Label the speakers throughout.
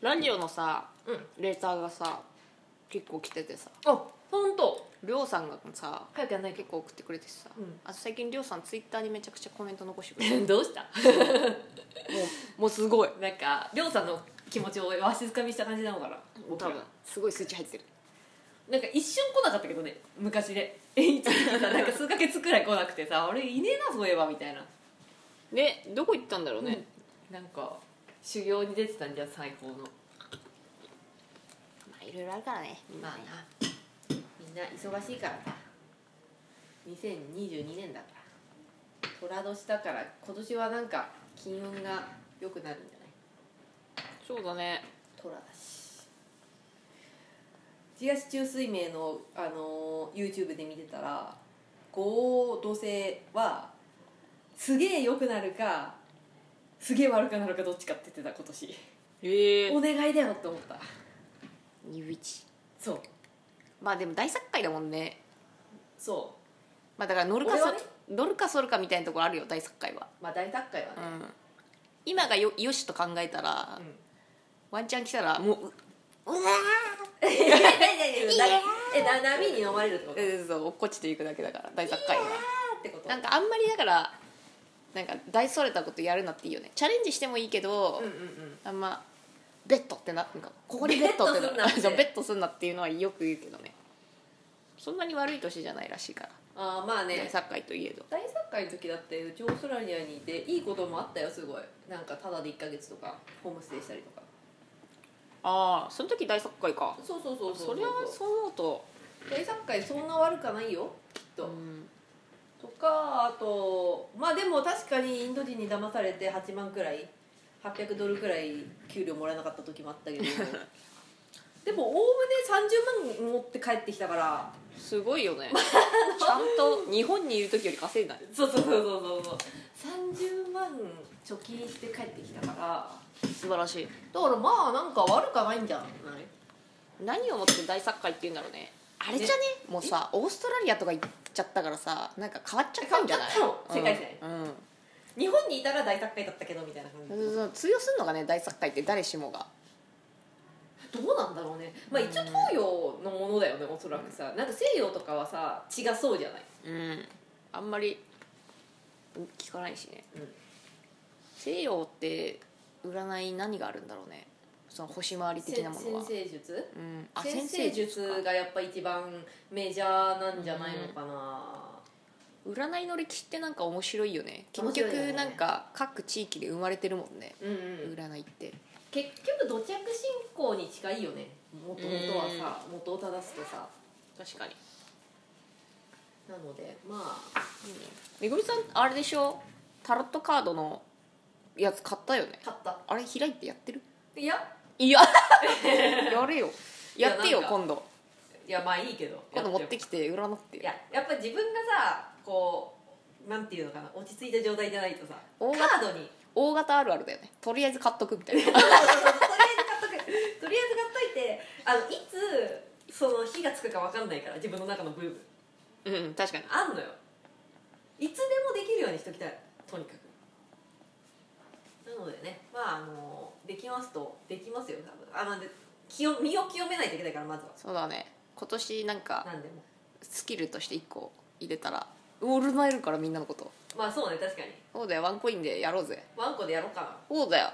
Speaker 1: ラジオのさ
Speaker 2: うん
Speaker 1: レーターがさ結構来ててさ
Speaker 2: あ本当
Speaker 1: りょうさんがさ
Speaker 2: 早くやんないけ
Speaker 1: 結構送ってくれてさ、
Speaker 2: うん
Speaker 1: あと最近りょうさんツイッターにめちゃくちゃコメント残してくれて
Speaker 2: ど どうした
Speaker 1: もうもうすごい
Speaker 2: なんかりょうさんの気持ちをわしづかみした感じなのかな
Speaker 1: 多分すごい数値入ってる
Speaker 2: なんか一瞬来なかったけどね昔で一時期さなんか数ヶ月くらい来なくてさ俺いねえなそういえばみたいな
Speaker 1: ねどこ行ったんだろうね、
Speaker 2: なんか修行に出てたんじゃん最高の
Speaker 1: まあいろいろあるからねみんな
Speaker 2: まあ
Speaker 1: ね
Speaker 2: なみんな忙しいからさ2022年だから寅年だから今年はなんか金運が良くなるんじゃない
Speaker 1: そうだね
Speaker 2: 虎だし東中水明の、あのー YouTube で見てたら五王土星はすげえ良くなるかすげえ悪くなるかどっちかって言ってた今年
Speaker 1: ええ
Speaker 2: お願いだよって思った
Speaker 1: ー、チ
Speaker 2: そう
Speaker 1: まあでも大作界だもんね
Speaker 2: そ
Speaker 1: まあだから乗るか
Speaker 2: 俺
Speaker 1: そ、
Speaker 2: はね
Speaker 1: 乗るかそるかみたいなところあるよ大作界は
Speaker 2: うまあ大脱会はね
Speaker 1: う、ん今がよよしと考えたら、
Speaker 2: うん
Speaker 1: ワンチャン来たらもうううわ
Speaker 2: え何何何何えな波に飲まれるってこと
Speaker 1: ーえそう落っこちていくだけだから大作界は
Speaker 2: ってこと
Speaker 1: なんかあんまりだからなんか大それたことやるなっていいよねチャレンジしてもいいけど、
Speaker 2: うんうんうん
Speaker 1: あんまベッドってななんかここでベッドって
Speaker 2: ベッドすんなって
Speaker 1: そうベッドすんなっていうのはよく言うけどねそんなに悪い年じゃないらしいから
Speaker 2: ああまあね
Speaker 1: 大作界といえど
Speaker 2: 大作会の時だってうちオーストラリアにいていいこともあったよすごいなんかタダで1ヶ月とかホームステイしたりとか
Speaker 1: ああその時大作界か
Speaker 2: そうそうそうそ
Speaker 1: そうりゃそう思うと、
Speaker 2: 大作会そんな悪かないよきっと、
Speaker 1: うん
Speaker 2: とかあとまあでも確かにインド人に騙されて8万くらい800ドルくらい給料もらえなかった時もあったけどでもおおむね30万持って帰ってきたから
Speaker 1: すごいよ ねちゃんと日本にいる時より稼いだね
Speaker 2: そうそうそうそうそうそう30万貯金して帰ってきたからだか
Speaker 1: 素晴らしい
Speaker 2: らまあなんか悪かないんじゃない
Speaker 1: 何をもって大作界っていうんだろうねあれじゃねもうさオーストラリアとか行っちゃったからさなんか変わっちゃったんじゃない
Speaker 2: 変わっちゃったの世界じ
Speaker 1: うん、うん
Speaker 2: 日本にいたら大作会だったけどみたいな感じ、
Speaker 1: その通用するのがね大作界って誰しもが
Speaker 2: どうなんだろうねまあ一応東洋のものだよねおそらくさなんか西洋とかはさ違そうじゃない
Speaker 1: うんあんまり聞かないしね、
Speaker 2: うん
Speaker 1: 西洋って占い何があるんだろうねその星回り的
Speaker 2: 先
Speaker 1: なものは
Speaker 2: 生術
Speaker 1: うん、あ
Speaker 2: 先
Speaker 1: 先
Speaker 2: 生
Speaker 1: 生
Speaker 2: 術
Speaker 1: 術
Speaker 2: がやっぱ一番メジャーなんじゃないのかな、
Speaker 1: 占いの歴史ってなんか面白いよね結
Speaker 2: 面白いよね
Speaker 1: 局なんか各地域で生まれてるもんね
Speaker 2: うんうん
Speaker 1: 占いって
Speaker 2: 結局土着信仰に近いよねもともとはさ元を正すとさ
Speaker 1: 確かに
Speaker 2: なのでまあ
Speaker 1: めぐみさんあれでしょタロットカードのやつ買ったよね
Speaker 2: 勝った
Speaker 1: あれ開いてやってる
Speaker 2: いや
Speaker 1: いや やれよ
Speaker 2: いや
Speaker 1: やってよ
Speaker 2: なんか
Speaker 1: 今度
Speaker 2: いやまあいいけど
Speaker 1: 今度持って
Speaker 2: き
Speaker 1: きて占って
Speaker 2: い
Speaker 1: よ
Speaker 2: ややっぱ自分がさこうなんていうのかな落ち着いた状態じゃないとさカ
Speaker 1: 大
Speaker 2: ー
Speaker 1: 型
Speaker 2: ドに
Speaker 1: 大型あるあるだよねとりあえず買っとくみたいな
Speaker 2: とりあえず買っとくとりあえず買っといてあのいつその火がつくかわかんないから自分の中のブーム
Speaker 1: うん確かに
Speaker 2: あんのよいつでもできるようにしときたいとにかくなのでねまああのできますとできますよ多分あなんで清身を清めないといけないからまず
Speaker 1: そうだね今年なん
Speaker 2: は
Speaker 1: か
Speaker 2: 何でも
Speaker 1: スキルとして1個入れたら占えるからみんなのこと
Speaker 2: まあそうね確かに
Speaker 1: そうだよワンコインでやろうぜ
Speaker 2: ワンコでやろうかな
Speaker 1: そうだよ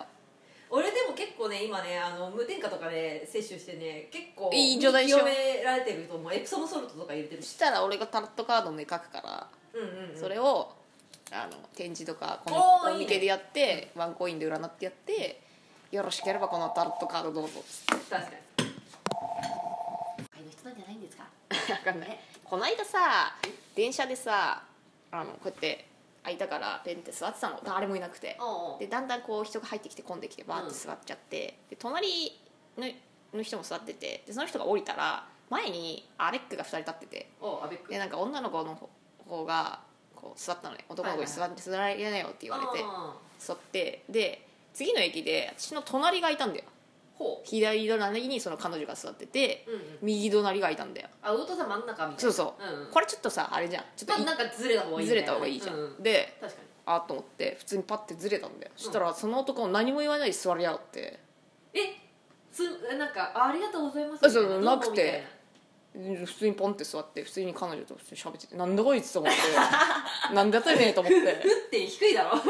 Speaker 2: 俺でも結構ね今ねあの無添加とかで摂取してね結構
Speaker 1: いい状態でしょ
Speaker 2: 清められてると思うエプソムソルトとか入れてる
Speaker 1: そ
Speaker 2: し
Speaker 1: したら俺がタロットカードの絵描くから
Speaker 2: うんうん、うん、
Speaker 1: それをあの展示とかこ
Speaker 2: おー
Speaker 1: の
Speaker 2: いいね
Speaker 1: コミケでやってワンコインで占ってやってよろしければこのタロットカードどうぞ
Speaker 2: 確かにあの人なんじゃないんですか
Speaker 1: 分かん ないこの間さ電車でさあのこうやって空いたからペンって座ってたの誰もいなくて
Speaker 2: おうおう
Speaker 1: でだんだんこう人が入ってきて混んできてバーって座っちゃって、で隣のの人も座っててでその人が降りたら前にアレックが2人立ってて
Speaker 2: おうアベック
Speaker 1: でなんか女の子の方方がこう座ったのね男の子に座,、
Speaker 2: は
Speaker 1: 座られないよって言われて
Speaker 2: あ
Speaker 1: 座ってで次の駅で私の隣がいたんだよ
Speaker 2: ーほ
Speaker 1: 左隣にその彼女が座ってて
Speaker 2: ううんうん
Speaker 1: 右隣がいたんだよ
Speaker 2: あウトさん真ん中みたいな
Speaker 1: そうそ
Speaker 2: うんうん
Speaker 1: これちょっとさあれじゃんちょっ
Speaker 2: ま
Speaker 1: と
Speaker 2: あ
Speaker 1: い
Speaker 2: なんかずれた方がいいみ
Speaker 1: ず
Speaker 2: い
Speaker 1: れ
Speaker 2: な
Speaker 1: た方がいいじゃん、
Speaker 2: うう
Speaker 1: で
Speaker 2: 確か
Speaker 1: あーと思って普通にパッてずれたんだよそしたらその男何も言わないで座りやがって
Speaker 2: にえつなんかあ「ありがとうございます」
Speaker 1: あそう
Speaker 2: みたい
Speaker 1: なくて
Speaker 2: どうもみたいな
Speaker 1: 普通にポンって座って普通に彼女と普通に喋っててなんだこいつと思って なんだやったねと思って
Speaker 2: 打って低いだろ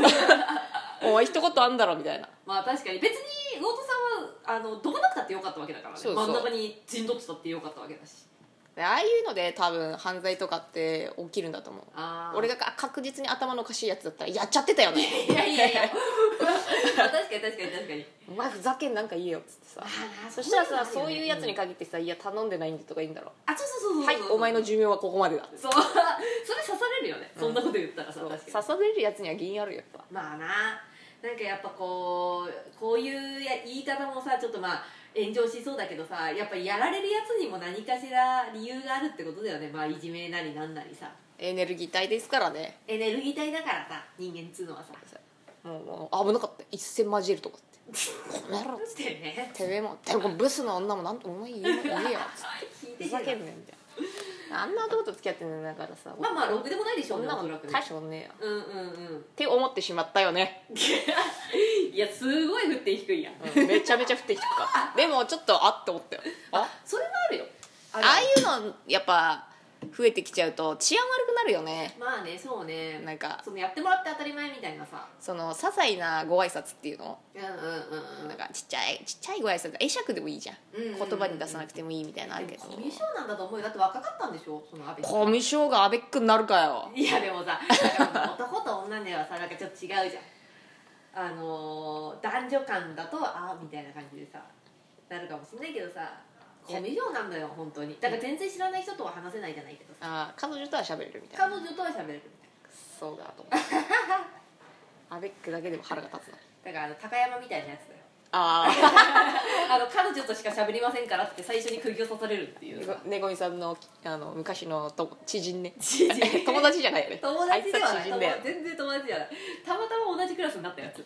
Speaker 1: お前一言あんだろみたいな
Speaker 2: まあ確かに別に魚戸さんはあのどこなくたってよかったわけだからね
Speaker 1: そうそう
Speaker 2: 真ん中に陣取ってたってよかったわけだし
Speaker 1: でああいうので多分犯罪とかって起きるんだと思う
Speaker 2: あー
Speaker 1: 俺がか確実に頭のおかしいやつだったらやっちゃってたよね
Speaker 2: いやいやいや まあ確かに確かに確かに
Speaker 1: お前ふざけんなんか言えよっつってさ
Speaker 2: あ
Speaker 1: そしたらさそういうやつに限ってさ「いや頼んでないんで」とか言うんだろ
Speaker 2: あそうそうそうそう
Speaker 1: 「はいお前の寿命はここまでだ
Speaker 2: そう それ刺されるよね、
Speaker 1: うん
Speaker 2: そんなこと言ったら」さ
Speaker 1: そう
Speaker 2: 確
Speaker 1: 刺
Speaker 2: かに
Speaker 1: されるやつには原因あるよやっぱ
Speaker 2: まあななんかやっぱこうこういうや言い方もさちょっとまあ炎上しそうだけどさやっぱやられるやつにも何かしら理由があるってことだよねまあいじめなりなんなりさ
Speaker 1: エネルギー体ですからね
Speaker 2: エネルギー体だからさ人間っつうのはさ
Speaker 1: もうもう危なかった一線交えるとかってこの野郎
Speaker 2: そうだよね
Speaker 1: てめえもてめえこのブスの女もなんとお前言えよ言えよつっ
Speaker 2: 聞い
Speaker 1: て
Speaker 2: て
Speaker 1: ふざけんなよみたいなあんな男と付き合ってんのにだからさ
Speaker 2: まあまあろくでもないでし
Speaker 1: そ
Speaker 2: ょうんね
Speaker 1: な
Speaker 2: お
Speaker 1: も
Speaker 2: そら
Speaker 1: ん
Speaker 2: く
Speaker 1: 大したことねえよ
Speaker 2: うんうんうん
Speaker 1: って思ってしまったよね、
Speaker 2: いやすごい振って低いやん
Speaker 1: うんめちゃめちゃ降ってきたからでもちょっとあって思ったよあ
Speaker 2: それはあるよあ
Speaker 1: あ
Speaker 2: る
Speaker 1: あいうのやっぱ増えてきちゃうと治安悪くなるよね
Speaker 2: まあねそうね
Speaker 1: なんか
Speaker 2: そのやってもらって当たり前みたいなさ
Speaker 1: その些細なご挨拶っていうの
Speaker 2: うんうんうん
Speaker 1: なんかちっちゃいちっちゃいご挨拶会釈でもいいじゃん
Speaker 2: うんうん
Speaker 1: 言葉に出さなくてもいいみたいなのあるけ
Speaker 2: で
Speaker 1: ど
Speaker 2: もコミュ障なんだと思うよだって若かったんでしょその阿部さん
Speaker 1: コミュ障がアベックになるかよ
Speaker 2: いやでもさなんか男と女ではさなんかちょっと違うじゃんあのー男女間だとああみたいな感じでさなるかもしんないけどさコミュ障なんだよ本当にだから全然知らない人とは話せないじゃないけどさ
Speaker 1: あー彼女とは喋れるみたいな
Speaker 2: 彼女とは喋れるみたい
Speaker 1: そうだと思ってアベックだけでも腹が立つな
Speaker 2: なだからあの高山みたいなやつだよ
Speaker 1: あ
Speaker 2: あの彼女としか喋りませんからって最初に釘を刺されるっていうさ
Speaker 1: あねごみさんのあの昔のと知人ね
Speaker 2: 知 人
Speaker 1: 友達じゃないよね
Speaker 2: 友達では
Speaker 1: あ
Speaker 2: ない
Speaker 1: つ
Speaker 2: 友
Speaker 1: は知人だよ
Speaker 2: 達全然友達じゃないたまたま同じクラスになった やつ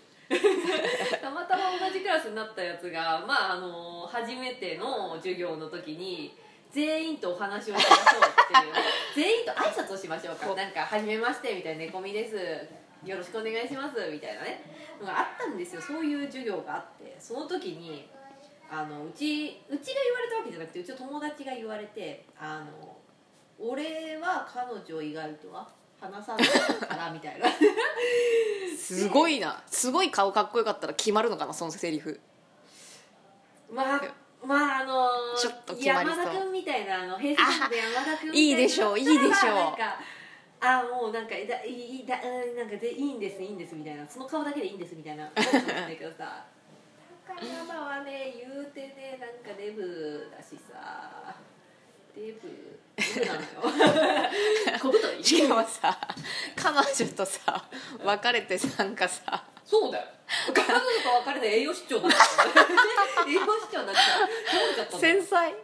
Speaker 2: たまたま同じクラスになったやつがまああの初めての授業の時に全員とお話をしましょう っていう全員と挨拶をしましょうかなんか「はじめまして」みたいな「猫みです」よろしくお願いしますみたいなねのがあったんですよそういう授業があってその時にあのうちうちが言われたわけじゃなくてうちの友達が言われてあの俺は彼女以外とは話さないからみたいな
Speaker 1: すごいなすごい顔かっこよかったら決まるのかなそのセリフ
Speaker 2: まあまああの
Speaker 1: ちょっと決まり
Speaker 2: 山
Speaker 1: そう
Speaker 2: 田君みたいなあの平成の山田君みたいな
Speaker 1: あいいでしょういいでしょう
Speaker 2: なんかあもうなんかだいいだうんなんかでいいんですいいんですみたいなその顔だけでいいんですみた いななんかもしれないけどさ高山はね言うてねなんかデブだしさデブデブなの よ小太り
Speaker 1: しかもさ彼女とさ別れてなんかさ
Speaker 2: そうだよ彼女と別れて栄養失調になっちゃった 栄養失調になっちゃった倒れちゃったんだ
Speaker 1: 繊細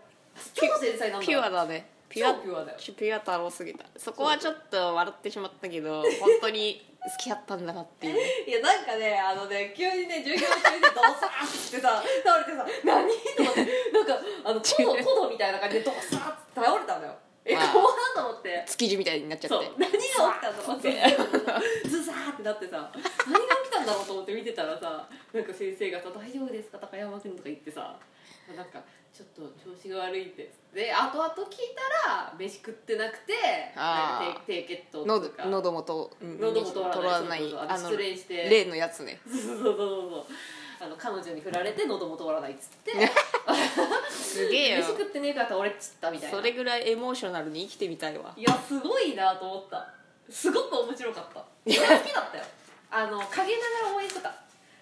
Speaker 2: 超繊細なんだ
Speaker 1: ピュアだねピュア
Speaker 2: 超ピュアだよ
Speaker 1: ピュア太郎すぎたそこはちょっと笑ってしまったけど本当に好きだったんだなっていう
Speaker 2: いやなんかねあのね急にね授業中にドサーッってさ倒れてさ「何?」と思ってなんかあのトドトドみたいな感じでドサーッて倒れたのよえ
Speaker 1: あ
Speaker 2: 怖
Speaker 1: ー
Speaker 2: っと思って
Speaker 1: 築地みたいになっちゃ
Speaker 2: そ
Speaker 1: っ
Speaker 2: う
Speaker 1: て
Speaker 2: 何が起きたんだろうってズザーってなってさ何が起きたんだろうと思って見てたらさなんか先生がさ「大丈夫ですか高山君」とか言ってさなんかちょっと調子が悪いってで後々聞いたら飯食ってなくて
Speaker 1: あー
Speaker 2: なんか低低血糖と
Speaker 1: 喉
Speaker 2: か
Speaker 1: 喉もとうん
Speaker 2: 喉も通らない
Speaker 1: 通
Speaker 2: そうそうそう
Speaker 1: あの
Speaker 2: 失恋して
Speaker 1: 例のやつね
Speaker 2: そうそうそうそうあの彼女に振られて喉も通らないっつって
Speaker 1: すげえよ
Speaker 2: 飯食ってねえから俺っちったみたいな
Speaker 1: それぐらいエモーショナルに生きてみたいわ
Speaker 2: いやすごいなと思ったすごく面白かった俺は好きだったよあの陰ながら応援してた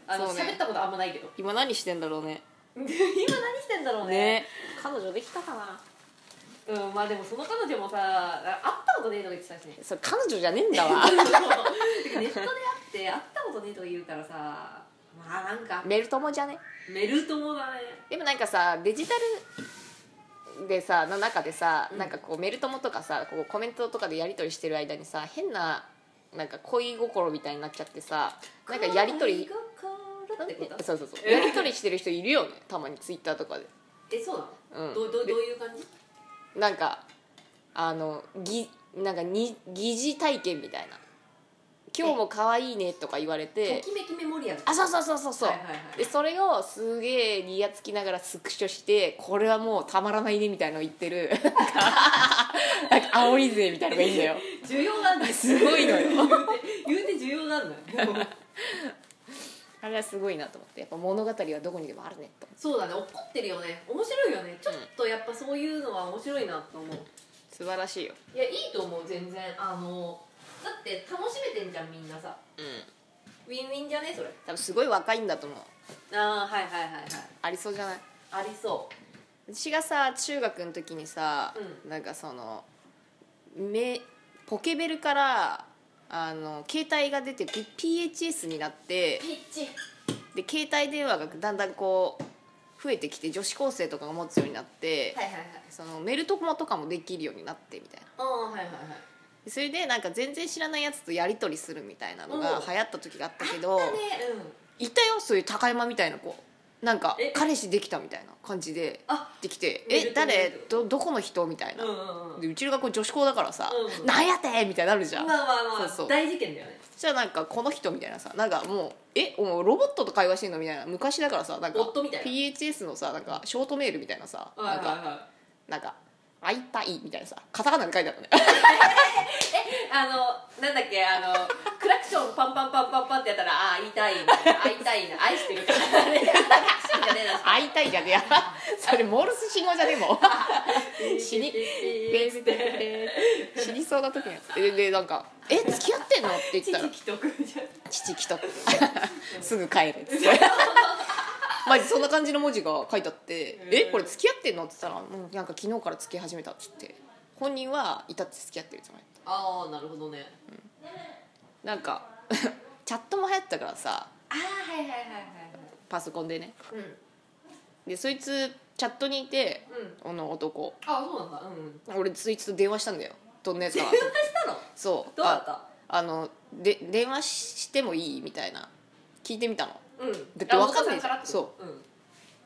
Speaker 2: あの
Speaker 1: そうね
Speaker 2: 喋ったことあんまないけ ど
Speaker 1: 今何してんだろうね
Speaker 2: 今何してんだろうね
Speaker 1: ね彼女できたかな
Speaker 2: うんまあでもその彼女もさあ会ったことねえとか言ってたしね
Speaker 1: それ彼女じゃねえんだわ
Speaker 2: そうてかネットで会って会ったことねえとか言うからさまあなんか
Speaker 1: メルトモじゃね
Speaker 2: メル友だね
Speaker 1: でもなんかさデジタルでさの中でさ、
Speaker 2: うん
Speaker 1: なんかこうメルトモとかさこうコメントとかでやり取りしてる間にさ変ななんか恋心みたいになっちゃってさなんかやり取り
Speaker 2: 恋心ってこと
Speaker 1: そうそうそうやり取りしてる人いるよねたまにツイッターとかで
Speaker 2: えそうなの、
Speaker 1: うん
Speaker 2: どどどういう感じ
Speaker 1: なんかあのぎなんかに疑似体験みたいな「今日も可愛いね」とか言われ
Speaker 2: と
Speaker 1: て
Speaker 2: きめきメモリアン
Speaker 1: あそうそうそうそうそう、
Speaker 2: はいはいはい
Speaker 1: でそれをすげえにやつきながらスクショしてこれはもうたまらないねみたいなの言ってる なんか煽り勢みたいなのがいいんだよ
Speaker 2: 需要なんだ
Speaker 1: すごいのよ
Speaker 2: 言うて言うて需要なんだよ
Speaker 1: あれはすごいなと思ってやっぱ物語はどこにでもあるねと
Speaker 2: そうだね怒ってるよね面白いよねちょっとやっぱそういうのは面白いなと思う
Speaker 1: 素晴らしいよ
Speaker 2: いやいいと思う全然あのだって楽しめてんじゃんみんなさ
Speaker 1: うん
Speaker 2: ウィンウィンじゃねそれ
Speaker 1: 多分すごい若いんだと思う
Speaker 2: ああはいはいはいはい
Speaker 1: ありそうじゃない
Speaker 2: ありそう
Speaker 1: 私がさ中学の時にさ、
Speaker 2: う
Speaker 1: なんかそのめポケベルからあの携帯が出て P- PHS になって
Speaker 2: ピッチ
Speaker 1: で携帯電話がだんだんこう増えてきて女子高生とかが持つようになって、
Speaker 2: はいはいはい
Speaker 1: そのメルトコとかもできるようになってみたいな
Speaker 2: ああはいはいはい
Speaker 1: でそれでなんか全然知らないやつとやり取りするみたいなのが
Speaker 2: うん
Speaker 1: 流行った時があったけど
Speaker 2: だねうん
Speaker 1: いたよそういう高山みたいな子なんか
Speaker 2: え
Speaker 1: 彼氏できたみたいな感じで
Speaker 2: あ
Speaker 1: できて「
Speaker 2: メル
Speaker 1: え
Speaker 2: トメ
Speaker 1: 誰
Speaker 2: ル
Speaker 1: どどこの人?」みたいな、
Speaker 2: うんうんうん
Speaker 1: でうちの学校女子校だからさ
Speaker 2: うん
Speaker 1: なんやて!」みたいになるじゃん、
Speaker 2: まあまあまあ
Speaker 1: そうそう
Speaker 2: 大事件だよね
Speaker 1: じゃあなんかこの人みたいなさなんかもう「えお前ロボットと会話してんの?」みたいな昔だからさなんか
Speaker 2: 夫みたいな
Speaker 1: PHS のさなんかショートメールみたいなさ
Speaker 2: は
Speaker 1: ないん
Speaker 2: はい
Speaker 1: か
Speaker 2: は
Speaker 1: 「なんか会いたい」みたいなさカタカナで書いてあるのね
Speaker 2: いあのなんだっけあの クラクションパンパンパンパンパンってやったらああ痛いな痛いな愛してるからあれクラクションじゃねえな
Speaker 1: 「会いたい」じゃねえやそれモールス信号じゃねえもん死に死にそうな時のやつででなんか「え付き合ってんの?」って言っ
Speaker 2: 父
Speaker 1: たら
Speaker 2: 既得じゃん
Speaker 1: 「父来た」 すぐ帰るっつって マジそんな感じの文字が書いてあって「
Speaker 2: へー
Speaker 1: えこれ付き合ってんの?」って言ったら「うんなんか昨日から付き合い始めた」っつって本人はいたって付き合ってるじゃない
Speaker 2: ああなるほどね
Speaker 1: なんか チャットも流行ったからさ
Speaker 2: ああはいはいはいはい
Speaker 1: パソコンでね
Speaker 2: うん
Speaker 1: でそいつチャットにいて
Speaker 2: うん
Speaker 1: あの男
Speaker 2: ああそうなんだうんうん
Speaker 1: 俺そいつと電話したんだよどんなやつか
Speaker 2: 電
Speaker 1: な
Speaker 2: 話したの
Speaker 1: そう
Speaker 2: どうだっ
Speaker 1: あ
Speaker 2: た
Speaker 1: あので電話してもいいみたいな聞いてみたの
Speaker 2: うん
Speaker 1: だって分かんないじゃん
Speaker 2: あお母さからってこと
Speaker 1: そ
Speaker 2: うん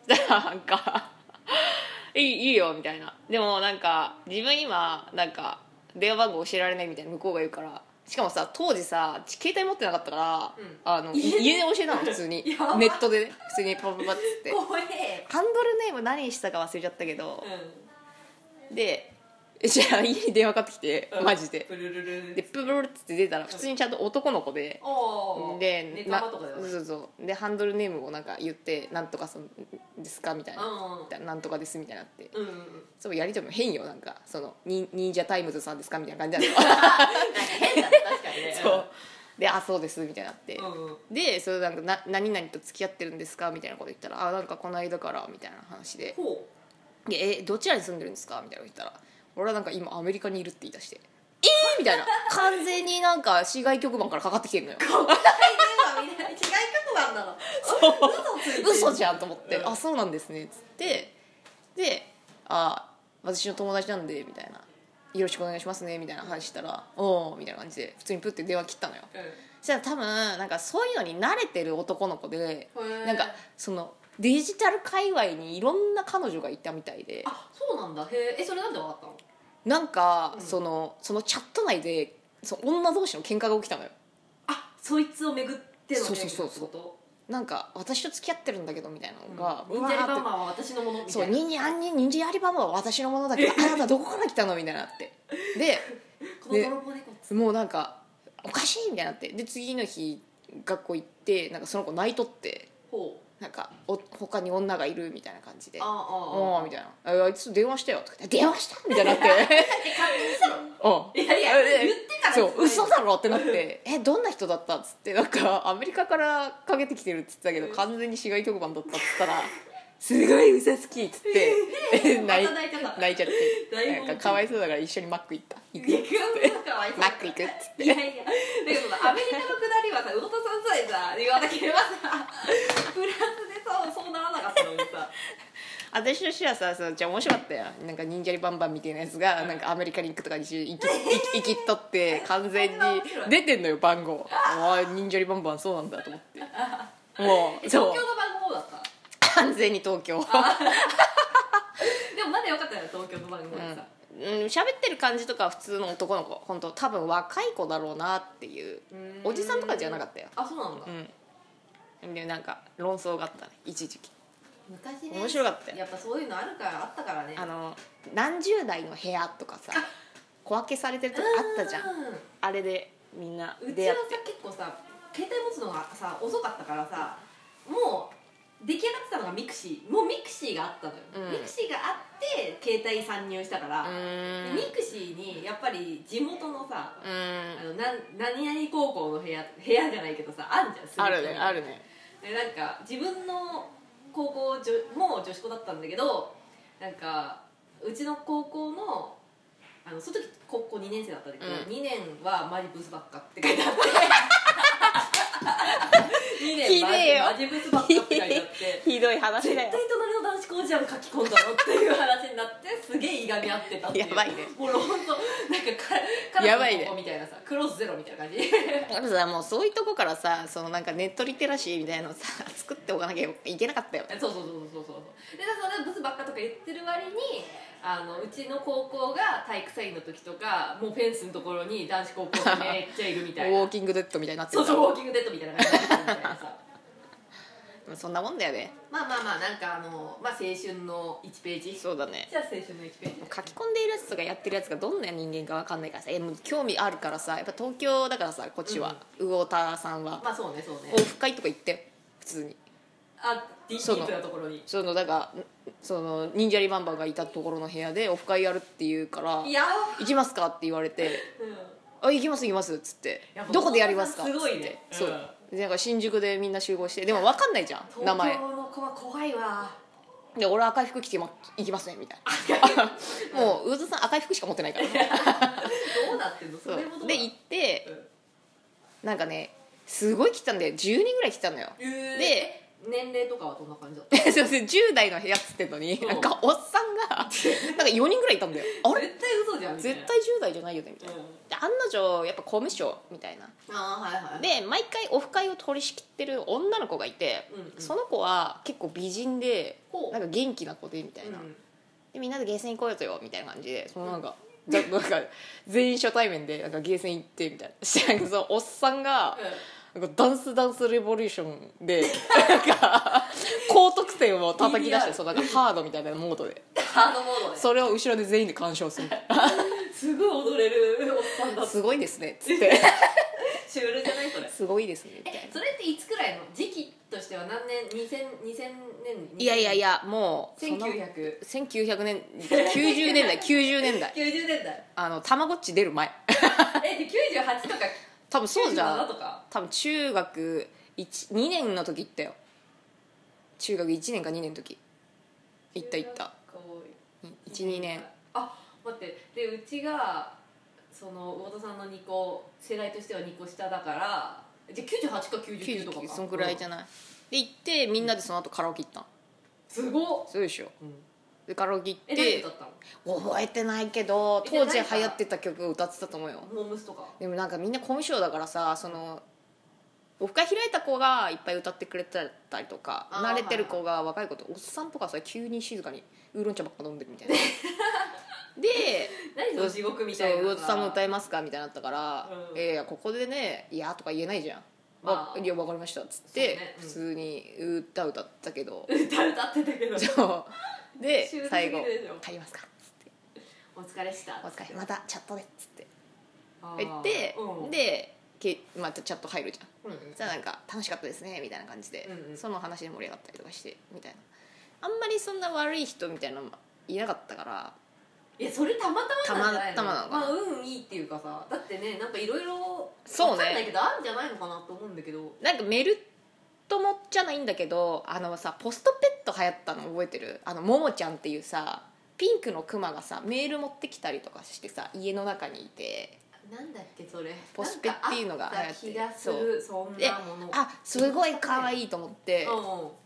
Speaker 1: だからなんか「いいいいよ」みたいなでもなんか自分今なんか電話番号教えられないみたいな向こうが言うからしかもさ当時さ携帯持ってなかったから、
Speaker 2: うん
Speaker 1: あのい
Speaker 2: 家で
Speaker 1: 家で教えたの普通に
Speaker 2: やば
Speaker 1: ネットでね普通にパパパパっつって
Speaker 2: 怖え
Speaker 1: ハンドルネーム何したか忘れちゃったけど
Speaker 2: う、
Speaker 1: でじゃあ家に電話かかってきて、
Speaker 2: ん
Speaker 1: マジで
Speaker 2: ブルルルル
Speaker 1: でプブルルって出たら普通にちゃんと男の子で、
Speaker 2: おー
Speaker 1: で
Speaker 2: ネ
Speaker 1: な
Speaker 2: タとかではない
Speaker 1: そうそうでハンドルネームをなんか言って「なんとかさんですか?」みたいな
Speaker 2: う
Speaker 1: 「
Speaker 2: ん
Speaker 1: なんとかです」みたいになって
Speaker 2: うんうんうん
Speaker 1: そうやりとりも変よなんかそのに忍者タイムズさんですかみたいな感じなの
Speaker 2: 変だね確かに ね
Speaker 1: そうで「あそうです」みたいになって、
Speaker 2: うんうん
Speaker 1: でそれなんかな「何々と付き合ってるんですか?」みたいなこと言ったら「あなんかこの間から」みたいな話で
Speaker 2: ほ
Speaker 1: 「
Speaker 2: う
Speaker 1: でえどちらに住んでるんですか?」みたいなこと言ったら「俺はなんか今アメリカにいる」って言い出して「えー!」みたいな完全になん か市外局番からかかってきてるのよ
Speaker 2: 大電話みたいな違い曲なんなの嘘ついてる
Speaker 1: 嘘じゃんと思って「
Speaker 2: うん
Speaker 1: あそうなんですね」っつってで「あ私の友達なんで」みたいな「よろしくお願いしますね」みたいな話したら「おお」みたいな感じで普通にプッて電話切ったのよ
Speaker 2: う
Speaker 1: そしたら多分なんかそういうのに慣れてる男の子で
Speaker 2: ん
Speaker 1: なんかそのデジタル界隈にいろんな彼女がいたみたいで
Speaker 2: あそうなんだへええそれなんで分かったの
Speaker 1: なんか
Speaker 2: うん
Speaker 1: そのそのチャット内でその女同士の喧嘩が起きたのよ
Speaker 2: あそいつを巡っての
Speaker 1: そうそうそうそう
Speaker 2: ってこ
Speaker 1: なんか私と付き合ってるんだけどみたいなの
Speaker 2: と
Speaker 1: が、
Speaker 2: うん
Speaker 1: わ
Speaker 2: 忍者リバ
Speaker 1: ーっ
Speaker 2: ン
Speaker 1: て
Speaker 2: マンは私のものみ
Speaker 1: そ
Speaker 2: た
Speaker 1: う
Speaker 2: いな
Speaker 1: 忍者あんに忍者やりばマは私のものだけどあなたどこから来たのみたいにな ってで
Speaker 2: この泥棒猫
Speaker 1: もうなんかおかしいみたいになってで次の日学校行ってなんかその子泣いとって
Speaker 2: ほう
Speaker 1: なんかお他に女がいるみたいな感じで
Speaker 2: ああ
Speaker 1: お
Speaker 2: ああ
Speaker 1: ーみたいな「ああいつと電話したよ」とか言って「電話した?」みたいにな って
Speaker 2: え勝手にしたの
Speaker 1: 「お
Speaker 2: いやいや言ってから
Speaker 1: そう
Speaker 2: すご
Speaker 1: 嘘
Speaker 2: い
Speaker 1: だろってなって「えどんな人だった?」っつってなんかアメリカからかけてきてるっつってたけど完全に市外局番だったっつったら「すごい嘘つき」っつってえ泣い
Speaker 2: 働いてた
Speaker 1: 泣いちゃっ
Speaker 2: 大
Speaker 1: て
Speaker 2: 問題
Speaker 1: なんかかわいそうだから一緒にマック行った行
Speaker 2: いやなんかわいそう
Speaker 1: くマック行くっつって
Speaker 2: いやいやだけどさアメリカのくだりはさ魚田さんさえさ言わなければさフランスでさそうならなかったのにさ
Speaker 1: 私としてはさそうじゃあ面白かったよなんか忍者リバンバンみたいなやつがなんかアメリカに行くとかにし行き行き行きっと って完全に出てんのよ番号ああ忍者リバンバンそうなんだと思ってもう
Speaker 2: 東
Speaker 1: そ
Speaker 2: 京の
Speaker 1: う
Speaker 2: 番号だった
Speaker 1: 完全に東京
Speaker 2: でもまだよかったよ東京の番号
Speaker 1: う
Speaker 2: で
Speaker 1: ん
Speaker 2: さ、
Speaker 1: うん喋ってる感じとかは普通の男の子本当多分若い子だろうなっていう
Speaker 2: うーん
Speaker 1: おじさんとかじゃなかったよ
Speaker 2: あそうなんだ、
Speaker 1: うんでなんか論争があったね一時期
Speaker 2: 昔ね
Speaker 1: 面白かったよ
Speaker 2: やっぱそういうのあるからあったからね
Speaker 1: あの何十代の部屋とかさ小分けされてるとこあったじゃん
Speaker 2: う
Speaker 1: あれでみんな
Speaker 2: うち
Speaker 1: 出
Speaker 2: は
Speaker 1: 会
Speaker 2: さ
Speaker 1: っ
Speaker 2: 結構さ携帯持つのがさ遅かったからさもう出来上がってたのがミクシーもうミクシーがあったのよ、
Speaker 1: うん
Speaker 2: ミクシーがあって携帯参入したから、
Speaker 1: たうーん
Speaker 2: ミクシーにやっぱり地元のさ、
Speaker 1: うーん
Speaker 2: あのなん何々高校の部屋部屋じゃないけどさあんじゃん隅っ
Speaker 1: あ
Speaker 2: こに
Speaker 1: るねあるね
Speaker 2: でなんか自分の高校女もう女子校だったんだけどなんかうちの高校のあのその時高校2年生だったんだけど、
Speaker 1: うん
Speaker 2: 2年はマジブスばっかって書いてあって 2
Speaker 1: ひ
Speaker 2: 年
Speaker 1: でえよ
Speaker 2: マジマジブスばっかって書いてあって
Speaker 1: ひどい
Speaker 2: 絶
Speaker 1: 話だ
Speaker 2: 対
Speaker 1: よ
Speaker 2: 隣の男子校じゃん書き込んだのっていう話になってすげえいがみ合ってたっていう
Speaker 1: やばいね
Speaker 2: もうほんとなんかか
Speaker 1: やばいね
Speaker 2: 彼女の高校みたいなさクロスゼロみたいな感じ
Speaker 1: あとさもうそういうとこからさそのなんかネットリテラシーみたいなのさ 作っておかなきゃいけなかったよ
Speaker 2: そうそうそうそうそうそうでそのブスばっかとか言ってる割にあのうちの高校が体育祭の時とかもうフェンスのところに男子高校生めっちゃいるみ
Speaker 1: ウ
Speaker 2: たい
Speaker 1: ォ
Speaker 2: な
Speaker 1: ーキングデッドみたいになって
Speaker 2: そう
Speaker 1: る
Speaker 2: そうウォーキングデッドみたいな感じになってるみたいなさ
Speaker 1: そんなもんだよね
Speaker 2: まあまあまあなんかあの、まあ、青春の1ページ
Speaker 1: そうだね
Speaker 2: じゃあ青春の1ページ
Speaker 1: 書き込んでいるやつとかやってるやつがどんな人間かわかんないからさえもう興味あるからさやっぱ東京だからさこっちは、魚田さんは
Speaker 2: まあそうねそうね
Speaker 1: オフ会とか行ってよ普通に
Speaker 2: あディ
Speaker 1: その
Speaker 2: ープなところに
Speaker 1: そのだからその忍者リバンバンがいたところの部屋でオフ会やるっていうから
Speaker 2: いや
Speaker 1: 行きますか?」って言われて
Speaker 2: うん
Speaker 1: 「あ行きます行きます」っつって
Speaker 2: や
Speaker 1: 「
Speaker 2: っぱ
Speaker 1: どこでやりますか?」
Speaker 2: すごいね
Speaker 1: つってそううでなんか新宿でみんな集合してでも分かんないじゃん名
Speaker 2: 東
Speaker 1: 前
Speaker 2: 京の子は怖いわ
Speaker 1: で俺赤い服着てま行きますねみたいなもう魚津さん赤い服しか持ってないからね
Speaker 2: どうなってんのそ
Speaker 1: そう
Speaker 2: れもどうな
Speaker 1: で行って
Speaker 2: うん
Speaker 1: なんかねすごい来たんだよ10人ぐらい来たのよで
Speaker 2: で年齢とかはどんな感じだった
Speaker 1: すいません10代の部屋っつってんのに
Speaker 2: うん
Speaker 1: なんかおっさんがなんか4人ぐらいいたんだよあれ
Speaker 2: 絶対嘘じゃんみたい
Speaker 1: 絶
Speaker 2: な
Speaker 1: 対10代じゃないよねみたいな
Speaker 2: うん
Speaker 1: で案の定やっぱ公務省みたいな
Speaker 2: ああはいはい
Speaker 1: で毎回オフ会を取り仕切ってる女の子がいて、
Speaker 2: うんうん
Speaker 1: その子は結構美人で
Speaker 2: ほう
Speaker 1: なんか元気な子でみたいな、でみんなでゲーセン行こうよとよみたいな感じでそのなんか,、ざ なんか全員初対面でなんかゲーセン行ってみたいなしてなんかそのおっさんが、なんかダンスダンスレボリューションでなんか高得点を叩き出して
Speaker 2: PBR
Speaker 1: そうなんかハードみたいなモードで
Speaker 2: ハードモードで
Speaker 1: それを後ろで全員で鑑賞 する
Speaker 2: すごい踊れるおっさ んだ
Speaker 1: すごいですねっつって
Speaker 2: シュールじゃないそれ
Speaker 1: すごいですねみたいな
Speaker 2: えそれっていつくらいの時期としては何年2000 2000年
Speaker 1: いやいやいやもうそんな
Speaker 2: 1990
Speaker 1: 1900年90年 代90年代
Speaker 2: 年代
Speaker 1: あのたまごっち出る前
Speaker 2: えで98とか
Speaker 1: 多分そうじゃ
Speaker 2: 97
Speaker 1: ん
Speaker 2: とか
Speaker 1: 多分中学2年の時行ったよ中学1年か2年の時行った行った12年
Speaker 2: あ待ってでうちがその魚田さんの2個世代としては2個下だからじゃあ98か99とか
Speaker 1: 99
Speaker 2: か
Speaker 1: そんくらいじゃないで行ってみんなでその後カラオケ行ったの
Speaker 2: すごっ、
Speaker 1: そうでしょでカラオケ行っ
Speaker 2: え何
Speaker 1: て
Speaker 2: 歌ったの
Speaker 1: 覚えてないけど
Speaker 2: え
Speaker 1: 当時流
Speaker 2: 何か
Speaker 1: 行ってた曲を歌ってたと思うよ
Speaker 2: モームスとか
Speaker 1: でもなんかみんなコミュ障だからさそのオフ会開いた子がいっぱい歌ってくれてたりとか
Speaker 2: あー
Speaker 1: 慣れてる子が若い子とおっさんとかさ急に静かにウーロン茶ばっか飲んでるみた いなで
Speaker 2: 何その地獄みたいな
Speaker 1: そう魚津さんも歌
Speaker 2: え
Speaker 1: えますか?」みたいになったから「
Speaker 2: うん
Speaker 1: ええいやここでね「いや」とか言えないじゃん「
Speaker 2: まあ
Speaker 1: あいや分かりました」っつって、
Speaker 2: そうねうん
Speaker 1: 普通に歌歌ったけど
Speaker 2: 歌歌ってたけど
Speaker 1: そうで
Speaker 2: シュールすぎ
Speaker 1: 最
Speaker 2: るでし
Speaker 1: 後「
Speaker 2: ょ
Speaker 1: 帰りますか」つって
Speaker 2: お疲れし
Speaker 1: 「
Speaker 2: た
Speaker 1: お疲れまたチャットで」っつって
Speaker 2: あー
Speaker 1: 言って、
Speaker 2: うん、
Speaker 1: でけまたチャット入るじゃん
Speaker 2: うんうん
Speaker 1: じゃあなんか楽しかったですねみたいな感じで、
Speaker 2: うんうん
Speaker 1: その話で盛り上がったりとかしてみたいなあんまりそんな悪い人みたいなのもいなかったから
Speaker 2: いやそれたまたまなんじゃない
Speaker 1: たまたまなのか
Speaker 2: ま
Speaker 1: な
Speaker 2: あ運いいっていうかさだってねなんかいろいろ
Speaker 1: そうね
Speaker 2: わかんないけどあるんじゃないのかなと思うんだけど
Speaker 1: なんかメルトもじゃないんだけどあのさポストペット流行ったの覚えてるあのももちゃんっていうさピンクのクマがさメール持ってきたりとかしてさ家の中にいて
Speaker 2: なんだっけそれ
Speaker 1: ポスペっていうのが流行って
Speaker 2: なんかあた気がするそん
Speaker 1: で
Speaker 2: なもの
Speaker 1: あすごい可愛いと思って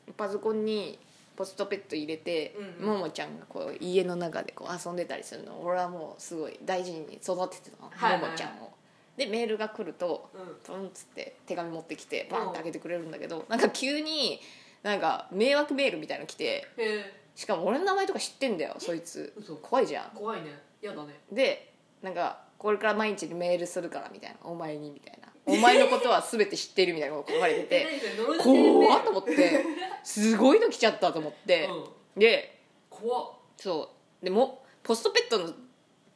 Speaker 2: う
Speaker 1: パソコンにポストペット入れて、
Speaker 2: うん
Speaker 1: ももちゃんがこう家の中でこう遊んでたりするの俺はもうすごい大事に育ててたの、
Speaker 2: はいはいはい
Speaker 1: ももちゃんをでメールが来ると
Speaker 2: んうん
Speaker 1: ポンっつって手紙持ってきてバンって開けてくれるんだけどなんか急になんか迷惑メールみたいなの来て
Speaker 2: へえ
Speaker 1: しかも俺の名前とか知ってんだよそいつ
Speaker 2: 嘘
Speaker 1: 怖いじゃん
Speaker 2: 怖いねやだね
Speaker 1: でなんかこれから毎日メールするからみたいなお前にみたいなお前のことは全て知っているみたいなこと書かれて て
Speaker 2: 何それ呪いの宣
Speaker 1: 怖
Speaker 2: 言
Speaker 1: っと思 ってすごいの来ちゃったと思って、で
Speaker 2: 怖っ
Speaker 1: そうでもポストペットの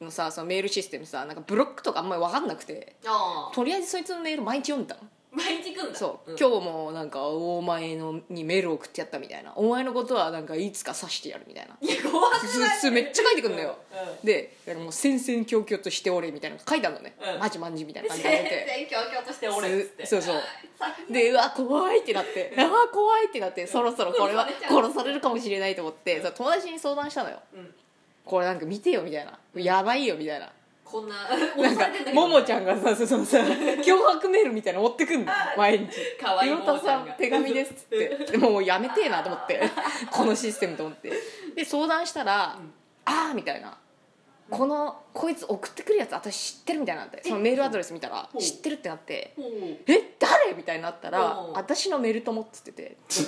Speaker 1: のさそのメールシステムさなんかブロックとかあんまり分かんなくて
Speaker 2: ああ
Speaker 1: とりあえずそいつのメール毎日読んだの
Speaker 2: 毎日来んだ
Speaker 1: そう、
Speaker 2: ん
Speaker 1: 今日もなんかお前のにメール送ってやったみたいなお前のことはなんかいつか刺してやるみたいない
Speaker 2: や怖く
Speaker 1: 普
Speaker 2: ない
Speaker 1: 通めっちゃ書いてくんだよ
Speaker 2: うんうん
Speaker 1: でなんかもう戦々恐々としておれみたいなの書いてあるのね、
Speaker 2: うん
Speaker 1: マジマンジみたいな 感じで言われて
Speaker 2: 全然強々として俺っつって
Speaker 1: そうそうでうわ怖いってなってああ怖いってなってそろそろこれは
Speaker 2: 殺されちゃう
Speaker 1: 殺されるかもしれないと思ってそう友達に相談したのよ
Speaker 2: うん
Speaker 1: これなんか見てよみたいなやばいよみたいな
Speaker 2: こんな
Speaker 1: なんかももちゃんがさそそのさ脅迫メールみたいなの持ってくんの毎日「
Speaker 2: かわいい
Speaker 1: ゆう たさ
Speaker 2: ももちゃんが
Speaker 1: ん手紙です」っつ ってでもうやめてえなと思ってこのシステムと思ってで相談したら
Speaker 2: うん
Speaker 1: 「ああ」みたいな。このこいつ送ってくるやつ私知ってるみたいになってそのメールアドレス見たら
Speaker 2: ほう
Speaker 1: 知ってるってなって
Speaker 2: ほう
Speaker 1: え誰みたいになったら
Speaker 2: うん
Speaker 1: 私のメルトモっつってて
Speaker 2: す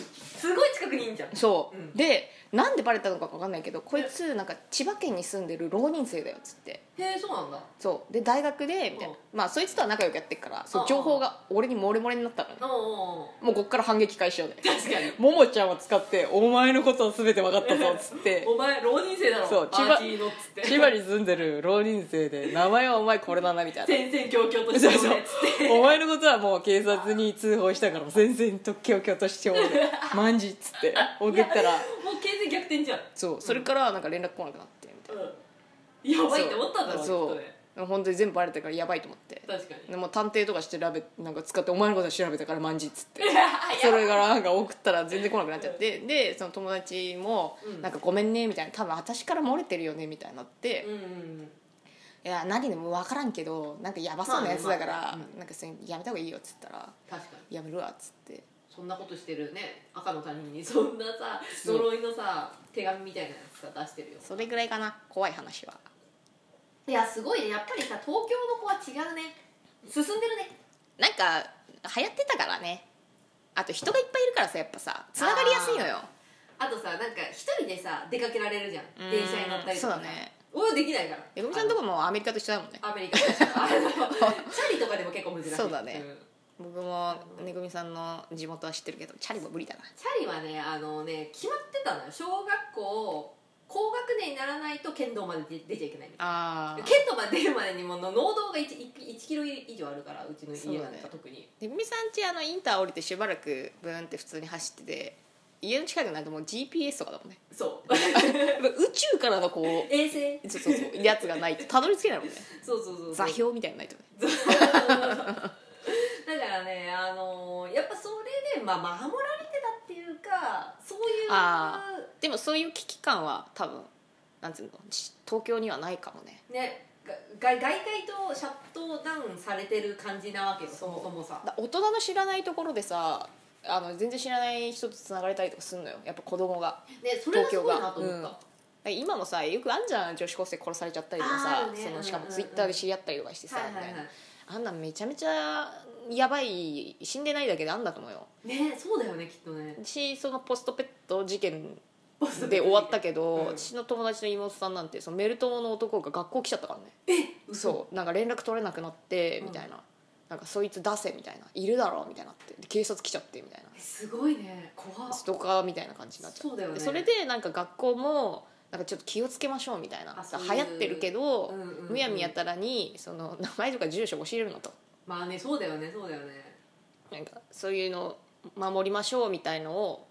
Speaker 2: ごい近くにいんじゃん
Speaker 1: そう、
Speaker 2: うん
Speaker 1: でなんでバレたのか分かんないけどこいつなんか千葉県に住んでる浪人生だよっつって
Speaker 2: へえそうなんだ
Speaker 1: そうで大学でみたいな、
Speaker 2: うん
Speaker 1: まあそいつとは仲良くやってっからそううん情報が俺に漏れ漏れになったのね
Speaker 2: おうおうおう
Speaker 1: もうこっから反撃開始よね
Speaker 2: 確かに
Speaker 1: ももちゃんを使って「お前のことを全て分かったぞ」 っつって
Speaker 2: お前浪人生だろ
Speaker 1: そう
Speaker 2: パーティーのっつって
Speaker 1: 千葉に住んでる浪人生で名前はお前これだなみ たいな
Speaker 2: 戦々恐々として
Speaker 1: そう
Speaker 2: 俺っつって
Speaker 1: お前のことはもう警察に通報したから全然特許を許と しておる万事っつって送ったら
Speaker 2: もう形勢逆転じゃん
Speaker 1: そうそれからなんか連絡来なくなってみたい
Speaker 2: うんや
Speaker 1: な
Speaker 2: ばいって思ったんだろうきっ
Speaker 1: そ
Speaker 2: と
Speaker 1: う
Speaker 2: ね
Speaker 1: そう本当に全部バレたからやばいと思って
Speaker 2: 確かに
Speaker 1: でもう探偵とかして調べなんか使ってお前のことは調べたから万事っつってそ
Speaker 2: そ
Speaker 1: れからなんか送ったら全然来なくなっちゃってでその友達も
Speaker 2: う
Speaker 1: 「
Speaker 2: ん
Speaker 1: なんかごめんね」みたいな「多分私から漏れてるよね」みたいになって
Speaker 2: うんうんうん
Speaker 1: 「いや何でも分からんけどなんかやばそうなやつだから
Speaker 2: まあねまあね
Speaker 1: なんかそれやめた方がいいよ」っつったら
Speaker 2: 確か
Speaker 1: 「
Speaker 2: に
Speaker 1: やめるわ」っつって
Speaker 2: そんなことしてるね赤の他人にそんなさ
Speaker 1: そう
Speaker 2: 呪いのさ手紙みたいなやつさ出してるよ
Speaker 1: それぐらいかな怖い話はい
Speaker 2: やすごいねやっぱりさ東京の子は違うね進んでるね
Speaker 1: なんか流行ってたからねあと人がいっぱいいるからさやっぱさつながりやすいのよ
Speaker 2: あとさなんか一人でさ出かけられるじゃん
Speaker 1: うん
Speaker 2: 電車に乗ったりとか
Speaker 1: そうだね
Speaker 2: 俺はできないから
Speaker 1: えごみちゃんのとこもアメリカと一緒だもんね
Speaker 2: アメリカだからあ のチャリとかでも結構難しい
Speaker 1: そうだね
Speaker 2: ん
Speaker 1: 僕もねぐみさんの地元は知ってるけどチャリも無理だな
Speaker 2: チャリはねあのね決まってたのよ小学校高学年にならないと剣道まで出出ちゃいけないみたい
Speaker 1: あ
Speaker 2: な剣道まで出るまでにもうの農道が 1, キロ以上あるからうちの
Speaker 1: そう
Speaker 2: 家
Speaker 1: だ
Speaker 2: なん
Speaker 1: ね
Speaker 2: か特に
Speaker 1: でぐみさんちあのインター降りてしばらくブーンって普通に走ってて家の近くになるともう GPS とかだもんね
Speaker 2: そう
Speaker 1: やっぱ宇宙からのこ
Speaker 2: 衛星
Speaker 1: うそうそうそうやつがないとたどり着けないもんね
Speaker 2: そうそうそうそう
Speaker 1: 座標みたいなのないとね
Speaker 2: だからねあのーやっぱそれで、まあ、守られてたっていうかそういう
Speaker 1: あでもそういう危機感は多分なんていうのし東京にはないかもね
Speaker 2: ねが外外界とシャットダウンされてる感じなわけよそもそもさ
Speaker 1: だ大人の知らないところでさあの全然知らない人とつながれたりとかするのよやっぱ子供が
Speaker 2: ねそれがすごいな
Speaker 1: 東
Speaker 2: と
Speaker 1: 京
Speaker 2: 思
Speaker 1: が
Speaker 2: っ
Speaker 1: だ
Speaker 2: た、
Speaker 1: 今もさよくあんじゃん女子高生殺されちゃったりとか
Speaker 2: あ
Speaker 1: さ
Speaker 2: ー、あるね
Speaker 1: そのしかも
Speaker 2: うんうんうん
Speaker 1: ツイッターで知り合ったりとかしてさ、
Speaker 2: はいはい
Speaker 1: み
Speaker 2: は
Speaker 1: たい
Speaker 2: い
Speaker 1: なあんなんめちゃめちゃやばい死んでないだけであんだと思うよ
Speaker 2: ねそうだよねきっとね
Speaker 1: しそのポストペット事件で終わったけど、
Speaker 2: うん
Speaker 1: 私の友達の妹さんなんてそのメルトの男が学校来ちゃったからねそうなんか連絡取れなくなってみたいな、なんかそいつ出せみたいないるだろうみたいになってで警察来ちゃってみたいな
Speaker 2: すごいね怖っ
Speaker 1: ストーカーみたいな感じになっちゃって
Speaker 2: そうだよね
Speaker 1: でそれでなんか学校もなんかちょっと気をつけましょうみたいな
Speaker 2: あそういう
Speaker 1: 流行ってるけど、
Speaker 2: うんうんうん
Speaker 1: むやみやたらにその名前とか住所教えるのと
Speaker 2: まあねそうだよねそうだよね
Speaker 1: なんかそういうの守りましょうみたいのを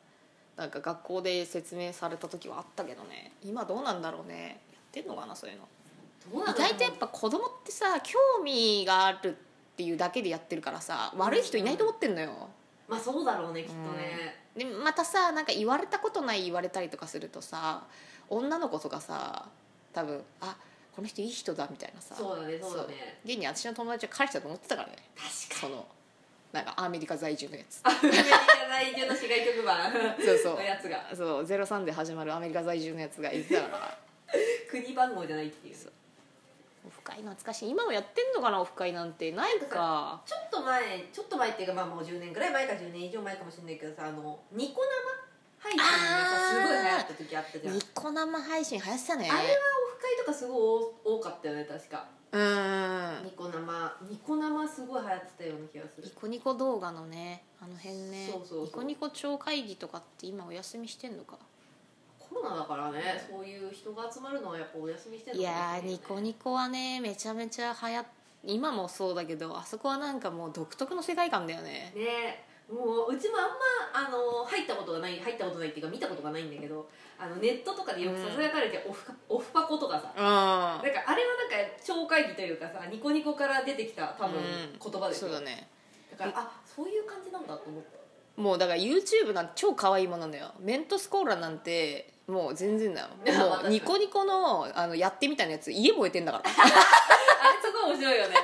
Speaker 1: なんか学校で説明された時はあったけどね今どうなんだろうねやってんのかなそういうの
Speaker 2: どうな
Speaker 1: 意
Speaker 2: んだろう
Speaker 1: 外とやっぱ子供ってさ興味があるっていうだけでやってるからさ悪い人いないと思ってんのよ、
Speaker 2: まあそうだろうねきっとね、
Speaker 1: でまたさなんか言われたことない言われたりとかするとさ女の子とかさ多分あこの人いい人だみたいなさ
Speaker 2: そうだねそうだね
Speaker 1: そう現に私の友達は彼氏だと思ってたからね
Speaker 2: 確か
Speaker 1: そのなんかアメリカ在住のやつ
Speaker 2: にアメリカ在住の市外局番
Speaker 1: そうそう
Speaker 2: の やつが
Speaker 1: そう03で始まるアメリカ在住のやつが言ってたから
Speaker 2: 国番号じゃないっていう
Speaker 1: そうオフ会懐かしい今もやってんのかなオフ会なんてないか
Speaker 2: ちょっと前ちょっと前っていうかまあもう10年ぐらい前か10年以上前かもしれないけどさあのニコ生配信がさすごい流行った時あったじゃんあ
Speaker 1: ニコ生配信流行ってたね
Speaker 2: れはオフ会とかすごい多多かったよね確か
Speaker 1: うーん
Speaker 2: ニコ生ニコ生すごい流行ってたような気がする
Speaker 1: ニコニコ動画のねあの辺ね
Speaker 2: そうそうそう
Speaker 1: ニコニコ超会議とかって今お休みしてんのか
Speaker 2: コロナだからねそういう人が集まるのはやっぱお休みしてる
Speaker 1: い
Speaker 2: のかも
Speaker 1: や
Speaker 2: しれな
Speaker 1: ーニコ
Speaker 2: ね
Speaker 1: ニコはねめちゃめちゃ流行っ今もそうだけどあそこはなんかもう独特の世界観だよね
Speaker 2: ねもううちもあんまあの入ったことがない入ったことないっていうか見たことがないんだけどあのネットとかでよくささやかれてオフ,、オフパコとかさ
Speaker 1: うん
Speaker 2: なんかあれはなんか超会議というかさニコニコから出てきた多分
Speaker 1: うん
Speaker 2: 言葉です
Speaker 1: そ
Speaker 2: よ
Speaker 1: うだね
Speaker 2: だからあそういう感じなんだと思った
Speaker 1: もうだから YouTube なんて超可愛いものなんだよメントスコーラなんてもう全然だよ
Speaker 2: まあ確
Speaker 1: も
Speaker 2: か
Speaker 1: う
Speaker 2: に
Speaker 1: ニコニコのあのやってみたいなやつ家燃えてんだ から
Speaker 2: あれすごい面白いよ ね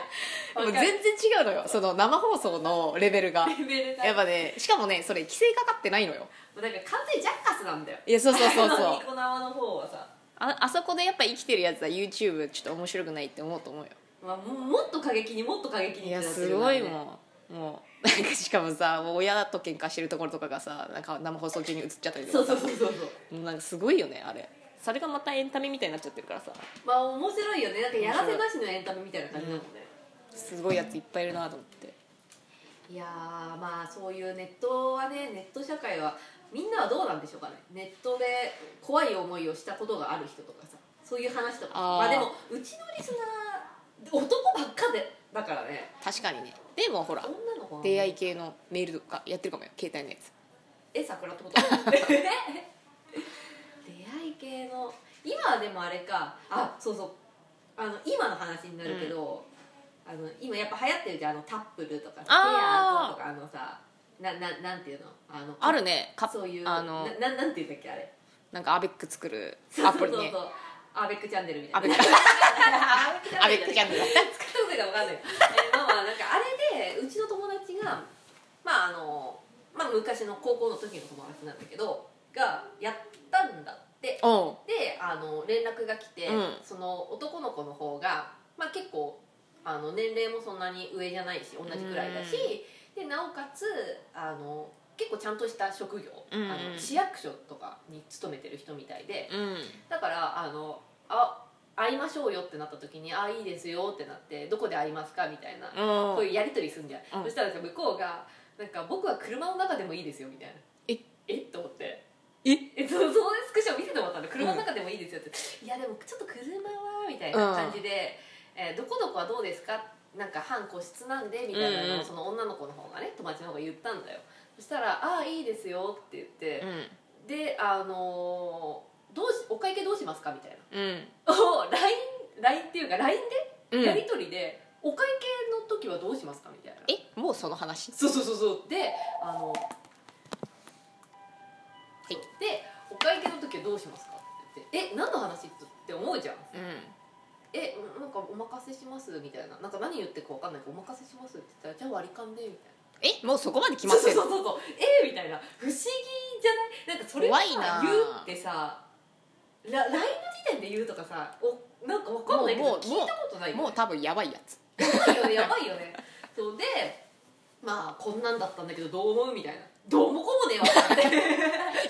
Speaker 1: もう全然違うのよその生放送のレベル が
Speaker 2: レベルが
Speaker 1: やっぱねしかもねそれ規制かかってないのよ
Speaker 2: もうなんか完全にジャッカスなんだよ
Speaker 1: いやそうそうそう
Speaker 2: あの
Speaker 1: そう
Speaker 2: ニコ生の方はさ、
Speaker 1: ああそこでやっぱ生きてるやつは YouTube ちょっと面白くないって思うと思うよ
Speaker 2: まあ、ももっと過激にもっと過激に
Speaker 1: い
Speaker 2: って
Speaker 1: や
Speaker 2: なって
Speaker 1: す
Speaker 2: るから
Speaker 1: ご
Speaker 2: ね
Speaker 1: いもんもうなんかしかもさもう親と喧嘩してるところとかがさなんか生放送中に映っちゃったりと
Speaker 2: そ
Speaker 1: か
Speaker 2: う
Speaker 1: さ
Speaker 2: そうそうそうそう
Speaker 1: もうなんかすごいよねあれそれがまたエンタメみたいになっちゃってるからさ
Speaker 2: まあ面白いよねなんかやらせなしのエンタメみたいな感じだもんね、
Speaker 1: すごいやついっぱいいるなと思って
Speaker 2: いやーまあそういうネットはねネット社会はみんなはどうなんでしょうかねネットで怖い思いをしたことがある人とかさそういう話とか
Speaker 1: あー
Speaker 2: まあでもうちのリスナー男ばっかでだからね
Speaker 1: 確かにねでもほら
Speaker 2: 女の子は
Speaker 1: 出会い系のメールとかやってるかもよ携帯のやつ
Speaker 2: え桜ってこと 出会い系の今はでもあれかあそうそうあの今の話になるけど、あの今やっぱ流行ってるじゃんあのタップルとかペア
Speaker 1: あー
Speaker 2: ーズとかあのさなななんていうのあの
Speaker 1: あるねカップ
Speaker 2: そういう
Speaker 1: あの
Speaker 2: なななんていうんだっけあれ
Speaker 1: なんかアベック作るアプリ
Speaker 2: そうそ
Speaker 1: ね
Speaker 2: うそうアベックチャンネルみた
Speaker 1: ア
Speaker 2: いな
Speaker 1: ベックアベックチャンネル
Speaker 2: 使うのか分かんない、えーまあまあなんかあれでうちの友達がまああの、まあ、昔の高校の時の友達なんだけどがやったんだって
Speaker 1: おう
Speaker 2: であの連絡が来て、
Speaker 1: うん
Speaker 2: その男の子の方が、まあ、結構あの年齢もそんなに上じゃないし同じくらいだし、でなおかつあの結構ちゃんとした職業、
Speaker 1: うん
Speaker 2: あの市役所とかに勤めてる人みたいで
Speaker 1: うん
Speaker 2: だからあのあ会いましょうよってなった時に「あいいですよ」ってなって「どこで会いますか?」みたいな、
Speaker 1: うん
Speaker 2: こういうやり取りするんじゃん、
Speaker 1: うん
Speaker 2: そしたらさ向こうが「なんか僕は車の中でもいいですよ」みたいな
Speaker 1: え
Speaker 2: えっと思って
Speaker 1: え
Speaker 2: えそそのスクショ見せてもらったの車の中でもいいですよって、いやでもちょっと車はみたいな感じで、えーどこどこはどうですかなんか半個室なんでみたいなのを、
Speaker 1: うんうん
Speaker 2: その女の子の方がね友達の方が言ったんだよそしたら「ああいいですよ」って言って、であのーどうしお会計どうしますかみたいな
Speaker 1: うん
Speaker 2: を LINE, LINE っていうか LINE
Speaker 1: う
Speaker 2: で
Speaker 1: ん
Speaker 2: やり取りで、お会計の時はどうしますかみたいな
Speaker 1: えもうその話
Speaker 2: そうそうそうそうであの、
Speaker 1: い
Speaker 2: でお会計の時はどうしますかって言って「え何の話?」って思うじゃん
Speaker 1: う
Speaker 2: 「えなんかお任せします」みたいななんか何言ってるか分かんないから「お任せします」って言ったら「じゃあ割り勘で」みたいな。
Speaker 1: んえもうそこまで決まってる
Speaker 2: そうそうそうそうえー、みたいな不思議じゃないなんかそれを
Speaker 1: 怖いな
Speaker 2: さ言うってさラ LINE の時点で言うとかさおなんかわかんないけ
Speaker 1: も
Speaker 2: ど
Speaker 1: う
Speaker 2: 聞
Speaker 1: もう
Speaker 2: いたことないよね
Speaker 1: もう多分やばいやつ
Speaker 2: やばいよねやばいよねそうでまあこんなんだったんだけどどう思うみたいなどうもこうもねえわ っ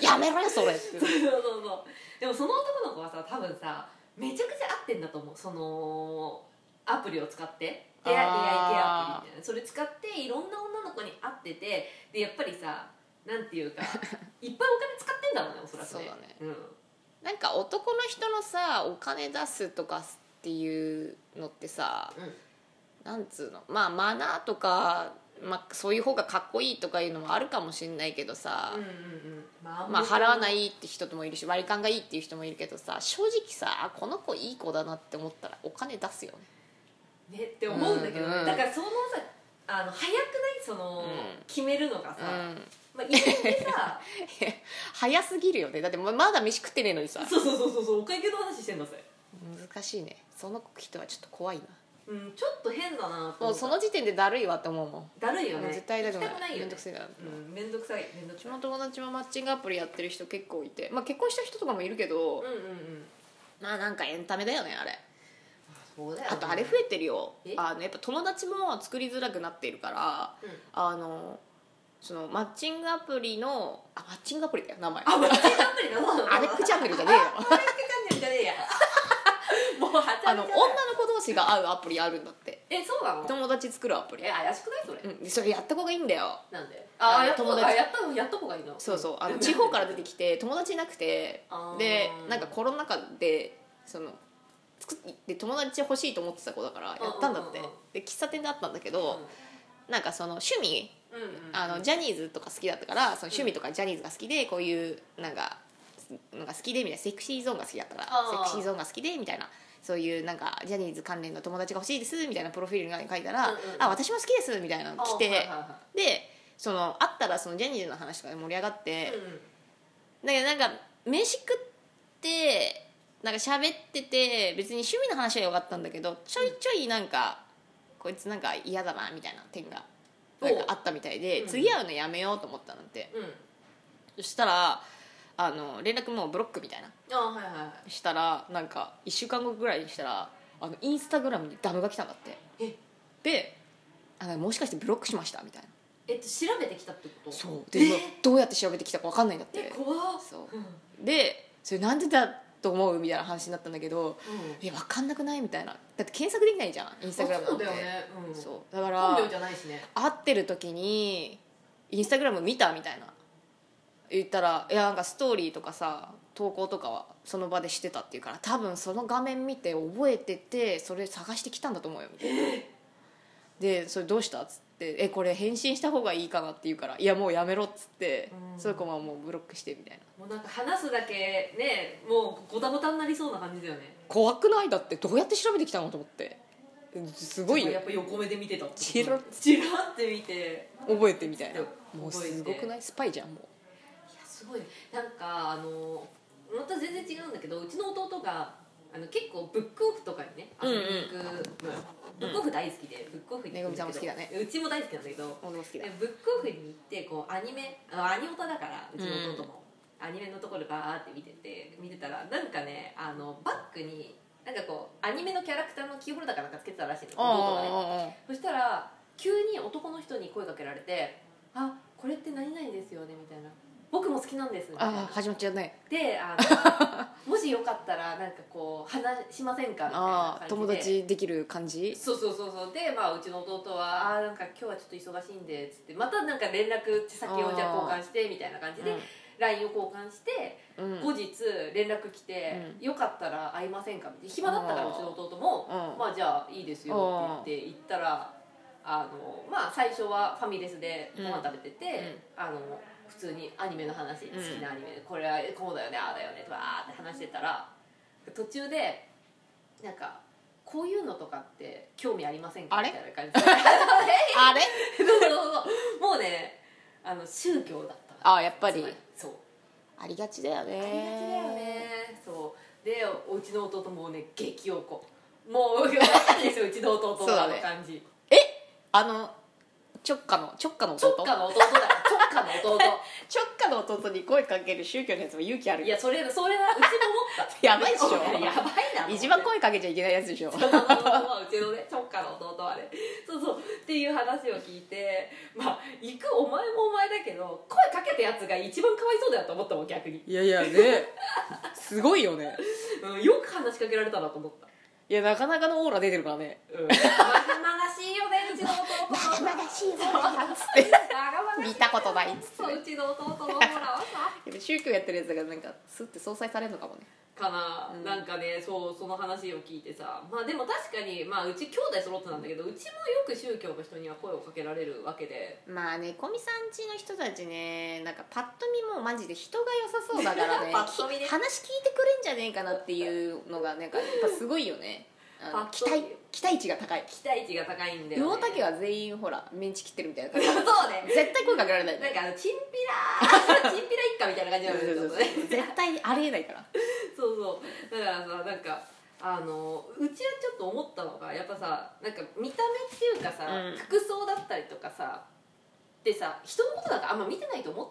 Speaker 2: て
Speaker 1: やめろよそれって
Speaker 2: そうそうそうでもその男の子はさ多分さめちゃくちゃ合ってんだと思うそのアプリを使って出会い出会い系ア
Speaker 1: あー
Speaker 2: プリみたいなそれ使っていろんな女の子に会っててでやっぱりさなんてい うかいっぱいお金使ってんだろうねおそらくね
Speaker 1: そうだね
Speaker 2: うん
Speaker 1: なんか男の人のさお金出すとかっていうのってさ、
Speaker 2: うん
Speaker 1: なんつうのまあマナーとか、まあ、そういう方がかっこいいとかいうのもあるかもしんないけどさ、
Speaker 2: うんうんうんま
Speaker 1: まあ、払わないいって人もいるし割り勘がいいっていう人もいるけどさ正直さあこの子いい子だなって思ったらお金出すよね
Speaker 2: ねって思うんだけどね、
Speaker 1: うんうん
Speaker 2: だからそのさあの早くないその、
Speaker 1: うん
Speaker 2: 決めるのがさ、
Speaker 1: うん
Speaker 2: まあ、一瞬でさ
Speaker 1: 早すぎるよねだってままだ飯食ってねえのにさ
Speaker 2: そうそうそうそうそうお会計の話してんだぜ
Speaker 1: 難しいねその人はちょっと怖いな
Speaker 2: うんちょっと変だな
Speaker 1: も
Speaker 2: と思
Speaker 1: う
Speaker 2: った
Speaker 1: その時点でだるいわって思うもん
Speaker 2: だるいよ
Speaker 1: も
Speaker 2: ね
Speaker 1: う絶対だるい
Speaker 2: 行きたくない
Speaker 1: め
Speaker 2: よ、ね、
Speaker 1: んどくせえな
Speaker 2: うんめんどくさいめんどく
Speaker 1: う
Speaker 2: さ
Speaker 1: ち
Speaker 2: い
Speaker 1: の友達もマッチングアプリやってる人結構いて、まあ、結婚した人とかもいるけど、
Speaker 2: うんうんうん
Speaker 1: まあなんかエンタメだよねあれ
Speaker 2: そうだよ、ね、
Speaker 1: あとあれ増えてるよ
Speaker 2: え
Speaker 1: あのやっぱ友達も作りづらくなっているから
Speaker 2: うん
Speaker 1: あのそのマッチングアプリのあマッチングアプリだよ名前
Speaker 2: あマッチングアプリだそうだ
Speaker 1: アベックチャンネルじゃねえよ
Speaker 2: アベックチャンネルじゃねえやもう
Speaker 1: あの女の子同士が会うアプリあるんだって
Speaker 2: えそうなの
Speaker 1: 友達作るアプリ
Speaker 2: え、怪しくないそれ、
Speaker 1: うん、それやった子がいいんだよ
Speaker 2: なんであ
Speaker 1: あ
Speaker 2: あやっ
Speaker 1: 友
Speaker 2: 友
Speaker 1: 達
Speaker 2: 達やったのやった方がいいの
Speaker 1: そうそう あの地方から出てきて友達いなくて
Speaker 2: あー
Speaker 1: でなんかコロナ禍でその作っで友達欲しいと思ってた子だからやったんだって
Speaker 2: うんうんうん
Speaker 1: で喫茶店で会ったんだけ
Speaker 2: う
Speaker 1: ど、なんかその趣味
Speaker 2: んうんうん
Speaker 1: あのジャニーズとか好きだったからその趣味とかジャニーズが好きでこういうなんかなんか好きでみたいなセクシーゾーンが好きだったから
Speaker 2: あ
Speaker 1: セ
Speaker 2: ー
Speaker 1: クシーゾーンが好きでみたいなそういうなんかジャニーズ関連の友達が欲しいですみたいなプロフィールに書いたら「
Speaker 2: うんうんうん
Speaker 1: あ私も好きです」みたいなの来て、
Speaker 2: あはいはいは
Speaker 1: でその会ったらそのジャニーズの話とかで盛り上がって、
Speaker 2: いうん
Speaker 1: だけどなんか飯食ってなんか喋ってて別に趣味の話はよかったんだけどちょいちょいなんか、こいつなんか嫌だなみたいな点がなんかあったみたいで
Speaker 2: おう
Speaker 1: 次会うのやめようと思ったなんて、
Speaker 2: うんうん
Speaker 1: そしたらあの連絡もうブロックみたいな
Speaker 2: あはいはいは
Speaker 1: したらなんか1週間後ぐらいにしたらあのインスタグラムにダムが来たんだって
Speaker 2: いえ
Speaker 1: であのもしかしてブロックしましたみたいな
Speaker 2: えっと調べてきたってこと
Speaker 1: そうで今どうやって調べてきたか分かんないんだって
Speaker 2: え怖っ
Speaker 1: そう
Speaker 2: うん
Speaker 1: でそれなんでだと思うみたいな話になったんだけど
Speaker 2: うん
Speaker 1: え分かんなくないみたいなだって検索できないじゃんインスタグラムなんて
Speaker 2: あそうだよねうん
Speaker 1: そうだから
Speaker 2: 本名じゃないしね
Speaker 1: 会ってる時にインスタグラム見たみたいな言ったらいやなんかストーリーとかさ投稿とかはその場でしてたっていうから多分その画面見て覚えててそれ探してきたんだと思うよみたいなでそれどうしたっつって「えこれ返信した方がいいかな」って言うから「いやもうやめろ」っつって
Speaker 2: うん
Speaker 1: そういう子はもうブロックしてみたいな
Speaker 2: もうなんか話すだけねもうごたごたになりそうな感じだよね
Speaker 1: 怖くないだってどうやって調べてきたのと思ってすごい
Speaker 2: や
Speaker 1: よ
Speaker 2: っぱ横目で見てた
Speaker 1: チラッ
Speaker 2: チラって見て
Speaker 1: 覚えてみたいな
Speaker 2: 覚えて
Speaker 1: もうすごくないスパイじゃんも
Speaker 2: いやすごいなんかあのまた全然違うんだけどうちの弟があの結構ブックオフとかにね遊びに行くのよ、ブックオフ大好きでブックオフに行くだけど
Speaker 1: めぐみさんも好きだ
Speaker 2: うちも大好きなんだけど
Speaker 1: う俺も好きだ
Speaker 2: でブックオフに行ってこうアニメあのアニオタだからうちの弟も、アニメのところバーって見てて見てたらなんかねあのバッグになんかこうアニメのキャラクターのキーホルダーかなんかつけてたらしいの弟がね
Speaker 1: あ
Speaker 2: そしたら急に男の人に声かけられて「あこれって何々ですよね」みたいな「僕も好きなんです」み
Speaker 1: あ
Speaker 2: たい
Speaker 1: あ
Speaker 2: な
Speaker 1: あ始まっちゃうね
Speaker 2: であ のもしよかったらなんかこう話しませんかみたい
Speaker 1: ああ
Speaker 2: な
Speaker 1: 友
Speaker 2: 感じで
Speaker 1: 達できる感じ
Speaker 2: そうそうそうそうで、まあ、うちの弟は「あーなんか今日はちょっと忙しいんで」つってまたなんか連絡先をじゃあ交換してみたいな感じで LINE を交換して
Speaker 1: うんうん
Speaker 2: 後日連絡来て「よかったら会いませんか」みたいな暇だったから
Speaker 1: あ
Speaker 2: う
Speaker 1: ー
Speaker 2: ちの弟も
Speaker 1: うん
Speaker 2: まあじゃあいいですよって言って行ったらあのまあ最初はファミレスでご飯食べてて、あの普通にアニメの話、好きなアニメこれはこうだよねああだよねわーって話してたら途中でなんかこういうのとかって興味ありませんか
Speaker 1: あ
Speaker 2: み
Speaker 1: れ
Speaker 2: たいな感じで
Speaker 1: あれ
Speaker 2: そうそうそうもうねあの宗教だった
Speaker 1: ああやっぱり
Speaker 2: つまそう
Speaker 1: ありがちだよね
Speaker 2: ありがちだよねそうでおうちの弟もね激おこもう分かんないですようちの弟のあの感じ、
Speaker 1: あの直下の直下の
Speaker 2: 直
Speaker 1: 弟
Speaker 2: 下の弟だ直下の弟
Speaker 1: 直下の弟に声かける宗教のやつも勇気ある
Speaker 2: いやそれそれはうちも思った
Speaker 1: やばいっしょ
Speaker 2: やばいな
Speaker 1: 一番声かけちゃいけないやつでしょ
Speaker 2: そうそうそうまあうちのね直下の弟はねそうそうっていう話を聞いてまあ行くお前もお前だけど声かけたやつが一番かわいそうだよと思ったもん逆に、
Speaker 1: いやいやねすごいよね
Speaker 2: うん、よく話しかけられたなと思った
Speaker 1: いやなかなかのオーラ出てるからね
Speaker 2: うんまがまがしいよねうちの弟ま
Speaker 1: まだ しいわつっ 見たことないっつって
Speaker 2: そううちの弟のほらはさ
Speaker 1: て宗教やってるやつがなんかスッて相殺されるのかもね
Speaker 2: かな、
Speaker 1: うん
Speaker 2: なんかねそうその話を聞いてさまあでも確かに、まあ、うち兄弟揃ってなんだけどうちもよく宗教の人には声をかけられるわけで
Speaker 1: まあねこみさんちの人たちねなんかパッと見もうマジで人が良さそうだからね
Speaker 2: パッと見ね
Speaker 1: き話聞いてくれんじゃねえかなっていうのがなんかやっぱすごいよねあの
Speaker 2: パッ
Speaker 1: 期
Speaker 2: と見
Speaker 1: 待期待値が高い
Speaker 2: 期待値が高いんだよ、ね、
Speaker 1: 魚の竹は全員ほらメンチ切ってるみたいな感じ
Speaker 2: そうね
Speaker 1: 絶対声かけられない
Speaker 2: なんかあのチンピラーチンピラ一家みたいな感じなんですよね
Speaker 1: 絶対ありえないから
Speaker 2: そうそうだからさなんかあのうちはちょっと思ったのがやっぱさなんか見た目っていうかさ、
Speaker 1: うん
Speaker 2: 服装だったりとかさでさ人のことなんかあんま見てないと思っ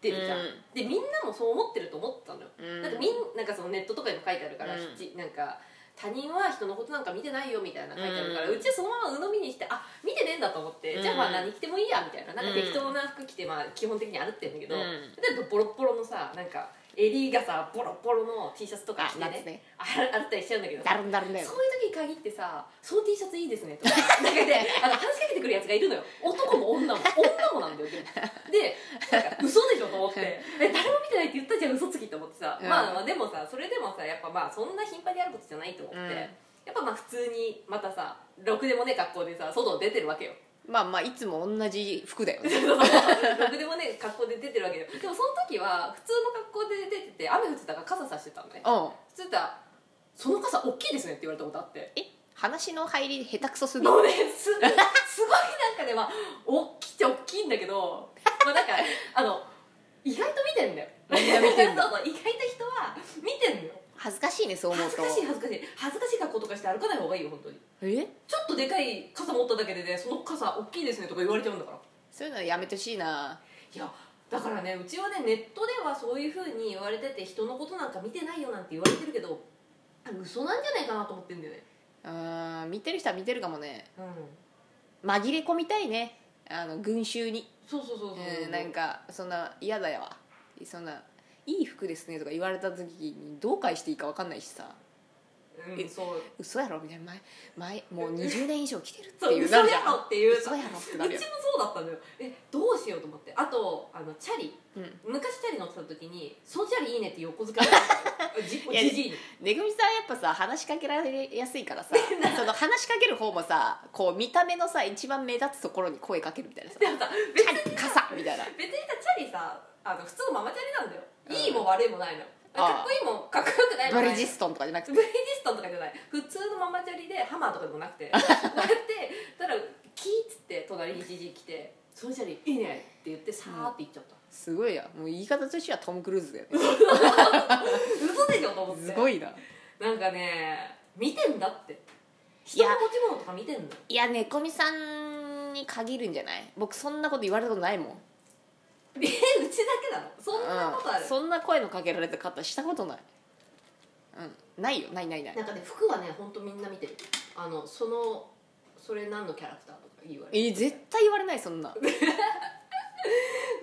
Speaker 2: てるじゃん、
Speaker 1: うん
Speaker 2: でみんなもそう思ってると思ったのよ、
Speaker 1: うん
Speaker 2: なんかみんなんかそのネットとかにも書いてあるから、
Speaker 1: うん
Speaker 2: ひなんか他人は人のことなんか見てないよみたいな書いてあるから、
Speaker 1: う
Speaker 2: うんちはそのまま鵜呑みにしてあ見てねえんだと思って、
Speaker 1: うん
Speaker 2: じゃあまあ何着てもいいやみたいななんか
Speaker 1: うん
Speaker 2: 適当な服着て、まあ、基本的に歩ってんだけど、
Speaker 1: うん
Speaker 2: でボロッボロのさなんか襟がさボロボロの T シャツとか
Speaker 1: あ
Speaker 2: 着て
Speaker 1: 夏
Speaker 2: ね
Speaker 1: ね
Speaker 2: ああったりしちゃうんだけど
Speaker 1: だるんだるんだよ
Speaker 2: そういう時に限ってさ「その T シャツいいですね」とか なんかであの話しかけてくるやつがいるのよ男も女も女もなんだよでもでなんか嘘でしょと思ってえ誰も見てないって言ったじゃん嘘つきと思ってさ、
Speaker 1: うん
Speaker 2: まあまあでもさそれでもさやっぱまあそんな頻繁にあることじゃないと思って、
Speaker 1: うん
Speaker 2: やっぱまあ普通にまたさろくでもねえ格好でさ外出てるわけよ
Speaker 1: まあまあいつも同じ服だよね
Speaker 2: ろくでもねえ格好で出てるわけよでもその時は普通の格好で出てて雨降ってたから傘さしてたのね
Speaker 1: うん
Speaker 2: 普通だったら「その傘大きいですね」って言われたことあって
Speaker 1: え話の入り下手くそす ぎ
Speaker 2: もうねすすごいなんかねまあ大きいっちゃ大きいんだけどまあなんかあの意外と見てんだよ
Speaker 1: みんな見てんだ
Speaker 2: そうそう意外と人は見てんのよ
Speaker 1: 恥ずかしいねそう思う
Speaker 2: 恥ず
Speaker 1: と
Speaker 2: かしい恥ずかしい恥ずかしい格好とかして歩かない方がいいよ本当に
Speaker 1: え
Speaker 2: ちょっとでかい傘持っただけでねその傘大きいですねとか言われちゃうんだから
Speaker 1: そういうのやめてほしいない
Speaker 2: やだからねうちはねネットではそういうふうに言われてて人のことなんか見てないよなんて言われてるけどあ嘘なんじゃないかなと思ってんだよね
Speaker 1: うーん見てる人は見てるかもね
Speaker 2: うん
Speaker 1: 紛れ込みたいねあの群衆に、
Speaker 2: そうそうそうそう、
Speaker 1: うん、なんかそんな嫌だよわそんないい服ですねとか言われた時にどう返していいか分かんないしさ
Speaker 2: うん
Speaker 1: え
Speaker 2: そう
Speaker 1: 嘘やろみたいな前前もう20年以上着てるって
Speaker 2: そう
Speaker 1: いう
Speaker 2: 嘘
Speaker 1: なるじ
Speaker 2: や
Speaker 1: ゃ
Speaker 2: ろ
Speaker 1: ん
Speaker 2: っていううち
Speaker 1: 嘘
Speaker 2: も
Speaker 1: やろって
Speaker 2: そう
Speaker 1: なるよ、
Speaker 2: だったのよえどうしようと思ってあとあのチャリ
Speaker 1: うん、
Speaker 2: 昔チャリ乗ってた時に「そのチャリいいね」って横づかれた のじ
Speaker 1: いや
Speaker 2: じじいに
Speaker 1: めぐみさんやっぱさ話しかけられやすい からさその話しかける方もさこう見た目のさ一番目立つところに声かけるみたいなさ「
Speaker 2: でもさ
Speaker 1: チャリ傘」みたいな
Speaker 2: 別にさチャリさあの普通のママチャリなんだよ、
Speaker 1: うん
Speaker 2: いいも悪いもないの
Speaker 1: ああ
Speaker 2: かっこいいもかっこよくないも
Speaker 1: ブ
Speaker 2: ない
Speaker 1: リヂストンとかじゃなく
Speaker 2: ブ
Speaker 1: て
Speaker 2: リヂストンとかじゃない普通のママチャリでハマーとかでもなくてこうやってたらキーっつって隣にじじい来て「そのチャリいいね」って言ってさーって行っちゃった、
Speaker 1: すごいやもう言い方としてはトム・クルーズだよね
Speaker 2: 嘘でしょと思って
Speaker 1: すごいな
Speaker 2: なんかね見てんだって
Speaker 1: い
Speaker 2: 人
Speaker 1: や
Speaker 2: の持ち物とか見てんの
Speaker 1: いや猫みさんに限るんじゃない僕そんなこと言われたことないもん
Speaker 2: えうちだけなのそんなことある
Speaker 1: うん、そんな声のかけられた方したことないうんないよないないない
Speaker 2: なんかね服はね本当みんな見てるあのそのそれ何のキャラクターとか言わ
Speaker 1: え
Speaker 2: れる
Speaker 1: ー絶対言われないそんな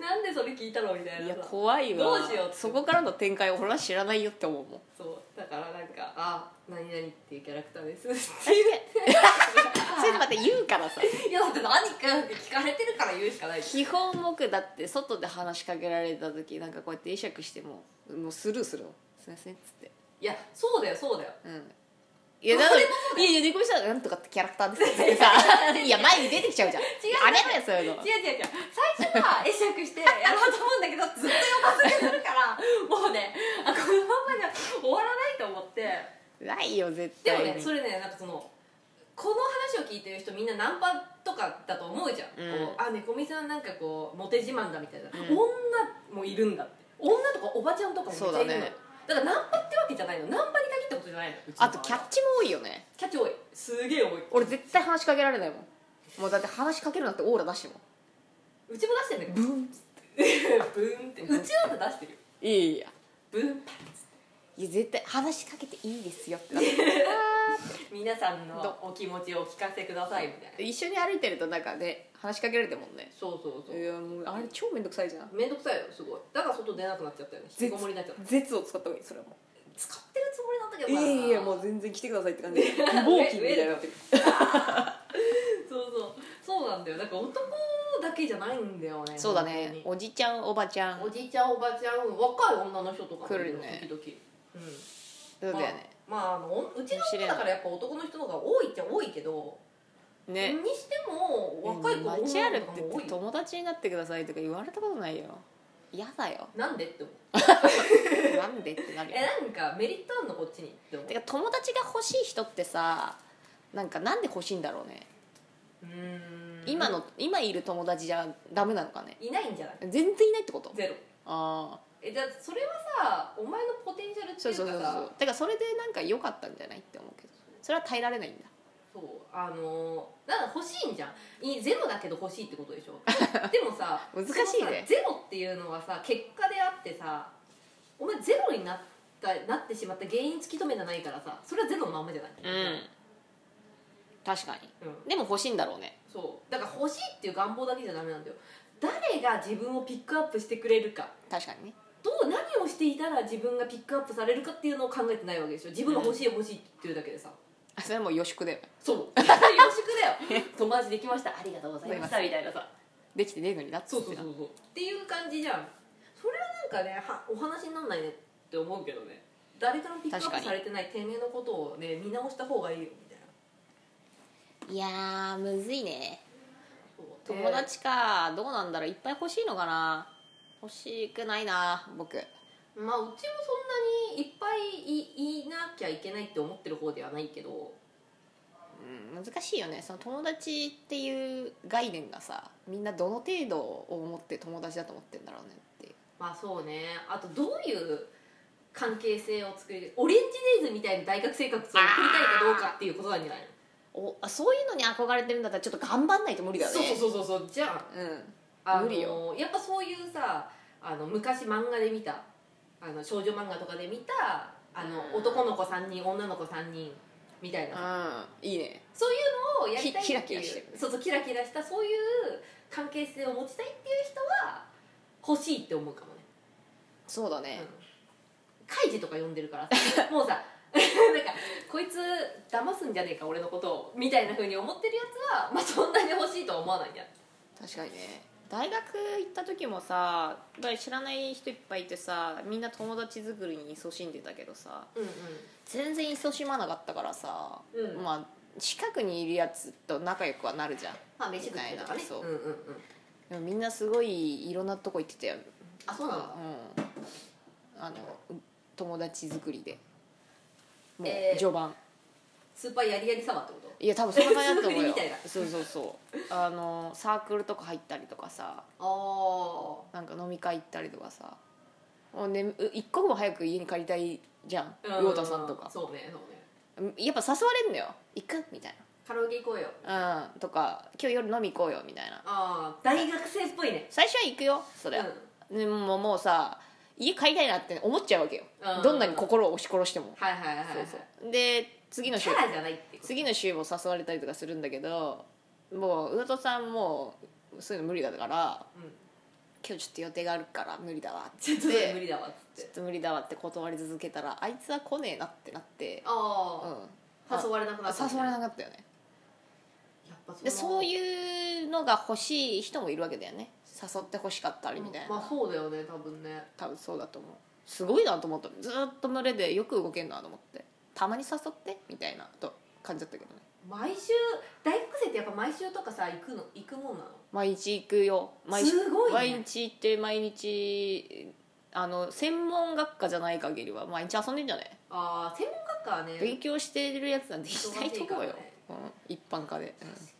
Speaker 2: なんでそれ聞いたのみたい
Speaker 1: い
Speaker 2: な
Speaker 1: や
Speaker 2: さ
Speaker 1: 怖いわ
Speaker 2: どうしようって
Speaker 1: そこからの展開を俺は知らないよって思う もん
Speaker 2: そうだからなんか「あ何々っていうキャラクター です」
Speaker 1: それでそれでまた言うからさ
Speaker 2: いやだって何かって聞かれてるから言うしかない
Speaker 1: 基
Speaker 2: し
Speaker 1: 本僕だって外で話しかけられた時なんかこうやって会釈してももうスルーするの「すいません」っつって
Speaker 2: いやそうだよそうだよ
Speaker 1: うんい やなのにいやいや猫みさんなんとかってキャラクター です」ってさいや前に出てきちゃうじゃん
Speaker 2: う
Speaker 1: あれだよそういうの
Speaker 2: 違う違う違う最初は会釈してやろうと思うんだけどずっと横付けするから もうねあこのままじゃ終わらないと思って
Speaker 1: ないよ絶
Speaker 2: で
Speaker 1: 対
Speaker 2: も
Speaker 1: に
Speaker 2: ねそれねなんかそのこの話を聞いてる人みんなナンパとかだと思うじゃん、
Speaker 1: うん
Speaker 2: こうあ猫みさんなんかこうモテ自慢だみたいな、
Speaker 1: ん
Speaker 2: 女もいるんだって女とかおばちゃんとかもめっちゃいるの
Speaker 1: そうだね
Speaker 2: だからナンパってわけじゃないのナンパに限ったことじゃないのうちの
Speaker 1: あとキャッチも多いよね
Speaker 2: キャッチ多いすげえ多い
Speaker 1: 俺絶対話しかけられないもんもうだって話しかけるなんてオーラ出してるも
Speaker 2: うちも出してんだけ
Speaker 1: ん
Speaker 2: ど
Speaker 1: ブン
Speaker 2: ブーンってうちなんて出してるよ
Speaker 1: いやいや
Speaker 2: ブーンパ
Speaker 1: いや絶対話しかけていいですよってなって
Speaker 2: ッ皆さんのお気持ちをお聞かせくださいみたいな
Speaker 1: 一緒に歩いてるとなんかね話しかけられてもんね
Speaker 2: そうそうそう
Speaker 1: いやもうあれ超めんどくさいじゃん
Speaker 2: めんどくさいよすごいだから外出なくなっちゃったよね引きこもりになっちゃった
Speaker 1: 絶を使った方がいいそれはも
Speaker 2: 使ってるつもりなんだけ
Speaker 1: うい
Speaker 2: どな
Speaker 1: やいやもう全然来てくださいって感 じで暴気みたいになってる
Speaker 2: そうそうそうなんだよなんか男だけじゃないんだよね
Speaker 1: そうだね
Speaker 2: 本
Speaker 1: おじちゃんおばちゃん
Speaker 2: 当におじいちゃんおばちゃん若い女の人とかもい
Speaker 1: 来
Speaker 2: よ
Speaker 1: るね
Speaker 2: 時々うん
Speaker 1: そうだよね
Speaker 2: まあ、まあ、あのおうちの女だからやっぱ男の人の方が多いっちゃ多いけど、
Speaker 1: ね
Speaker 2: にしても若い子女の子
Speaker 1: 街歩くって
Speaker 2: も多い
Speaker 1: 友達になってくださいとか言われたことないよ嫌だ よ
Speaker 2: なんでって思う
Speaker 1: なんでってなるよ
Speaker 2: えなんかメリットあんのこっちにって思う
Speaker 1: てか友達が欲しい人ってさなんかなんで欲しいんだろうね、
Speaker 2: うーん
Speaker 1: 今の今いる友達じゃダメなのかね
Speaker 2: いないんじゃない
Speaker 1: 全然いないってこと
Speaker 2: ゼロ
Speaker 1: ああ
Speaker 2: えじゃあそれはさお前のポテンシャルって
Speaker 1: そ
Speaker 2: いううかさ
Speaker 1: そうそうそうてかそれでなんか良かったんじゃないって思うけどそれは耐えられないんだ
Speaker 2: そうあのーなんか欲しいんじゃんいゼロだけど欲しいってことでしょ でもさ
Speaker 1: 難しいね
Speaker 2: そのさゼロっていうのはさ結果であってさお前ゼロになったなってしまった原因突き止めじゃないからさそれはゼロのまんまじゃない、
Speaker 1: 確かに
Speaker 2: うん
Speaker 1: でも欲しいんだろうね
Speaker 2: そうだから欲しいっていう願望だけじゃダメなんだよ誰が自分をピックアップしてくれるか
Speaker 1: 確かにね
Speaker 2: どう何をしていたら自分がピックアップされるかっていうのを考えてないわけでしょ自分が欲しい欲しいって言うだけでさ
Speaker 1: あそれはもう予祝だよ
Speaker 2: そう よろしくだ よ友達できましたありがとうございましたみたいなさ
Speaker 1: できてねえのになっつ
Speaker 2: そう
Speaker 1: っ
Speaker 2: そう
Speaker 1: て
Speaker 2: そ
Speaker 1: な
Speaker 2: うそうっていう感じじゃんそれはなんかねはお話になんないねって思うけどね誰からもピックア
Speaker 1: 確
Speaker 2: ッ
Speaker 1: か
Speaker 2: プ
Speaker 1: に
Speaker 2: されてないてめえのことをね見直した方がいいよみたいない
Speaker 1: やーむずいね
Speaker 2: そう
Speaker 1: 友達かどうなんだろういっぱい欲しいのかな欲しくないな僕
Speaker 2: でまあうちもそんなにいっぱいいいなきゃいけないって思ってる方ではないけど
Speaker 1: うん難しいよねその友達っていう概念がさみんなどの程度を思って友達だと思ってんだろうねっていう
Speaker 2: まあそうねあとどういう関係性を作りオレンジデイズみたいな大学生活を送りたいかどうかっていうことなんじゃないの
Speaker 1: おあそういうのに憧れてるんだったらちょっと頑張んないと無理だよね
Speaker 2: そうそうそうそうじゃあ
Speaker 1: うん
Speaker 2: あの
Speaker 1: 無理よ
Speaker 2: やっぱそういうさあの昔漫画で見たあの少女漫画とかで見たあの
Speaker 1: うん
Speaker 2: 男の子3人女の子3人みたいな
Speaker 1: うんいいね
Speaker 2: そういうのをやりたいってい
Speaker 1: きキラ
Speaker 2: う
Speaker 1: キラしてる
Speaker 2: そうそうキラキラしたそういう関係性を持ちたいっていう人は欲しいって思うかもね
Speaker 1: そうだね、
Speaker 2: カイジとか呼んでるから さもうさ なんかこいつ騙すんじゃねえか俺のことをみたいな風に思ってるやつは、まあ、そんなに欲しいとは思わないんだよ
Speaker 1: 確かにね大学行った時もさやっぱり知らない人いっぱいいてさみんな友達作りに勤しんでたけどさ
Speaker 2: うんうん
Speaker 1: 全然勤しまなかったからさ、
Speaker 2: うん
Speaker 1: まあ近くにいるやつと仲良くはなるじゃん
Speaker 2: まあ飯食ってとかね
Speaker 1: そう
Speaker 2: うんうんうん
Speaker 1: でもみんなすごいいろんなとこ行ってたよ
Speaker 2: あそうなんだ
Speaker 1: うんあの友達作りでもう
Speaker 2: えー
Speaker 1: 序盤、
Speaker 2: スーパーやりやり様ってこと
Speaker 1: いや多分そんな感じだと思う
Speaker 2: 素
Speaker 1: よ
Speaker 2: 振りみたいな
Speaker 1: そうそうそうあのサークルとか入ったりとかさ
Speaker 2: あ
Speaker 1: なんか飲み会行ったりとかさもう、ね、う一刻も早く家に帰りたいじゃん
Speaker 2: あ
Speaker 1: 陽太さんとか
Speaker 2: そうねそうね
Speaker 1: やっぱ誘われんのよ行くみたい
Speaker 2: カラオケ行こうよ
Speaker 1: なうんとか今日夜飲み行こうよみたいな
Speaker 2: ああ大学生っぽいね
Speaker 1: 最初は行くよそりゃ、
Speaker 2: うん
Speaker 1: でももうさ家帰りたいなって思っちゃうわけよ
Speaker 2: うん
Speaker 1: どんなに心を押し殺しても
Speaker 2: はいはいはいはい
Speaker 1: そうそうで次の
Speaker 2: キ
Speaker 1: 週
Speaker 2: ャラじゃないってこと
Speaker 1: 次の週も誘われたりとかするんだけどもう上戸さんもそういうの無理だから
Speaker 2: うん
Speaker 1: 今日ちょっと予定があるから無理だわって
Speaker 2: ちょっと
Speaker 1: で
Speaker 2: 無理だわっつ
Speaker 1: ち
Speaker 2: っ
Speaker 1: ょってと無理だわって断り続けたらあいつは来ねえなってなってうん
Speaker 2: ああ誘われなくなった
Speaker 1: 誘われな
Speaker 2: く
Speaker 1: かったよね
Speaker 2: やっぱそ
Speaker 1: で
Speaker 2: の
Speaker 1: そういうのが欲しい人もいるわけだよね誘って欲しかったりみたいな、
Speaker 2: まあそうだよね多分ね
Speaker 1: 多分そうだと思うすごいなと思ったずーっと群れでよく動けんなと思ってたまに誘ってみたいなと感じだったけどね
Speaker 2: 毎週大学生ってやっぱ毎週とかさ行くの行くもんなの
Speaker 1: 毎日行くよ毎日
Speaker 2: すごいね
Speaker 1: 毎日行って毎日あの専門学科じゃない限りは毎日遊んでんじゃね
Speaker 2: ああ専門学科はね
Speaker 1: 勉強してるやつなんていないと思うよ
Speaker 2: 忙しいからね、
Speaker 1: うん、一般科で、うん
Speaker 2: 確かに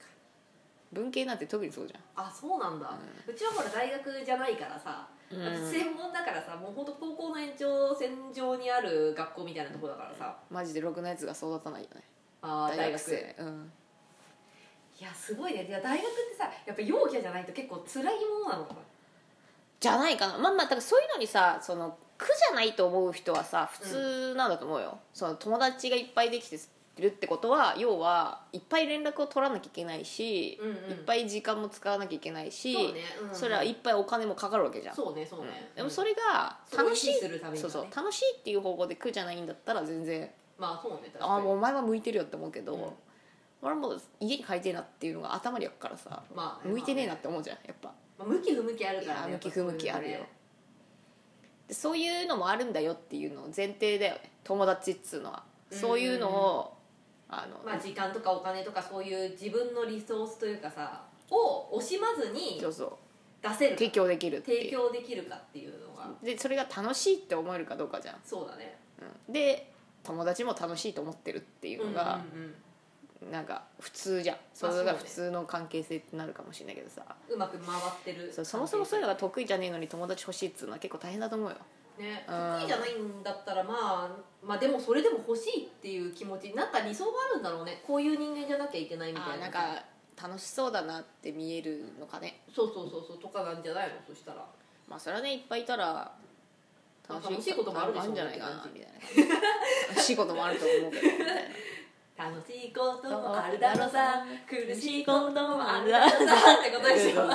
Speaker 1: 文系なんて特にそうじゃん
Speaker 2: あそうなんだ、うちはほら大学じゃないからさ、
Speaker 1: うん
Speaker 2: 私専門だからさもうほんと高校の延長線上にある学校みたいなとこだからさ、
Speaker 1: マジでろくなやつが育たないよね
Speaker 2: あー
Speaker 1: 大学生うん
Speaker 2: いやすごいねいや大学ってさやっぱ陽キャじゃないと結構辛いものなのかな
Speaker 1: じゃないかなまあまあだからそういうのにさその苦じゃないと思う人はさ普通なんだと思うよ、その友達がいっぱいできてるってことは要はいっぱい連絡を取らなきゃいけないし、
Speaker 2: うんうん
Speaker 1: いっぱい時間も使わなきゃいけないし
Speaker 2: そうね、うんうん
Speaker 1: それはいっぱいお金もかかるわけじゃん
Speaker 2: そうねそうね、
Speaker 1: うんでもそれが
Speaker 2: それを
Speaker 1: 楽しい
Speaker 2: 維持するためにはね
Speaker 1: そうそう楽しいっていう方向で苦じゃないんだったら全然
Speaker 2: まあそうね確
Speaker 1: あ
Speaker 2: か
Speaker 1: あ
Speaker 2: に
Speaker 1: もうお前は向いてるよって思うけど、
Speaker 2: うん
Speaker 1: 俺はもう家に帰りてえなっていうのが頭にあるからさ、
Speaker 2: まあ
Speaker 1: 向いてねえなって思うじゃんやっぱ
Speaker 2: まあ向き不向きある
Speaker 1: い
Speaker 2: から
Speaker 1: や
Speaker 2: ね
Speaker 1: 向
Speaker 2: やっぱ
Speaker 1: き不向きあるよ
Speaker 2: そういうの
Speaker 1: でそうい
Speaker 2: ね
Speaker 1: うのもあるんだよっていうのを前提だよね友達っつうのはそういうのをあの、
Speaker 2: まあ時間とかお金とかそういう自分のリソースというかさを惜しまずに
Speaker 1: そうそう
Speaker 2: 出せる
Speaker 1: 提供できるっていう
Speaker 2: 提供できるかっていうのが
Speaker 1: でそれが楽しいって思えるかどうかじゃん、
Speaker 2: そうだね
Speaker 1: うんで友達も楽しいと思ってるっていうのが、
Speaker 2: うんうんうん
Speaker 1: なんか普通じゃんそ
Speaker 2: そう
Speaker 1: れが
Speaker 2: だね
Speaker 1: 普通の関係性ってなるかもしれないけどさ
Speaker 2: うまく回ってる
Speaker 1: そうそもそもそういうのが得意じゃねえのに友達欲しいっつうのは結構大変だと思うよ
Speaker 2: ね
Speaker 1: うん
Speaker 2: 得意じゃないんだったらまあまあでもそれでも欲しいっていう気持ちなんか理想があるんだろうねこういう人間じゃなきゃいけないみた
Speaker 1: あ
Speaker 2: い
Speaker 1: な
Speaker 2: な
Speaker 1: んか楽しそうだなって見えるのかね
Speaker 2: そうそうそうそうとかなんじゃないのそしたら
Speaker 1: まあそれはねいっぱいいたら
Speaker 2: 楽しいこともあるでしょ
Speaker 1: んじゃないかな
Speaker 2: って
Speaker 1: みたいな楽しいこともあると思うけど
Speaker 2: 楽しいこともあるだろうさ苦しいこともあるだろうさってことでしょ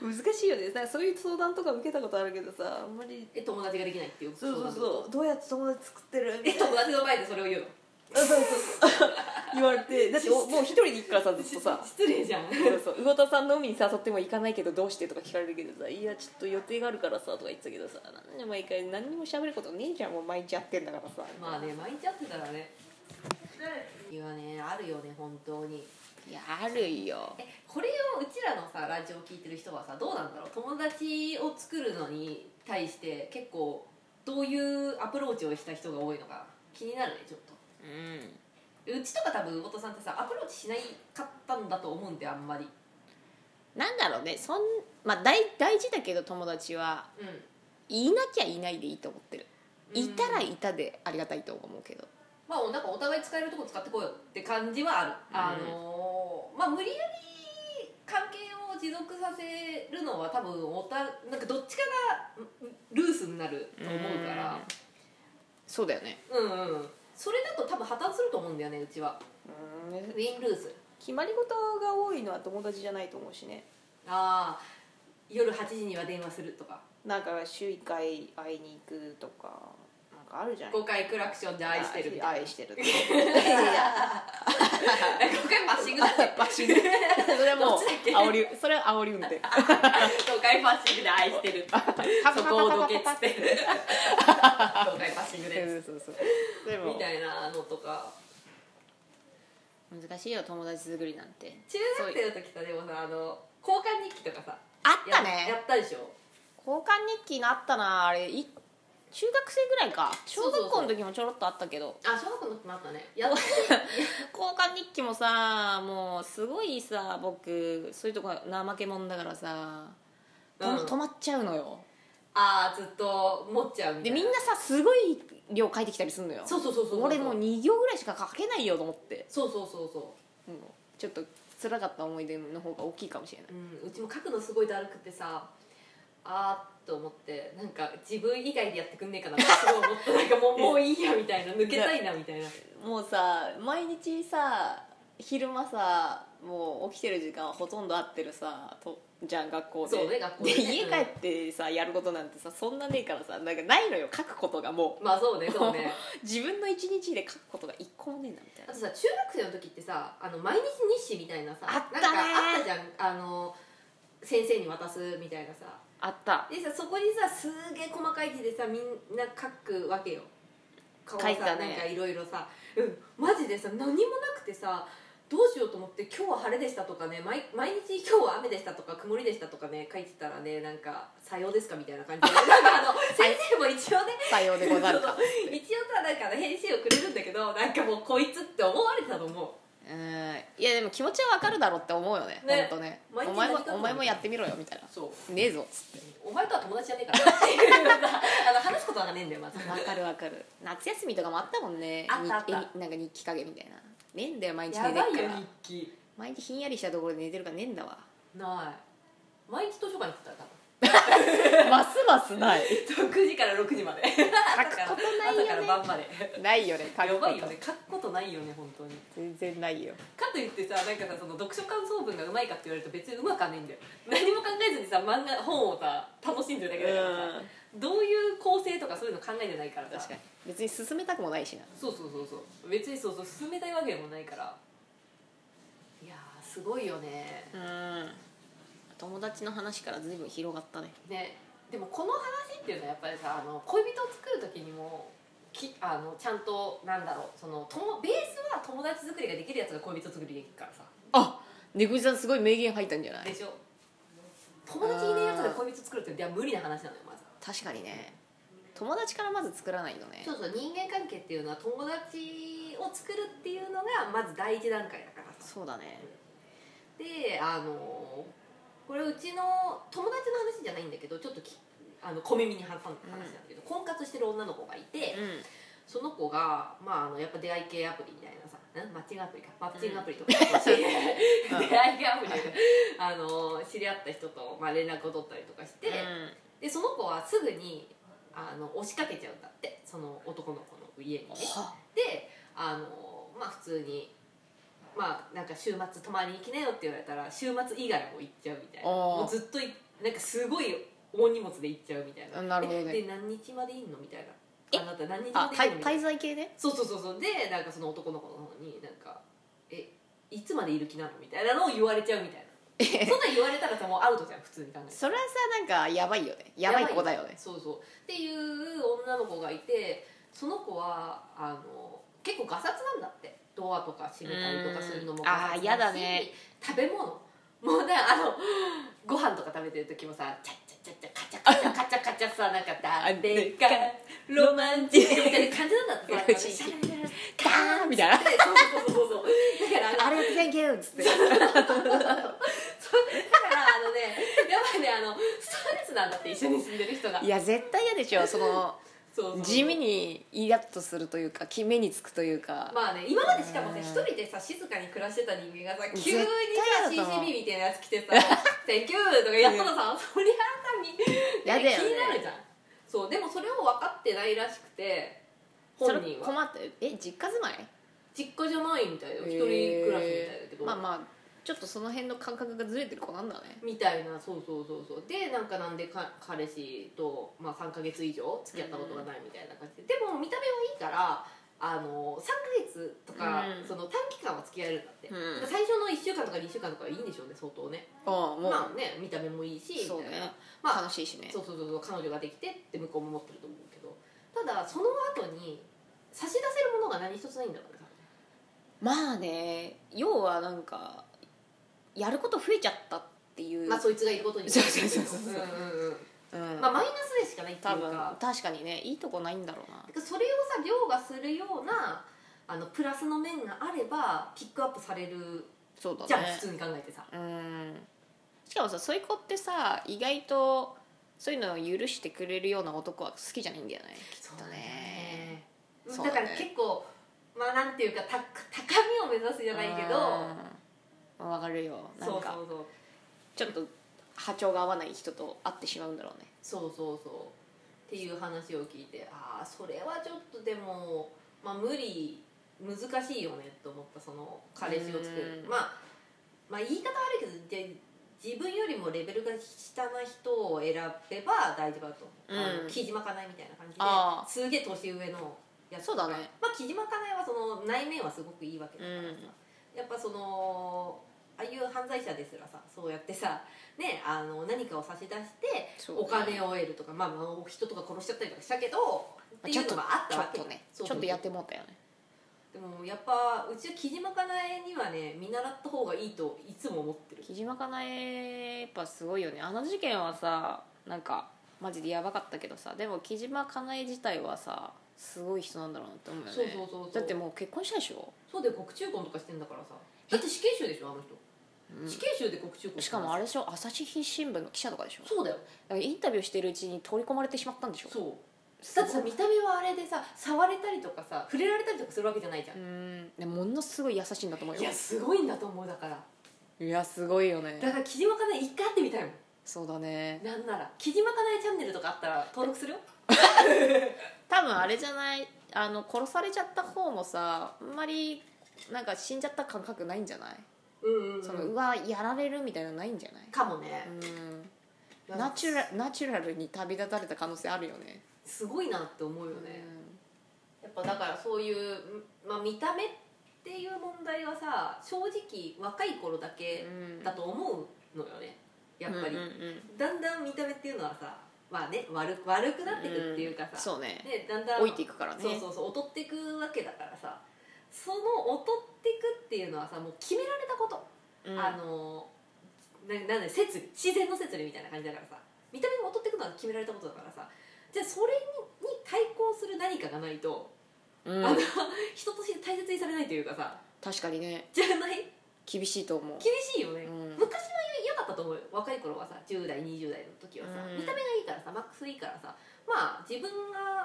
Speaker 1: 難
Speaker 3: しいよねなんかそういう相談とか受けたことあるけどさあんまり
Speaker 2: え友達ができないっていう
Speaker 3: そうそう
Speaker 2: 相談と
Speaker 3: そうどうやって友達作ってる
Speaker 2: え友達の前でそれを言うの
Speaker 3: そうそうそう言われ てだっておもう一人で行くからさずっとさ
Speaker 2: 失礼じゃん
Speaker 3: そうそう魚田さんの海に誘っても行かないけどどうしてとか聞かれるけどさ「いやちょっと予定があるからさ」とか言ってたけどさ何で毎回何にも喋ることねえじゃんもう毎日やってんだからさ
Speaker 2: まあね毎日会ってたらねいやねあるよね本当に
Speaker 1: いやあるよ
Speaker 2: えこれをうちらのさラジオ聞いてる人はさどうなんだろう友達を作るのに対して結構どういうアプローチをした人が多いのか気になるねちょっと
Speaker 1: うん
Speaker 2: うちとか多分魚田さんってさアプローチしないかったんだと思うんであんまり
Speaker 1: なんだろうねそん、まあ、大大事だけど友達は
Speaker 2: うん
Speaker 1: いなきゃいないでいいと思ってる
Speaker 2: うん
Speaker 1: いたらいたでありがたいと思うけど
Speaker 2: まあなんかお互い使えるとこ使ってこようって感じはある、あのーまあ無理やり関係を持続させるのは多分おたなんかどっちかがうルースになると思うから
Speaker 1: そうだよね
Speaker 2: うんうん、それだと多分破綻すると思うんだよねうちはウィンルース
Speaker 3: 決まり事が多いのは友達じゃないと思うしね
Speaker 2: ああ夜8時には電話するとか
Speaker 3: なんか週1回会いに行くとかなんかあるじゃない
Speaker 2: 5回クラクションで愛してるみ たいな
Speaker 3: 愛してる
Speaker 2: 5回パッシングだ って
Speaker 1: バ ッシングそれはもう
Speaker 2: どっちだっけ
Speaker 1: 煽りそれは煽り運転
Speaker 2: 5回パッシングで 愛してるそこをどけっつって5回パッシングで
Speaker 1: うんそうそうで
Speaker 2: み
Speaker 1: も
Speaker 2: たいなのとか
Speaker 1: 難しいよ友達作りなんて
Speaker 2: 中学生の時さでもさあの交換日記とかさ
Speaker 1: あった
Speaker 2: やや
Speaker 1: ね
Speaker 2: ったでしょ
Speaker 1: 交換日記のあったなあれい中学生ぐらいか小学校の時もちょろっとあったけど
Speaker 2: あ小学校の時もあったねやっ
Speaker 1: 交換日記もさもうすごいさ僕そういうとこ怠け者だからさ、と
Speaker 2: うん
Speaker 1: 止まっちゃうのよ
Speaker 2: あーずっと持っちゃうみた
Speaker 1: で
Speaker 2: いな
Speaker 1: みんなさすごい量書いてきたりすんのよ
Speaker 2: そうそうそうそう
Speaker 1: 俺もう2行ぐらいしか書けないよと思って
Speaker 2: そうそうそうそ
Speaker 1: もうちょっと辛かった思い出の方が大きいかもしれな
Speaker 2: う、うん、うちも書くのすごいだるくてさあーっと思ってなんか自分以外でやってくんねえかなってすごい思ってなんかもうもういいやみたいな抜けたいなみたいない
Speaker 1: もうさ毎日さ昼間さもう起きてる時間はほとんど合ってるさとじゃん学校で
Speaker 2: そうね学校
Speaker 1: で
Speaker 2: でね
Speaker 1: 家帰ってさやることなんてさそんなねえからさなんかないのよ書くことがもう
Speaker 2: まあそうねそうね
Speaker 1: 自分の一日で書くことが一個もねえなみたい
Speaker 2: あ
Speaker 1: な
Speaker 2: とさ中学生の時ってさあの毎日日誌みたいなさ
Speaker 1: あったね
Speaker 2: なんかあったじゃんあの先生に渡すみたいなさ
Speaker 1: あった
Speaker 2: でさそこにさすげえ細かい字でさみんな書くわけよ顔
Speaker 1: 書い
Speaker 2: さ、
Speaker 1: たね
Speaker 2: なんかいろいろさ、うん、マジでさ何もなくてさどうしようと思って今日は晴れでしたとかね毎毎日今日は雨でしたとか曇りでしたとかね書いてたらねなんかさようですかみたいな 感じでなんかあの先生も一応ね
Speaker 1: さようでござるか
Speaker 2: 一応さなんか返信をくれるんだけどなんかもうこいつって思われてたと思う
Speaker 1: うんいやでも気持ちはわかるだろうって思うよね
Speaker 2: ね
Speaker 1: 本当ね
Speaker 2: 毎日
Speaker 1: お前も
Speaker 2: やりたくな
Speaker 1: お
Speaker 2: る
Speaker 1: 前もやってみろよみたい
Speaker 2: そう
Speaker 1: なねえぞっつっ
Speaker 2: お前とは友達じゃねえからっていうさ あの話すことがねえんだよまず
Speaker 1: てわかるわかる夏休みとかもあったもんね
Speaker 2: あったあった
Speaker 1: にえなんか日記影みたいなねえんだよ毎日
Speaker 2: やば
Speaker 1: 寝
Speaker 2: い
Speaker 1: て
Speaker 2: よ
Speaker 1: るから
Speaker 2: 日記
Speaker 1: 毎日ひんやりしたところで寝てるからねえんだわ
Speaker 2: ない毎日図書館行ってたから
Speaker 1: ますますない
Speaker 2: 多分 9時から6時まで書
Speaker 1: 書
Speaker 2: く
Speaker 1: くこと ないよね
Speaker 2: 朝から晩まで
Speaker 1: ないよね書く
Speaker 2: や
Speaker 1: こと
Speaker 2: ばいよね書くことないよね本当に
Speaker 1: 全然ないよ
Speaker 2: かといってさなんかさその読書感想文がうまいかって言われると別にうまくはねえんだよ何も考えずにさ漫画本をさ楽しんでるだけだからさどういう構成とかそういうの考えてないからさ
Speaker 1: 確かに別に進めたくもないしな
Speaker 2: そうそうそうそう別にそうそう進めたいわけでもないからいやーすごいよね
Speaker 1: うん友達の話から随分広がったね
Speaker 2: ねでもこの話っていうのはやっぱりさあの恋人を作る時にもきあのちゃんとなんだろうそのともベースは友達作りができるやつが恋人作りできるからさ
Speaker 1: あ猫じさんすごい名言入ったんじゃない
Speaker 2: でしょ友達いねえやつが恋人作るっていや無理な話なのよまず
Speaker 1: 確かにね友達からまず作らないとね
Speaker 2: そうそう人間関係っていうのは友達を作るっていうのがまず第一段階だからさ
Speaker 1: そうだね
Speaker 2: であのこれうちの友達の話じゃないんだけどちょっときあの小耳に挟んだ話なんだけど、婚活してる女の子がいて、
Speaker 1: うん
Speaker 2: その子が、まあ、あのやっぱ出会い系アプリみたいなさんマッチングアプリかマッチングアプリとか、 知り合い出会い系アプリであの知り合った人と、まあ、連絡を取ったりとかして、
Speaker 1: う
Speaker 2: でその子はすぐにあの押しかけちゃうんだってその男の子の家にね
Speaker 1: んは
Speaker 2: であのまあ普通にまあなんか週末泊まりに来なよって言われたら週末以外も行っちゃうみたいな
Speaker 1: あー
Speaker 2: もうずっといなんかすごい大荷物で行っちゃうみたいな
Speaker 1: あなるほどね
Speaker 2: えで何日までいんのみたい
Speaker 1: え
Speaker 2: なあなた何日
Speaker 1: あ
Speaker 2: までいん
Speaker 1: 滞
Speaker 2: のみたい
Speaker 1: 滞
Speaker 2: な
Speaker 1: 在系ね
Speaker 2: そうそうそうそうでなんかその男の子の方になんかえいつまでいる気なのみたいなのを言われちゃうみたいなそんなん言われたらさもうアウトじゃん普通に考えて
Speaker 1: それはさなんかやばいよねやばい子だよね
Speaker 2: そうそうっていう女の子がいてその子はあの結構ガサツなんだってドアとか閉めたりとかするのも
Speaker 1: うん
Speaker 2: ガサツ
Speaker 1: あーやだね
Speaker 2: 食べ物もうねあのご飯とか食べてる時もさチャッチャッチャッチャカチャカチャカチャカチャさなんか「
Speaker 1: あ
Speaker 2: 誰かロマンチック」みたいな感じなんだって さなんかねシャラシャラシ
Speaker 1: ガーンみたいな
Speaker 2: ャラってそうそうそうそうだから
Speaker 1: あれ Thank you っつって
Speaker 2: だからあのねやばいねあのストレスなんだって一緒に住んでる人が
Speaker 1: いや絶対嫌でしょその
Speaker 2: そうそう
Speaker 1: 地味にイラッとするというかき目につくというか、
Speaker 2: まあね今までしかも
Speaker 1: う
Speaker 2: ね
Speaker 1: ん
Speaker 2: 一人でさ静かに暮らしてた人間がさ
Speaker 1: 絶
Speaker 2: 急に
Speaker 1: 対
Speaker 2: さ
Speaker 1: やだな
Speaker 2: CCB みたいなやつ来 てさ「センキュー」とかやったらさそりゃあに、
Speaker 1: やだよね
Speaker 2: 気になるじゃんそうでもそれを分かってないらしくて本
Speaker 1: それ
Speaker 2: 人は
Speaker 1: 困ってえ実家住まい
Speaker 2: 実家じゃないみたいよ一人暮らしみたいだけど、
Speaker 1: まあまあちょっとその辺の感覚がずれてる子なんだね
Speaker 2: みたいなそうそうそうそうでなんかなんでか彼氏と、まあ、3か月以上付き合ったことがないみたいな感じで、でも見た目はいいからあの3か月とか、
Speaker 1: うん
Speaker 2: その短期間は付き合えるんだって、
Speaker 1: うん
Speaker 2: 最初の1週間とか2週間とかはいいんでしょうね相当ね
Speaker 1: ああもう、
Speaker 2: まあね見た目もいいしみた
Speaker 1: そう
Speaker 2: いな、
Speaker 1: ね
Speaker 2: まあ
Speaker 1: 楽しいしね
Speaker 2: そうそうそうそう彼女ができてって向こうも思ってると思うけどただその後に差し出せるものが何一つないんだから
Speaker 1: まあね要はなんかやること増えちゃったっていう、
Speaker 2: まあそいつがいることに
Speaker 1: そうそうそうそう
Speaker 2: うんうんうん
Speaker 1: うん
Speaker 2: まあマイナスでしかないってい
Speaker 1: 多
Speaker 2: う
Speaker 1: 分
Speaker 2: か
Speaker 1: 確かにねいいとこないんだろうな
Speaker 2: それをさ凌駕するようなあのプラスの面があればピックアップされる
Speaker 1: そうだね
Speaker 2: じゃん、普通に考えてさ
Speaker 1: うんしかもさそういう子ってさ意外とそういうのを許してくれるような男は好きじゃないんだよねきっとね
Speaker 2: そう
Speaker 1: そう
Speaker 2: だ
Speaker 1: だね
Speaker 2: から結構まあなんていうかた高みを目指すじゃないけど
Speaker 1: うんわかるよなんか
Speaker 2: そうそうそう
Speaker 1: ちょっと波長が合わない人と会ってしまうんだろうね
Speaker 2: そうそうそうっていう話を聞いてああそれはちょっとでも、まあ、無理難しいよねと思ったその彼氏を作る
Speaker 1: うん
Speaker 2: まあ、まあ言い方悪いけどじゃあ自分よりもレベルが下な人を選べば大丈夫だと思う、あ
Speaker 1: う
Speaker 2: の
Speaker 1: ん
Speaker 2: 木島かなえみたいな
Speaker 1: あ
Speaker 2: 感
Speaker 1: あ
Speaker 2: じですげえ年上のやつ
Speaker 1: そうだね
Speaker 2: まあ木島かなえはその内面はすごくいいわけだからさ、やっぱそのああいう犯罪者ですらさそうやってさねあの何かを差し出して
Speaker 1: そうね
Speaker 2: お金を得るとか、まあ、まあ人とか殺しちゃったりとかしたけどっていうのがあっ
Speaker 1: ち
Speaker 2: た
Speaker 1: ょ
Speaker 2: わ
Speaker 1: っ
Speaker 2: け
Speaker 1: とね
Speaker 2: そう
Speaker 1: ちょっとやってもうたよね
Speaker 2: でもやっぱうちは木島かなえにはね見習った方がいいといつも思ってる
Speaker 1: 木島かなえやっぱすごいよねあの事件はさなんかマジでやばかったけどさでも木島かなえ自体はさすごい人なんだろうなって思うよね
Speaker 2: そうそうそうそう
Speaker 1: だってもう結婚したでしょ、
Speaker 2: そうで獄中婚とかしてんだからさだって死刑囚でしょあの人、死刑囚で獄中婚
Speaker 1: しかもあれでしょ朝日新聞の記者とかでしょだ
Speaker 2: そうだよ
Speaker 1: からインタビューしてるうちに取り込まれてしまったんでしょ
Speaker 2: そうだってさ見た目はあれでさ触れたりとかさ触れられたりとかするわけじゃないじゃん
Speaker 1: う、んでもものすごい優しいんだと思うよ
Speaker 2: いやすごいんだと思うだから
Speaker 1: いやすごいよね
Speaker 2: だから木島かなえ一回会ってみたいもん
Speaker 1: そうだね
Speaker 2: なんなら木島かなえチャンネルとかあったら登録するよ
Speaker 1: 多分あれじゃないあの殺されちゃった方もさあんまりなんか死んじゃった感覚ないんじゃない、
Speaker 2: うん
Speaker 1: そのうわやられるみたいなのないんじゃない
Speaker 2: かもね、
Speaker 1: うんナチュラナチュラルに旅立たれた可能性あるよね
Speaker 2: すごいなって思うよね、やっぱだからそういう、まあ、見た目っていう問題はさ正直若い頃だ
Speaker 1: う
Speaker 2: け
Speaker 1: ん
Speaker 2: だと思うのよねやっぱり、
Speaker 1: うんうん
Speaker 2: だんだん見た目っていうのはさまあね悪く悪くなってくっていうか
Speaker 1: うん
Speaker 2: さ、
Speaker 1: そうね
Speaker 2: ね、だんだん
Speaker 1: 老いていくからね
Speaker 2: そうそうそう劣っていくわけだからさその劣っていくっていうのはさもう決められたこ
Speaker 1: う
Speaker 2: と
Speaker 1: ん
Speaker 2: あのななんで摂理自然の摂理みたいな感じだからさ見た目も劣っていくのは決められたことだからさじゃあそれにに対抗する何かがないと、
Speaker 1: うん
Speaker 2: あの人として大切にされないというかさ
Speaker 1: 確かにね
Speaker 2: じゃない
Speaker 1: 厳しいと思う
Speaker 2: 厳しいよね、
Speaker 1: うん
Speaker 2: 昔は嫌だったと思うよ若い頃はさ10代20代の時はさ、
Speaker 1: うん
Speaker 2: 見た目がいいからさマックスいいからさまあ自分が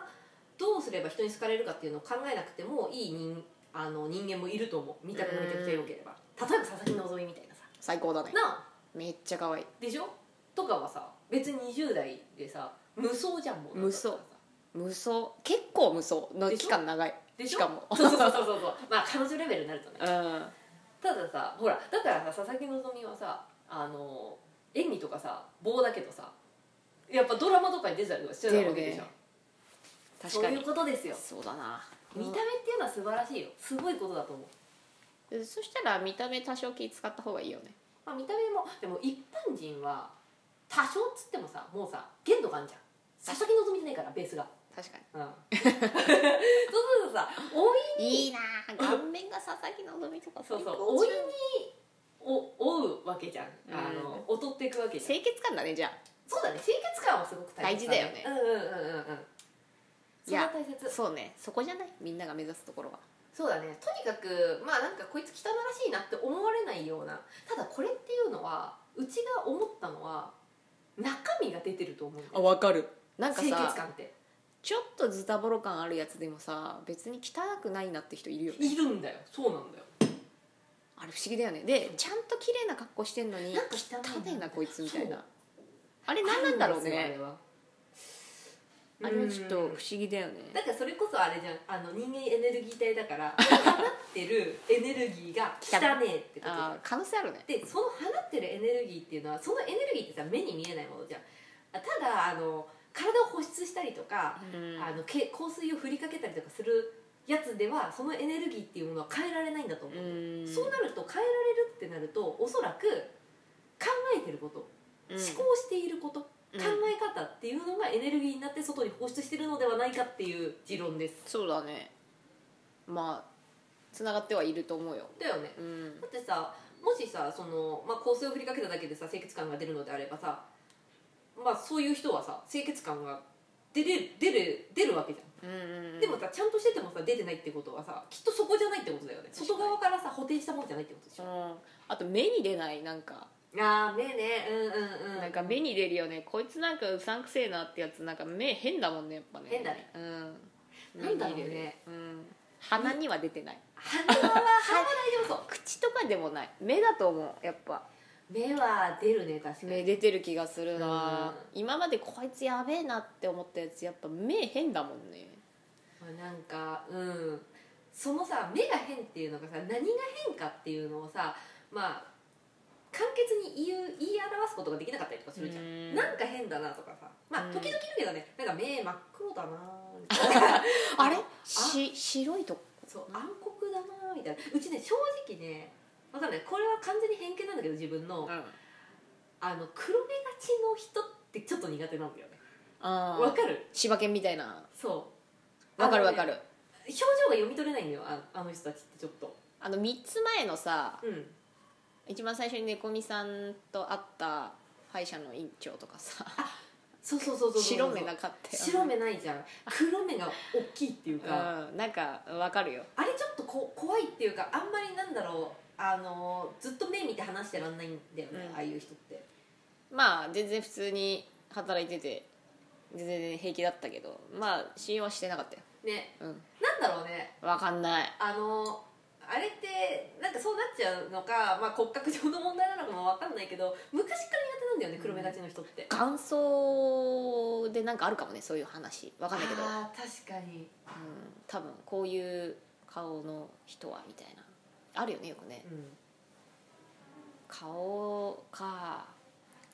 Speaker 2: どうすれば人に好かれるかっていうのを考えなくてもいい人あの人間もいると思う見た目がめちゃくちゃ良ければ、例えば佐々木希みたいなさ
Speaker 1: 最高だね
Speaker 2: なあ
Speaker 1: めっちゃ可愛い
Speaker 2: でしょとかはさ別に20代でさ無双じゃんもう
Speaker 1: 無双無双結構無双の期間長い
Speaker 2: でし
Speaker 1: し
Speaker 2: ょ
Speaker 1: かも
Speaker 2: そうそうそうそう そうまあ彼女レベル になるとね
Speaker 1: うん
Speaker 2: たださほらだからさ佐々木希はさあの演技とかさ棒だけどさやっぱドラマとかに出たりとかしてたわけで
Speaker 1: 出
Speaker 2: し
Speaker 1: る
Speaker 2: ょ、
Speaker 1: ね
Speaker 2: そ
Speaker 3: 確
Speaker 2: う
Speaker 3: か
Speaker 2: い
Speaker 3: に
Speaker 2: うことですよ
Speaker 3: そうだな
Speaker 2: 見た目っていうのは素晴らしいよすごいことだと思う、
Speaker 1: うんそしたら見た目多少気使った方がいいよね
Speaker 2: まあ、見た目もでも一般人は多少っつってもさもうさ限度があるじゃん佐々木希じゃないからベースが
Speaker 1: 確か
Speaker 2: うんそうするとさ多い
Speaker 1: にいいなあ顔面が佐々木希とか
Speaker 2: そうそ
Speaker 1: 最
Speaker 2: う
Speaker 1: 高
Speaker 2: 老い
Speaker 1: じ
Speaker 2: に
Speaker 1: ゃん
Speaker 2: お追うわけじゃん、あの劣っていくわけじゃん
Speaker 1: 清潔感だねじゃあ
Speaker 2: そうだね清潔感はすごく大切
Speaker 1: 大事
Speaker 2: う
Speaker 1: だ
Speaker 2: んうんうんうんうんそ
Speaker 1: い
Speaker 2: れは
Speaker 1: や
Speaker 2: 大切
Speaker 1: そうねそこじゃないみんなが目指すところは
Speaker 2: そうだねとにかくまあなんかこいつ汚らしいなって思われないようなただこれっていうのはうちが思ったのは中身が出てると思うんだよ
Speaker 1: わかるなんか
Speaker 2: 清潔
Speaker 1: さ
Speaker 2: 感って
Speaker 1: ちょっとズタボロ感あるやつでもさ別に汚くないなって人いるよね
Speaker 2: いるんだよそうなんだよ
Speaker 1: あれ不思議だよねでちゃんと綺麗な格好してんのに
Speaker 2: なんか汚い
Speaker 1: 汚ねえなこいつみたい
Speaker 2: そ
Speaker 1: なあれ何なんだろうねあ
Speaker 2: あ
Speaker 1: れ
Speaker 2: れ
Speaker 1: は
Speaker 2: は
Speaker 1: ちょっと不思
Speaker 2: うん
Speaker 1: 議だよね
Speaker 2: だからそれこそあれじゃんあの人間エネルギー体だか ら放ってるエネルギーが汚ねえってことじゃん
Speaker 1: あー可能性あるね
Speaker 2: でその放ってるエネルギーっていうのはそのエネルギーってさ目に見えないものじゃんあただあの体を保湿したりとか、
Speaker 1: うん
Speaker 2: あのけ香水を振りかけたりとかするやつではそのエネルギーっていうものは変えられないんだと思う、
Speaker 1: うん
Speaker 2: そうなると変えられるってなるとおそらく考えてること、
Speaker 1: うん
Speaker 2: 思考していること
Speaker 1: うん
Speaker 2: 考え方っていうのがエネルギーになって外に放出してるのではないかっていう持論です
Speaker 1: そうだねまあつながってはいると思うよ
Speaker 2: だよね
Speaker 1: うん
Speaker 2: だってさもしさその、まあ、香水を振りかけただけでさ清潔感が出るのであればさまあそういう人はさ清潔感が出る出る出るわけじゃ
Speaker 1: うんうんうんん
Speaker 2: でもさちゃんとしててもさ出てないってことはさきっとそこじゃないってことだよね
Speaker 1: 確かに
Speaker 2: 外側からさ補填したもんじゃないってことでし
Speaker 1: う
Speaker 2: ょ、
Speaker 1: んあと目に出ないなんか
Speaker 2: ああ目ねうんうんうん
Speaker 1: なんか目に出るよねこいつなんかうさんくせえなってやつなんか目変だもんねやっぱね
Speaker 2: 変だね
Speaker 1: うん
Speaker 2: なんだろう
Speaker 1: 目に出
Speaker 2: ね
Speaker 1: るねうん鼻には出てない
Speaker 2: 鼻は鼻は大丈夫そう
Speaker 1: 口とかでもない目だと思うやっぱ
Speaker 2: 目は出るね確かに
Speaker 1: 目出てる気がするな今までこいつやべえなって思ったやつやっぱ目変だもんね
Speaker 2: まあ、なんかうんそのさ目が変っていうのがさ何が変かっていうのをさまあ簡潔に言う言い表すことができなかったりとかするじゃん、
Speaker 1: うん
Speaker 2: なんか変だなとかさま
Speaker 1: う
Speaker 2: あ
Speaker 1: ん
Speaker 2: 時々いるけどねなんか目真っ黒だなみた いな
Speaker 1: あれし白いとこ
Speaker 2: そう 暗黒だなみたいなうちね正直ねわかんないこれは完全に偏見なんだけど自分のあの黒目がちの人ってちょっと苦手なんだよね
Speaker 1: あ
Speaker 2: わかる
Speaker 1: 柴犬みたいな
Speaker 2: そう
Speaker 1: わかるわ
Speaker 2: あのね
Speaker 1: かる
Speaker 2: 表情が読み取れないんだよああの人たちってちょっと
Speaker 1: あの3つ前のさ
Speaker 2: うん
Speaker 1: 一番最初に猫みさんと会った歯医者の院長とかさ
Speaker 2: そうそうそうそうそう
Speaker 1: 白目なかったよ
Speaker 2: 白目ないじゃん黒目が大きいっていうか、
Speaker 1: うんなんかわかるよ
Speaker 2: あれちょっとこ怖いっていうかあんまりなんだろうあのずっと目見て話してらんないんだよね、
Speaker 1: うん
Speaker 2: ああいう人って
Speaker 1: まあ全然普通に働いてて全然平気だったけどまあ信用はしてなかったよ
Speaker 2: ね
Speaker 1: うん
Speaker 2: なんだろうね
Speaker 1: わかんない
Speaker 2: あのあれってなんかそうなっちゃうのか、まあ、骨格上の問題なのかもわかんないけど昔から苦手なんだよね黒目がちの人って、
Speaker 1: 元祖でなんかあるかもねそういう話わかんないけど、うん、
Speaker 2: あー確かに、
Speaker 1: 多分こういう顔の人はみたいなあるよねよくね
Speaker 2: うん、
Speaker 1: 顔か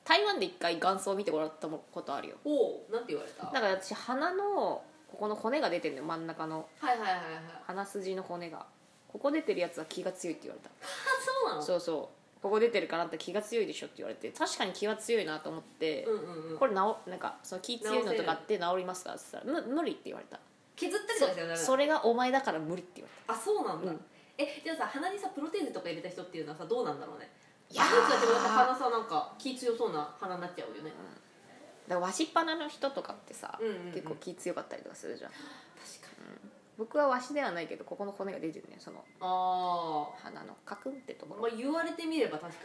Speaker 1: 台湾で一回元祖を見てもらったことあるよ
Speaker 2: おおなんて言われた
Speaker 1: だから私鼻のここの骨が出てんのよ真ん中の
Speaker 2: はいはいはいはいあ
Speaker 1: 鼻筋の骨がここ出てるやつは気が強いって言われた
Speaker 2: そうなの
Speaker 1: そうそうここ出てるからあんた気が強いでしょって言われて確かに気は強いなと思って、
Speaker 2: うんうんうん
Speaker 1: これ治なんかその気強いのとかって治りますかって言ったら「む無理」って言われた
Speaker 2: 削ったりと
Speaker 1: そ
Speaker 2: かしちゃダメなの
Speaker 1: それがお前だから無理って言われ
Speaker 2: あそうなんだ、
Speaker 1: うん
Speaker 2: えじゃあさ鼻にさプロテーゼとか入れた人っていうのはさどうなんだろうね
Speaker 1: いやー
Speaker 2: あの人たちもさ鼻さなんか気強そうな鼻になっちゃうよね、
Speaker 1: ただからわしっぱなの人とかってさ、
Speaker 2: うんうんうん
Speaker 1: 結構気強かったりとかするじゃん
Speaker 2: 確かに
Speaker 1: 僕はわしではないけどここの骨が出てるねその
Speaker 2: あ
Speaker 1: 鼻のカクンってとこ
Speaker 2: あ
Speaker 1: ろ
Speaker 2: まあ言われてみれば確か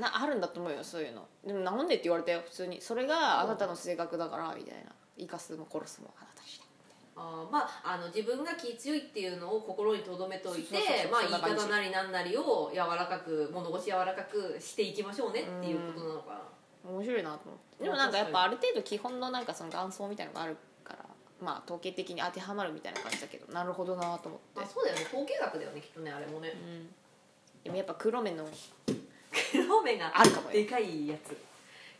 Speaker 1: なあるんだと思うよそういうのでもなんでって言われたよ普通にそれがあなたの性格だからみたいな生かすも殺すもあなた次第
Speaker 2: あーまああの自分が気強いっていうのを心に留めておいて
Speaker 1: そうそうそう
Speaker 2: まあ
Speaker 1: そんな
Speaker 2: 言
Speaker 1: 感
Speaker 2: い
Speaker 1: じ
Speaker 2: 方なりなんなりを柔らかく物腰柔らかくしていきましょうねっていうことなのかな、
Speaker 1: 面白いなと思ってでもなんかやっぱある程度基本のなんかその元相みたいのがあるからまあ統計的に当てはまるみたいな感じだけどなるほどなと思っ
Speaker 2: まあ
Speaker 1: て、
Speaker 2: そうだよね統計学だよねきっとねあれもね、
Speaker 1: うん、でもやっぱ黒目の
Speaker 2: 黒目が
Speaker 1: あるかもよ
Speaker 2: でかいやつ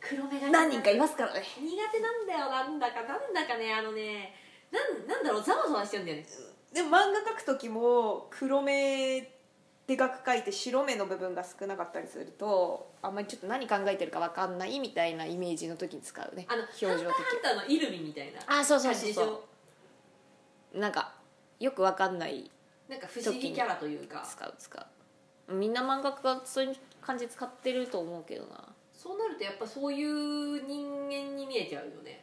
Speaker 2: 黒目が
Speaker 3: 何人かいますからね
Speaker 2: 苦手なんだよなんだかなんだかねあのねなんなんだろうざわざわしちゃうんだよね
Speaker 3: でも漫画描く時も黒目で画く描いて白目の部分が少なかったりするとあんまりちょっと何考えてるか分かんないみたいなイメージの時に使うね
Speaker 2: あの
Speaker 1: 表情的
Speaker 2: ハンターハンターのイルミみたいな
Speaker 1: あそうそう
Speaker 2: 感じ
Speaker 1: そう
Speaker 2: でし
Speaker 1: そ
Speaker 2: ょ
Speaker 1: うなんかよく分かんない
Speaker 2: なんか不思議キャラというか
Speaker 1: 使う使うみんな漫画家がそういう感じ使ってると思うけどな
Speaker 2: そうなるとやっぱそういう人間に見えちゃうよね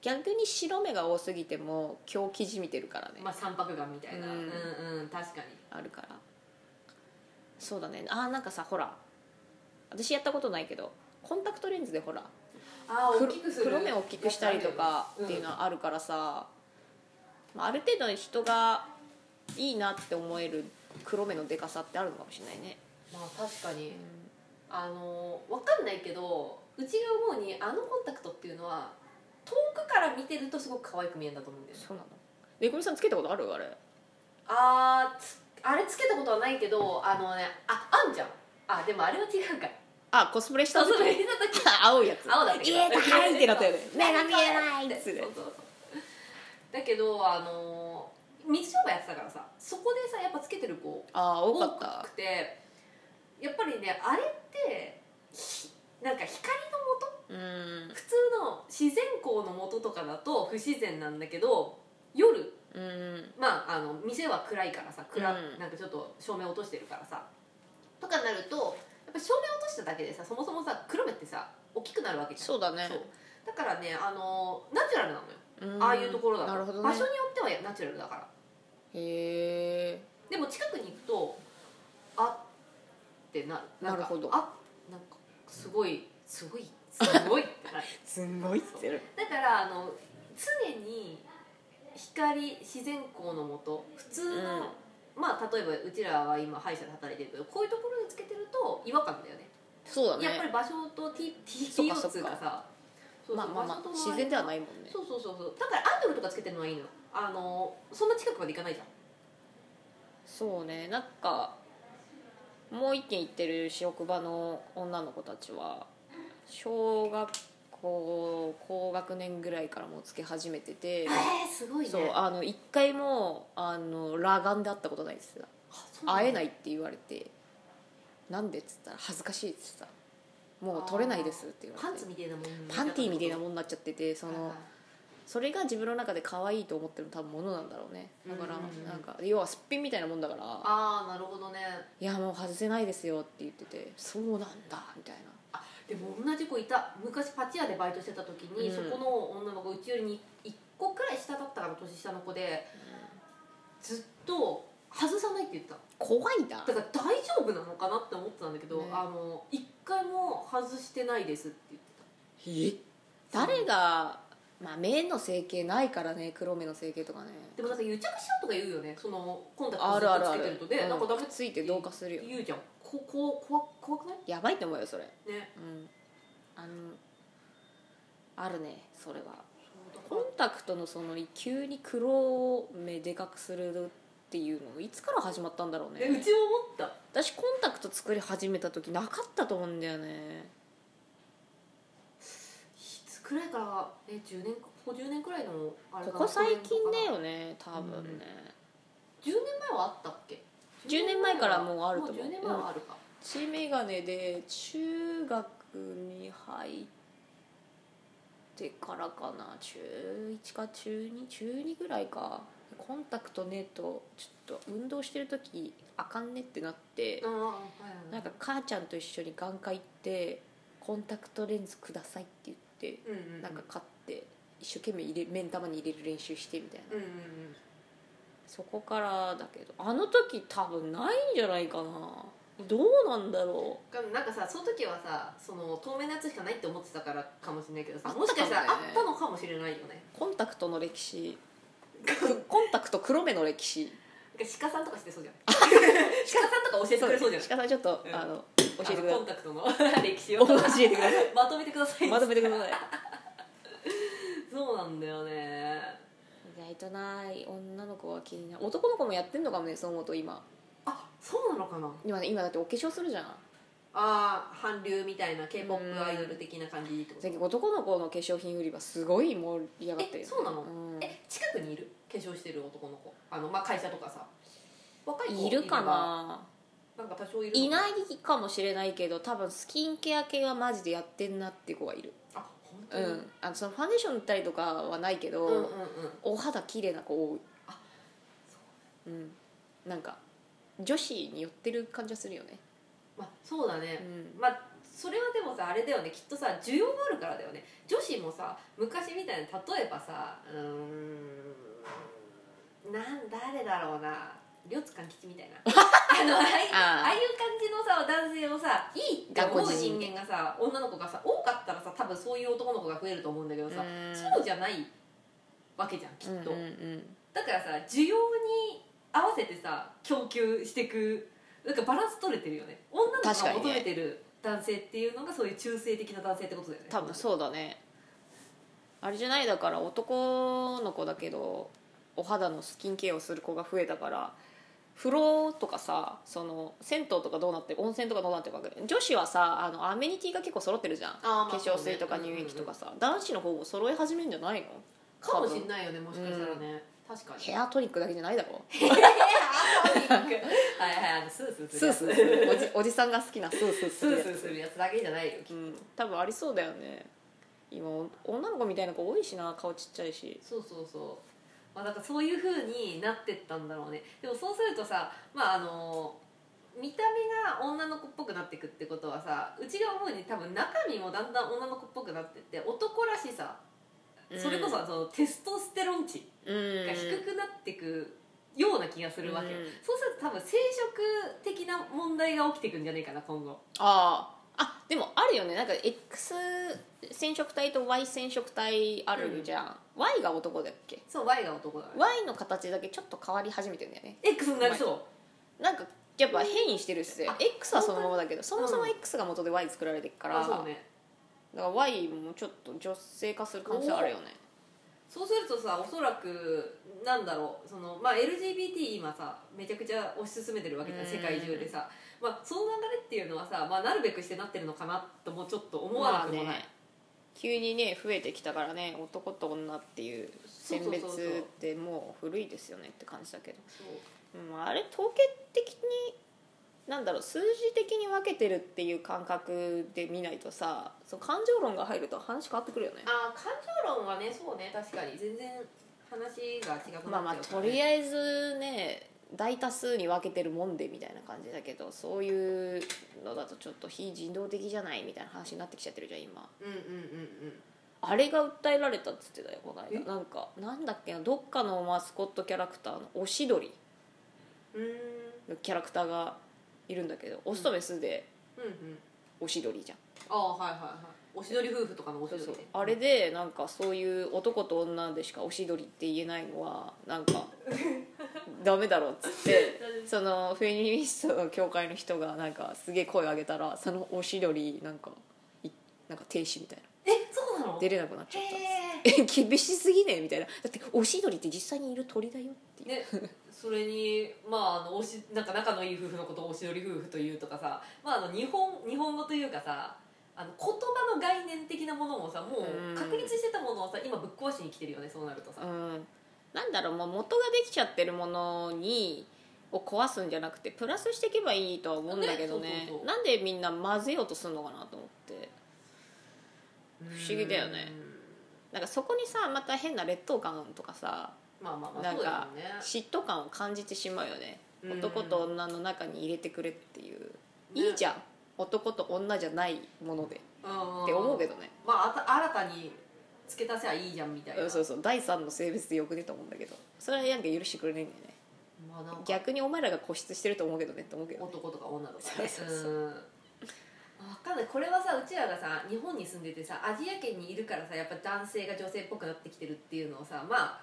Speaker 1: 逆に白目が多すぎても今日記事見てるからね、
Speaker 2: まあ三白眼みたいな
Speaker 1: う
Speaker 2: うんんうん確かに
Speaker 1: あるからそうだねあーなんかさほら私やったことないけどコンタクトレンズでほら
Speaker 2: あー大
Speaker 1: 黒
Speaker 2: きくする
Speaker 1: 黒目を大きくしたりとかっていうのはあるからさ、まあ、ある程度人がいいなって思える黒目のでかさってあるのかもしれないね
Speaker 2: まあ確かにあのわかんないけどうちが思うにあのコンタクトっていうのは遠くから見てるとすごく可愛く見えるんだと思うんだよね
Speaker 1: そうなのでこみさんつけたことあるあれ
Speaker 2: あーつあれつけたことはないけどあのねああんじゃんあでもあれは違うか
Speaker 1: あコスプレした
Speaker 2: そう
Speaker 1: 時
Speaker 2: そう見た 時
Speaker 1: 青いやつ
Speaker 2: 青だった
Speaker 1: イエーイ高いってなった よね目が見えないっつ
Speaker 2: そ
Speaker 1: っ
Speaker 2: うそ
Speaker 1: て
Speaker 2: うそうだけどあの水商売やってたからさそこでさやっぱつけてる子
Speaker 1: ああ多か
Speaker 2: 多
Speaker 1: った
Speaker 2: くてやっぱりねあれってひなんか光の元
Speaker 1: うん
Speaker 2: 普通の自然光の元とかだと不自然なんだけど夜
Speaker 1: うん
Speaker 2: まああの店は暗いからさ暗、
Speaker 1: うん
Speaker 2: なんかちょっと照明落としてるからさとかになるとやっぱ照明落としただけでさそもそもさ黒目ってさ大きくなるわけじゃん
Speaker 1: そうだね
Speaker 2: そうだからねあのナチュラルなのよ
Speaker 1: ん
Speaker 2: ああいうところだと
Speaker 1: なるほど
Speaker 2: 場
Speaker 1: ね
Speaker 2: 所によってはナチュラルだから
Speaker 1: へえ
Speaker 2: でも近くに行くとあってななんか
Speaker 1: なるほど
Speaker 2: あなんかすごいすごいすごいってなる
Speaker 1: すんごいっ
Speaker 2: って
Speaker 1: る
Speaker 2: だからあの常に光自然光のもと普通の、まあ例えばうちらは今歯医者で働いてるけどこういうところでつけてると違和感だよね
Speaker 1: そうだ
Speaker 2: やっぱ
Speaker 1: ね
Speaker 2: り場所と T-
Speaker 1: そっ
Speaker 2: TPO
Speaker 1: か
Speaker 2: っ
Speaker 1: そっか
Speaker 2: つうかさそうそう
Speaker 1: まあまあま
Speaker 2: 場所
Speaker 1: あ
Speaker 2: と
Speaker 1: 自然では
Speaker 2: 周り
Speaker 1: ないもんね
Speaker 2: そうそうそうそうだからアイドルとかつけてるのはいいのあのそんな近くまで行かないじゃん
Speaker 1: そうねなんかもう一軒行ってる職場の女の子たちは小学校高学年ぐらいからもうつけ始めてて
Speaker 2: えー、すごいね
Speaker 1: そうあの一回もあの裸眼で会ったことないです会えないいって言われてなんでっつったら恥ずかしいっつってたもう取れないですって言われて
Speaker 2: パンツみたいなもん
Speaker 1: パンティーみたいな
Speaker 2: もん
Speaker 1: もんになっちゃっててそのそれが自分の中で可愛いと思ってる多分ものなんだろうねだから
Speaker 2: うんうんうん
Speaker 1: なんか要はすっぴんみたいなもんだから
Speaker 2: ああなるほどね
Speaker 1: 「いやもう外せないですよ」って言ってて「そうなんだ」みたいな
Speaker 2: でも同じ子いた昔パチ屋でバイトしてた時に、
Speaker 1: うん
Speaker 2: そこの女の子うちよりに1個くらい下だったから年下の子で、ずっと外さないって言ってた
Speaker 1: 怖いな
Speaker 2: だから大丈夫なのかなって思ってたんだけど、
Speaker 1: ね
Speaker 2: あの一回も外してないですって言って
Speaker 1: え誰がまあ目の整形ないからね黒目の整形とかね
Speaker 2: たでもなんか癒着しようとか言うよねそのコンタク
Speaker 1: あ
Speaker 2: トず
Speaker 1: るあ
Speaker 2: っ
Speaker 1: る
Speaker 2: と
Speaker 1: あ
Speaker 2: つけて
Speaker 1: る
Speaker 2: るとで、
Speaker 1: うん
Speaker 2: なんかダメっ
Speaker 1: ついて同化するよ
Speaker 2: 言うじゃんここ怖怖くない
Speaker 1: やばいと思うよそれ
Speaker 2: ね
Speaker 1: うんあのあるねそれはコンタクトのその急に黒目でかくするっていうのいつから始まったんだろう
Speaker 2: えう
Speaker 1: ね
Speaker 2: ちも思った
Speaker 1: 私コンタクト作り始めた時なかったと思うんだよね
Speaker 2: いつくらいからえ10年ここ10年くらいのあれ
Speaker 1: こ
Speaker 2: かな
Speaker 1: こ最近だ
Speaker 2: 10
Speaker 1: よね多分ね、
Speaker 2: 年前はあったっけ
Speaker 1: 10年前からもうあると思う
Speaker 2: も10年前はあるか、
Speaker 1: 血眼鏡で中学に入ってからかな中1か中2中2ぐらいかコンタクトねえとちょっと運動してる時あかんねってなって
Speaker 2: うん、はいはい
Speaker 1: なんか母ちゃんと一緒に眼科行ってコンタクトレンズくださいって言って
Speaker 2: うんうん
Speaker 1: なんか買って一生懸命入れ目ん玉に入れる練習してみたいな
Speaker 2: うんうんうん
Speaker 1: そこからだけどあの時多分ないんじゃないかなどうなんだろう
Speaker 2: なんかさその時はさその透明なやつしかないって思ってたからかもしれないけど
Speaker 1: あ
Speaker 2: さ
Speaker 1: ったか
Speaker 2: も
Speaker 1: も
Speaker 2: し
Speaker 1: ね
Speaker 2: かしたらあったのかもしれないよね
Speaker 1: コンタクトの歴史 くコンタクト黒目の歴史
Speaker 2: なんか 鹿さんとかしてそうじゃない鹿さんとか教えてくれそうじゃない
Speaker 1: 鹿さんちょっと、
Speaker 2: うん
Speaker 1: あの教えて
Speaker 2: あ
Speaker 1: く
Speaker 2: の
Speaker 1: だ
Speaker 2: コンタクトの歴史を
Speaker 1: さい教えてくださ
Speaker 2: まとめてくださ
Speaker 1: い
Speaker 2: い
Speaker 1: まとめてください
Speaker 2: そうなんだよね
Speaker 1: 意外とない女の子は気になる男の子もやってんのかもねそう思うと今
Speaker 2: あそうなのかな
Speaker 1: 今ね今だってお化粧するじゃん
Speaker 2: ああ韓流みたいな k p o p アイドル的な感じってこ
Speaker 1: 最近
Speaker 2: と
Speaker 1: 男の子の化粧品売り場すごい盛り上がってる
Speaker 2: えそうなの
Speaker 1: うん
Speaker 2: え近くにいる化粧してる男の子あの、まあ、会社とかさ若い子
Speaker 1: いるかな
Speaker 2: なんか多少いるの
Speaker 1: いないかもしれないけど多分スキンケア系はマジでやってんなっていう子はいる
Speaker 2: あ本当
Speaker 1: う
Speaker 2: に、
Speaker 1: ん、あのそのファンデーション塗ったりとかはないけど、
Speaker 2: うんうんうん
Speaker 1: お肌綺麗な子多い
Speaker 2: あそ
Speaker 1: う
Speaker 2: う
Speaker 1: んなんか女子に寄ってる感じはするよね
Speaker 2: まあそうだね、
Speaker 1: うん
Speaker 2: まあそれはでもさあれだよねきっとさ需要があるからだよね女子もさ昔みたいに例えばさうーんなん誰だろうな両津勘吉みた いなあのああ
Speaker 1: あー
Speaker 2: あいう感じのさ男性をさいいって思う
Speaker 1: 学校
Speaker 2: 人
Speaker 1: 人
Speaker 2: 間がさ女の子がさ多かったらさ多分そういう男の子が増えると思うんだけどさ
Speaker 1: うん
Speaker 2: そうじゃないわけじゃんきっと、
Speaker 1: うんうんうん
Speaker 2: だからさ需要に合わせてさ供給していくなんかバランス取れてるよね女の子
Speaker 1: 確か
Speaker 2: が
Speaker 1: にね
Speaker 2: 求めてる男性っていうのがそういう中性的な男性ってことだよね
Speaker 1: 多分そうだねあれじゃないだから男の子だけどお肌のスキンケアをする子が増えたから風呂とかさその銭湯とかどうなってる温泉とかどうなってるかわかんない女子はさあのアメニティが結構揃ってるじゃん、
Speaker 2: あーま
Speaker 1: 化
Speaker 2: あ
Speaker 1: 粧水とか
Speaker 2: そう
Speaker 1: 乳
Speaker 2: ね
Speaker 1: 液とかさ、男子の方も揃え始めるんじゃないの
Speaker 2: かもしんないよねもしかしたらね、確かに
Speaker 1: ヘアトニックだけじゃないだろ
Speaker 2: はいはいあのスースーす
Speaker 1: ス
Speaker 2: る
Speaker 1: ー
Speaker 2: や
Speaker 1: スーするお
Speaker 2: つ
Speaker 1: じおじさんが好きなスースー
Speaker 2: ス
Speaker 1: する
Speaker 2: ー
Speaker 1: や
Speaker 2: ス
Speaker 1: つ
Speaker 2: ーするやつだけじゃないよきっと
Speaker 1: うん、多分ありそうだよね今女の子みたいな子多いしな顔ちっちゃいし
Speaker 2: そうそうそうまあだからそういう風になってったんだろうねでもそうするとさまああの見た目が女の子っぽくなってくってことはさうちが思うに多分中身もだんだん女の子っぽくなってって男らしさそれこそそのテストステロン値
Speaker 1: うん
Speaker 2: が低くなってくような気がするわけよ、
Speaker 1: うん
Speaker 2: そうすると多分生殖的な問題が起きてくんじゃないかな今後
Speaker 1: あああでもあるよねなんか X 染色体と Y 染色体あるじゃん、Y が男だっけ
Speaker 2: そう Y が男だね
Speaker 1: Y の形だけちょっと変わり始めてんだよね
Speaker 2: X になりそう
Speaker 1: なんかやっぱ変異してるし
Speaker 2: あ
Speaker 1: X はそのままだけどそもそも
Speaker 2: うん
Speaker 1: X が元で Y 作られてるから、
Speaker 2: あそうね
Speaker 1: だから Y もちょっと女性化する可能性あるよね
Speaker 2: そうするとさおそらくなんだろうその、まあ、LGBT 今さめちゃくちゃ推し進めてるわけじゃん
Speaker 1: うん
Speaker 2: 世界中でさ、まあ、その流れっていうのはさ、まあ、なるべくしてなってるのかなともちょっと思わなくもない、
Speaker 1: まあね急にね増えてきたからね男と女っていう
Speaker 2: そう
Speaker 1: 選
Speaker 2: そうそうそう
Speaker 1: 別ってもう古いですよねって感じだけど
Speaker 2: そう
Speaker 1: うんあれ統計的になんだろう数字的に分けてるっていう感覚で見ないとさそう感情論が入ると話変わってくるよね
Speaker 2: ああ感情論はねそうね確かに全然話が違くなってるからね
Speaker 1: まあまあとりあえずね大多数に分けてるもんでみたいな感じだけどそういうのだとちょっと非人道的じゃないみたいな話になってきちゃってるじゃん今
Speaker 2: うんうんうんうん
Speaker 1: あれが訴えられたっつってたよこの間
Speaker 2: え
Speaker 1: なんかなんだっけなどっかのマスコットキャラクターのオシドリ
Speaker 2: うーん
Speaker 1: のキャラクターがいるんだけどオスとメスで
Speaker 2: うんうん
Speaker 1: オシドリじゃん
Speaker 2: ああはいはいはいおしどり夫婦とかのおしどりね
Speaker 1: あれでなんかそういう男と女でしかおしどりって言えないのはなん かダメだろっつってそのフェミニストの協会の人がなんかすげえ声上げたらそのおしどりなんかいなんか停止みたい
Speaker 2: えそうなの
Speaker 1: な出れなくなっちゃったんです
Speaker 2: へ
Speaker 1: え厳しすぎねみたいなだっておしどりって実際にいる鳥だよっていう、
Speaker 2: ね、それに、まあ、あのおしなんか仲のいい夫婦のことをおしどり夫婦というとかさ、まあ、あの日本日本語というかさあの言葉の概念的なものもさも
Speaker 1: う
Speaker 2: うん確立してたものをさ今ぶっ壊しに来てるよねそうなるとさ、
Speaker 1: うん、なんだろうもう元ができちゃってるものにを壊すんじゃなくてプラスしていけばいいとは思うんだけどね
Speaker 2: ねそうそうそう
Speaker 1: なんでみんな混ぜようとするのかなと思って不思議だよねなんかそこにさまた変な劣等感とかさ
Speaker 2: まあまあま
Speaker 1: な
Speaker 2: あ
Speaker 1: ん
Speaker 2: そうだよ
Speaker 1: か
Speaker 2: ね
Speaker 1: 嫉妬感を感じてしまうよね
Speaker 2: うん
Speaker 1: 男と女の中に入れてくれっていう、
Speaker 2: ね
Speaker 1: いいじゃん男と女じゃないものでっ
Speaker 2: うん
Speaker 1: て思うけどね、
Speaker 2: まああた新たに付け足せばいいじゃんみたいな,、
Speaker 1: うんそうそう第三の性別でよくねと思うんだけどそれはなんか許してくれないんだよね
Speaker 2: まあ、なんか
Speaker 1: 逆にお前らが固執してると思うけどねって思うけどね
Speaker 2: 男とか女とかね
Speaker 1: そうそうそうん
Speaker 2: わかんないこれはさうちらがさ日本に住んでてさアジア圏にいるからさやっぱ男性が女性っぽくなってきてるっていうのをさま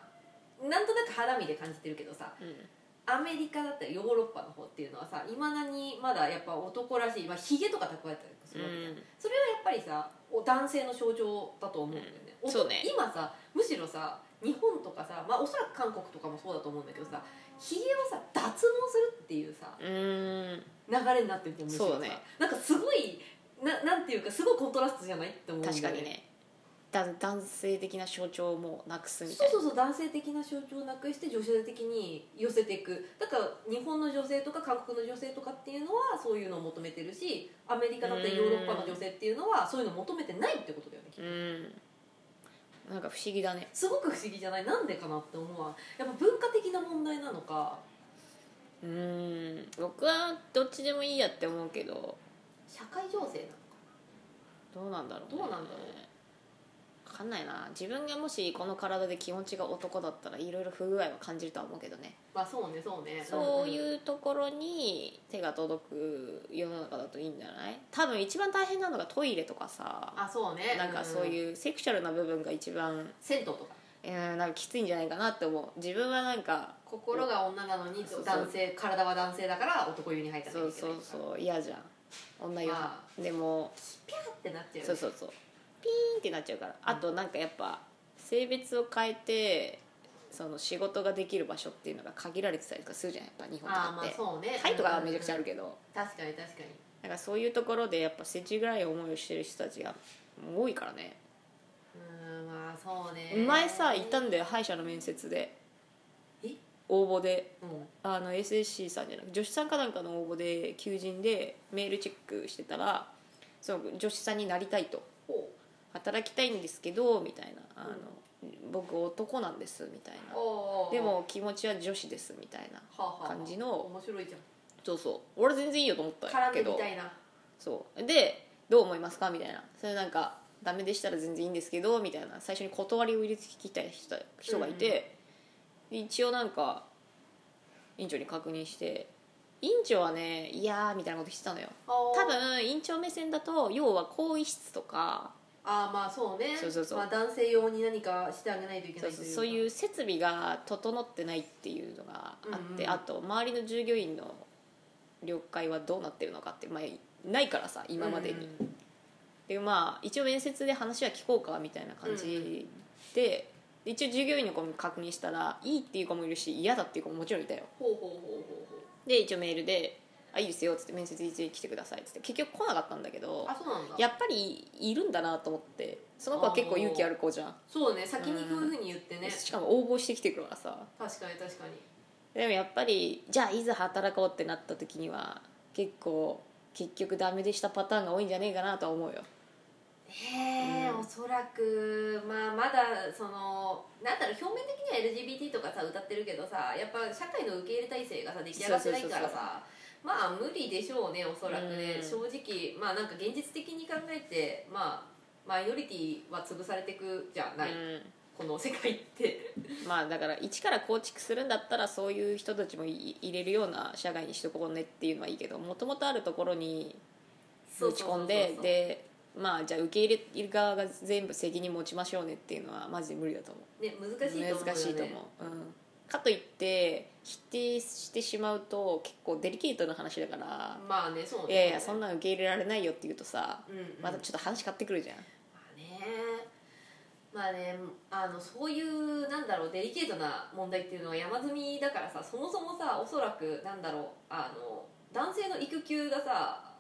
Speaker 2: あなんとなく肌身で感じてるけどさ
Speaker 1: うん
Speaker 2: アメリカだったりヨーロッパの方っていうのはさいまだにまだやっぱ男らしいまあヒゲとか蓄えたりするわけじゃん、
Speaker 1: うん
Speaker 2: それはやっぱりさお男性の象徴だと思うんだよね,
Speaker 1: うん
Speaker 2: おと、
Speaker 1: そうね
Speaker 2: 今さむしろさ日本とかさ、まあ、おそらく韓国とかもそうだと思うんだけどさひげをさ脱毛するっていうさ
Speaker 1: うーん
Speaker 2: 流れになってると思う
Speaker 1: そうだね
Speaker 2: なんかすごいななんていうかすごいコントラストじゃないって思うんだよ
Speaker 1: 確かにねだ男性的な象徴もなくすみた
Speaker 2: そう
Speaker 1: いな
Speaker 2: そうそう男性的な象徴をなくして女性的に寄せていくだから日本の女性とか韓国の女性とかっていうのはそういうのを求めてるしアメリカだったりヨーロッパの女性っていうのはそういうのを求めてないってことだよねきっと
Speaker 1: うんなんか不思議だね
Speaker 2: すごく不思議じゃないなんでかなって思うわやっぱ文化的な問題なのか
Speaker 1: うーん僕はどっちでもいいやって思うけど
Speaker 2: 社会情勢なのか
Speaker 1: どうなんだろう、
Speaker 2: どうなんだろう
Speaker 1: 分かんないな自分がもしこの体で気持ちが男だったらいろいろ不具合は感じるとは思うけどね
Speaker 2: まあそうねそうね
Speaker 1: そう
Speaker 2: うん
Speaker 1: いうところに手が届く世の中だといいんじゃない多分一番大変なのがトイレとかさ
Speaker 2: あそうね
Speaker 1: なんかそう
Speaker 2: うん
Speaker 1: いうセクシャルな部分が一番、
Speaker 2: 銭湯とか
Speaker 1: えーなんかきついんじゃないかなって思う自分はなんか
Speaker 2: 心が女なのに
Speaker 1: そうそう
Speaker 2: 男性体は男性だから男湯に入ったら
Speaker 1: そ
Speaker 2: いいうけど
Speaker 1: そうそう嫌じゃん女よ、
Speaker 2: ま
Speaker 1: でも
Speaker 2: ピャーってなっちゃうよね
Speaker 1: そうそうそうピーンってなっちゃうからあとなんかやっぱ性別を変えてその仕事ができる場所っていうのが限られてたりとかするじゃんやっぱ日本と
Speaker 2: あー
Speaker 1: か
Speaker 2: ま
Speaker 1: っ
Speaker 2: あ
Speaker 1: て、
Speaker 2: そうね
Speaker 1: タイとかはめちゃくちゃある
Speaker 2: け
Speaker 1: けど
Speaker 2: ど確かに確かに
Speaker 1: なんかそういうところでやっぱ世知辛い思いをしてる人たちが多いからね
Speaker 2: うーんまあそうね
Speaker 1: 前さ行ったんだよ歯医者の面接で
Speaker 2: え
Speaker 1: 応募で
Speaker 2: うん
Speaker 1: あの SSC さんじゃなく女子さんかなんかの応募で求人でメールチェックしてたらその女子さんになりたいと
Speaker 2: ほ
Speaker 1: 働きたいんですけどみたいなあの、僕男なんですみたいうな
Speaker 2: おー
Speaker 1: でも気持ちは女子ですみたいな
Speaker 2: はあはあはあ
Speaker 1: 感じの
Speaker 2: 面白いじゃん
Speaker 1: そうそう俺は全然いいよと思った
Speaker 2: 絡ん
Speaker 1: け
Speaker 2: でみ
Speaker 1: ど
Speaker 2: たいな
Speaker 1: そうでどう思いますかみたいなそれなんかダメでしたら全然いいんですけどみたいな最初に断りを入れてきた人人がいて、で一応なんか院長に確認して院長はねいやーみたいなことしてたのよ
Speaker 2: 多
Speaker 1: 多分院長目線だと要は更衣室とか
Speaker 2: ああまあそうね
Speaker 1: そうそうそう
Speaker 2: まあ、男性用に何かしてあげないといけ
Speaker 1: そ
Speaker 2: ないうと
Speaker 1: そ
Speaker 2: いうう
Speaker 1: そういうう設備が整ってないっていうのがあって、
Speaker 2: うんうん
Speaker 1: あと周りの従業員の了解はどうなってるのかって、まあ、ないからさ今までに、
Speaker 2: うん
Speaker 1: でまあ一応面接で話は聞こうかみたいな感じで、で一応従業員の子も確認したらいいっていう子もいるし嫌だっていう子ももちろんいたよ
Speaker 2: ほうほうほうほう
Speaker 1: で一応メールで「あいいですよ」っつって面接いつ来てくださいっつって結局来なかったんだけ
Speaker 2: ほ
Speaker 1: ど
Speaker 2: うあそうなんだ
Speaker 1: やっぱりいるんだなと思ってその子は結構勇気ある子じゃん、
Speaker 2: そうね先にこういうふうに言ってね
Speaker 1: しかも応募してきてくるからさ
Speaker 2: 確かに確かに
Speaker 1: でもやっぱりじゃあいざ働こうってなった時には結構結局ダメでしたパターンが多いんじゃねえかなとは思うよ
Speaker 2: へえ、
Speaker 1: うん
Speaker 2: おそらく、まあ、まだそのなんだろう表面的には LGBT とかさ歌ってるけどさやっぱ社会の受け入れ体制がさ出来上がってないからさ
Speaker 1: そうそうそう
Speaker 2: まあ無理でしょうねおそらくね、
Speaker 1: うん
Speaker 2: 正直まあなんか現実的に考えてまあマイノリティは潰されてくじゃない、
Speaker 1: う
Speaker 2: この世界 って
Speaker 1: ん、まあだから一から構築するんだったらそういう人たちもい入れるような社外にしとこうねっていうのはいいけどもともとあるところに
Speaker 2: そう
Speaker 1: 打
Speaker 2: そう
Speaker 1: ち
Speaker 2: そうそう
Speaker 1: 込んででまあじゃあ受け入れる側が全部責任持ちましょうねっていうのはマジで無理だと思う
Speaker 2: ね難しいと思うよ、ね、
Speaker 1: 難しいと思う、うん、かといって否定してしまうと結構デリケートな話だから
Speaker 2: まあねそうね
Speaker 1: いやいやそんなの受け入れられないよって言うとさ
Speaker 2: うんうん
Speaker 1: またちょっと話変わってくるじゃん
Speaker 2: まあねまあねあのそういうなんだろうデリケートな問題っていうのは山積みだからさそもそもさおそらくなんだろうあの男性の育休がさ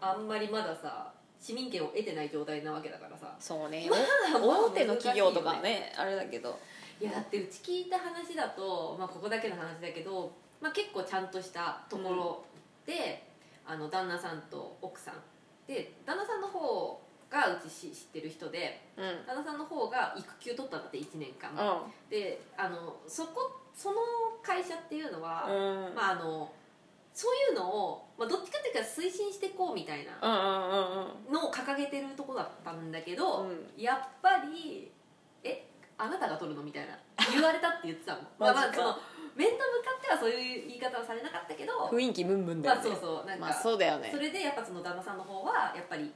Speaker 2: あんまりまださ市民権を得てない状態なわけだからさ
Speaker 1: そう ね
Speaker 2: まあ
Speaker 1: お大手の企業と
Speaker 2: 難
Speaker 1: か
Speaker 2: しいよ
Speaker 1: ねあれだけど
Speaker 2: いやだってうち聞いた話だと、まあ、ここだけの話だけど、まあ、結構ちゃんとしたところで、あの旦那さんと奥さんで旦那さんの方がうちし知ってる人で
Speaker 1: うんうん
Speaker 2: 旦那さんの方が育休取ったんだって1年間、であのそこその会社っていうのは、
Speaker 1: うん
Speaker 2: まああのそういうのを、まあ、どっちかっていうか推進していこうみたいなのを掲げてるとこだったんだけど、やっぱり「えあなたが取るの?」みたいな言われたって言ってたもんまあ ま
Speaker 1: マ
Speaker 2: あ
Speaker 1: ジ
Speaker 2: そ
Speaker 1: か
Speaker 2: の面と向かってはそういう言い方はされなかったけど、
Speaker 1: うん雰囲気ムンムンだよ
Speaker 2: まあ
Speaker 1: ね
Speaker 2: そうそうなんか、
Speaker 1: まあそうだよね
Speaker 2: それでやっぱその旦那さんの方はやっぱり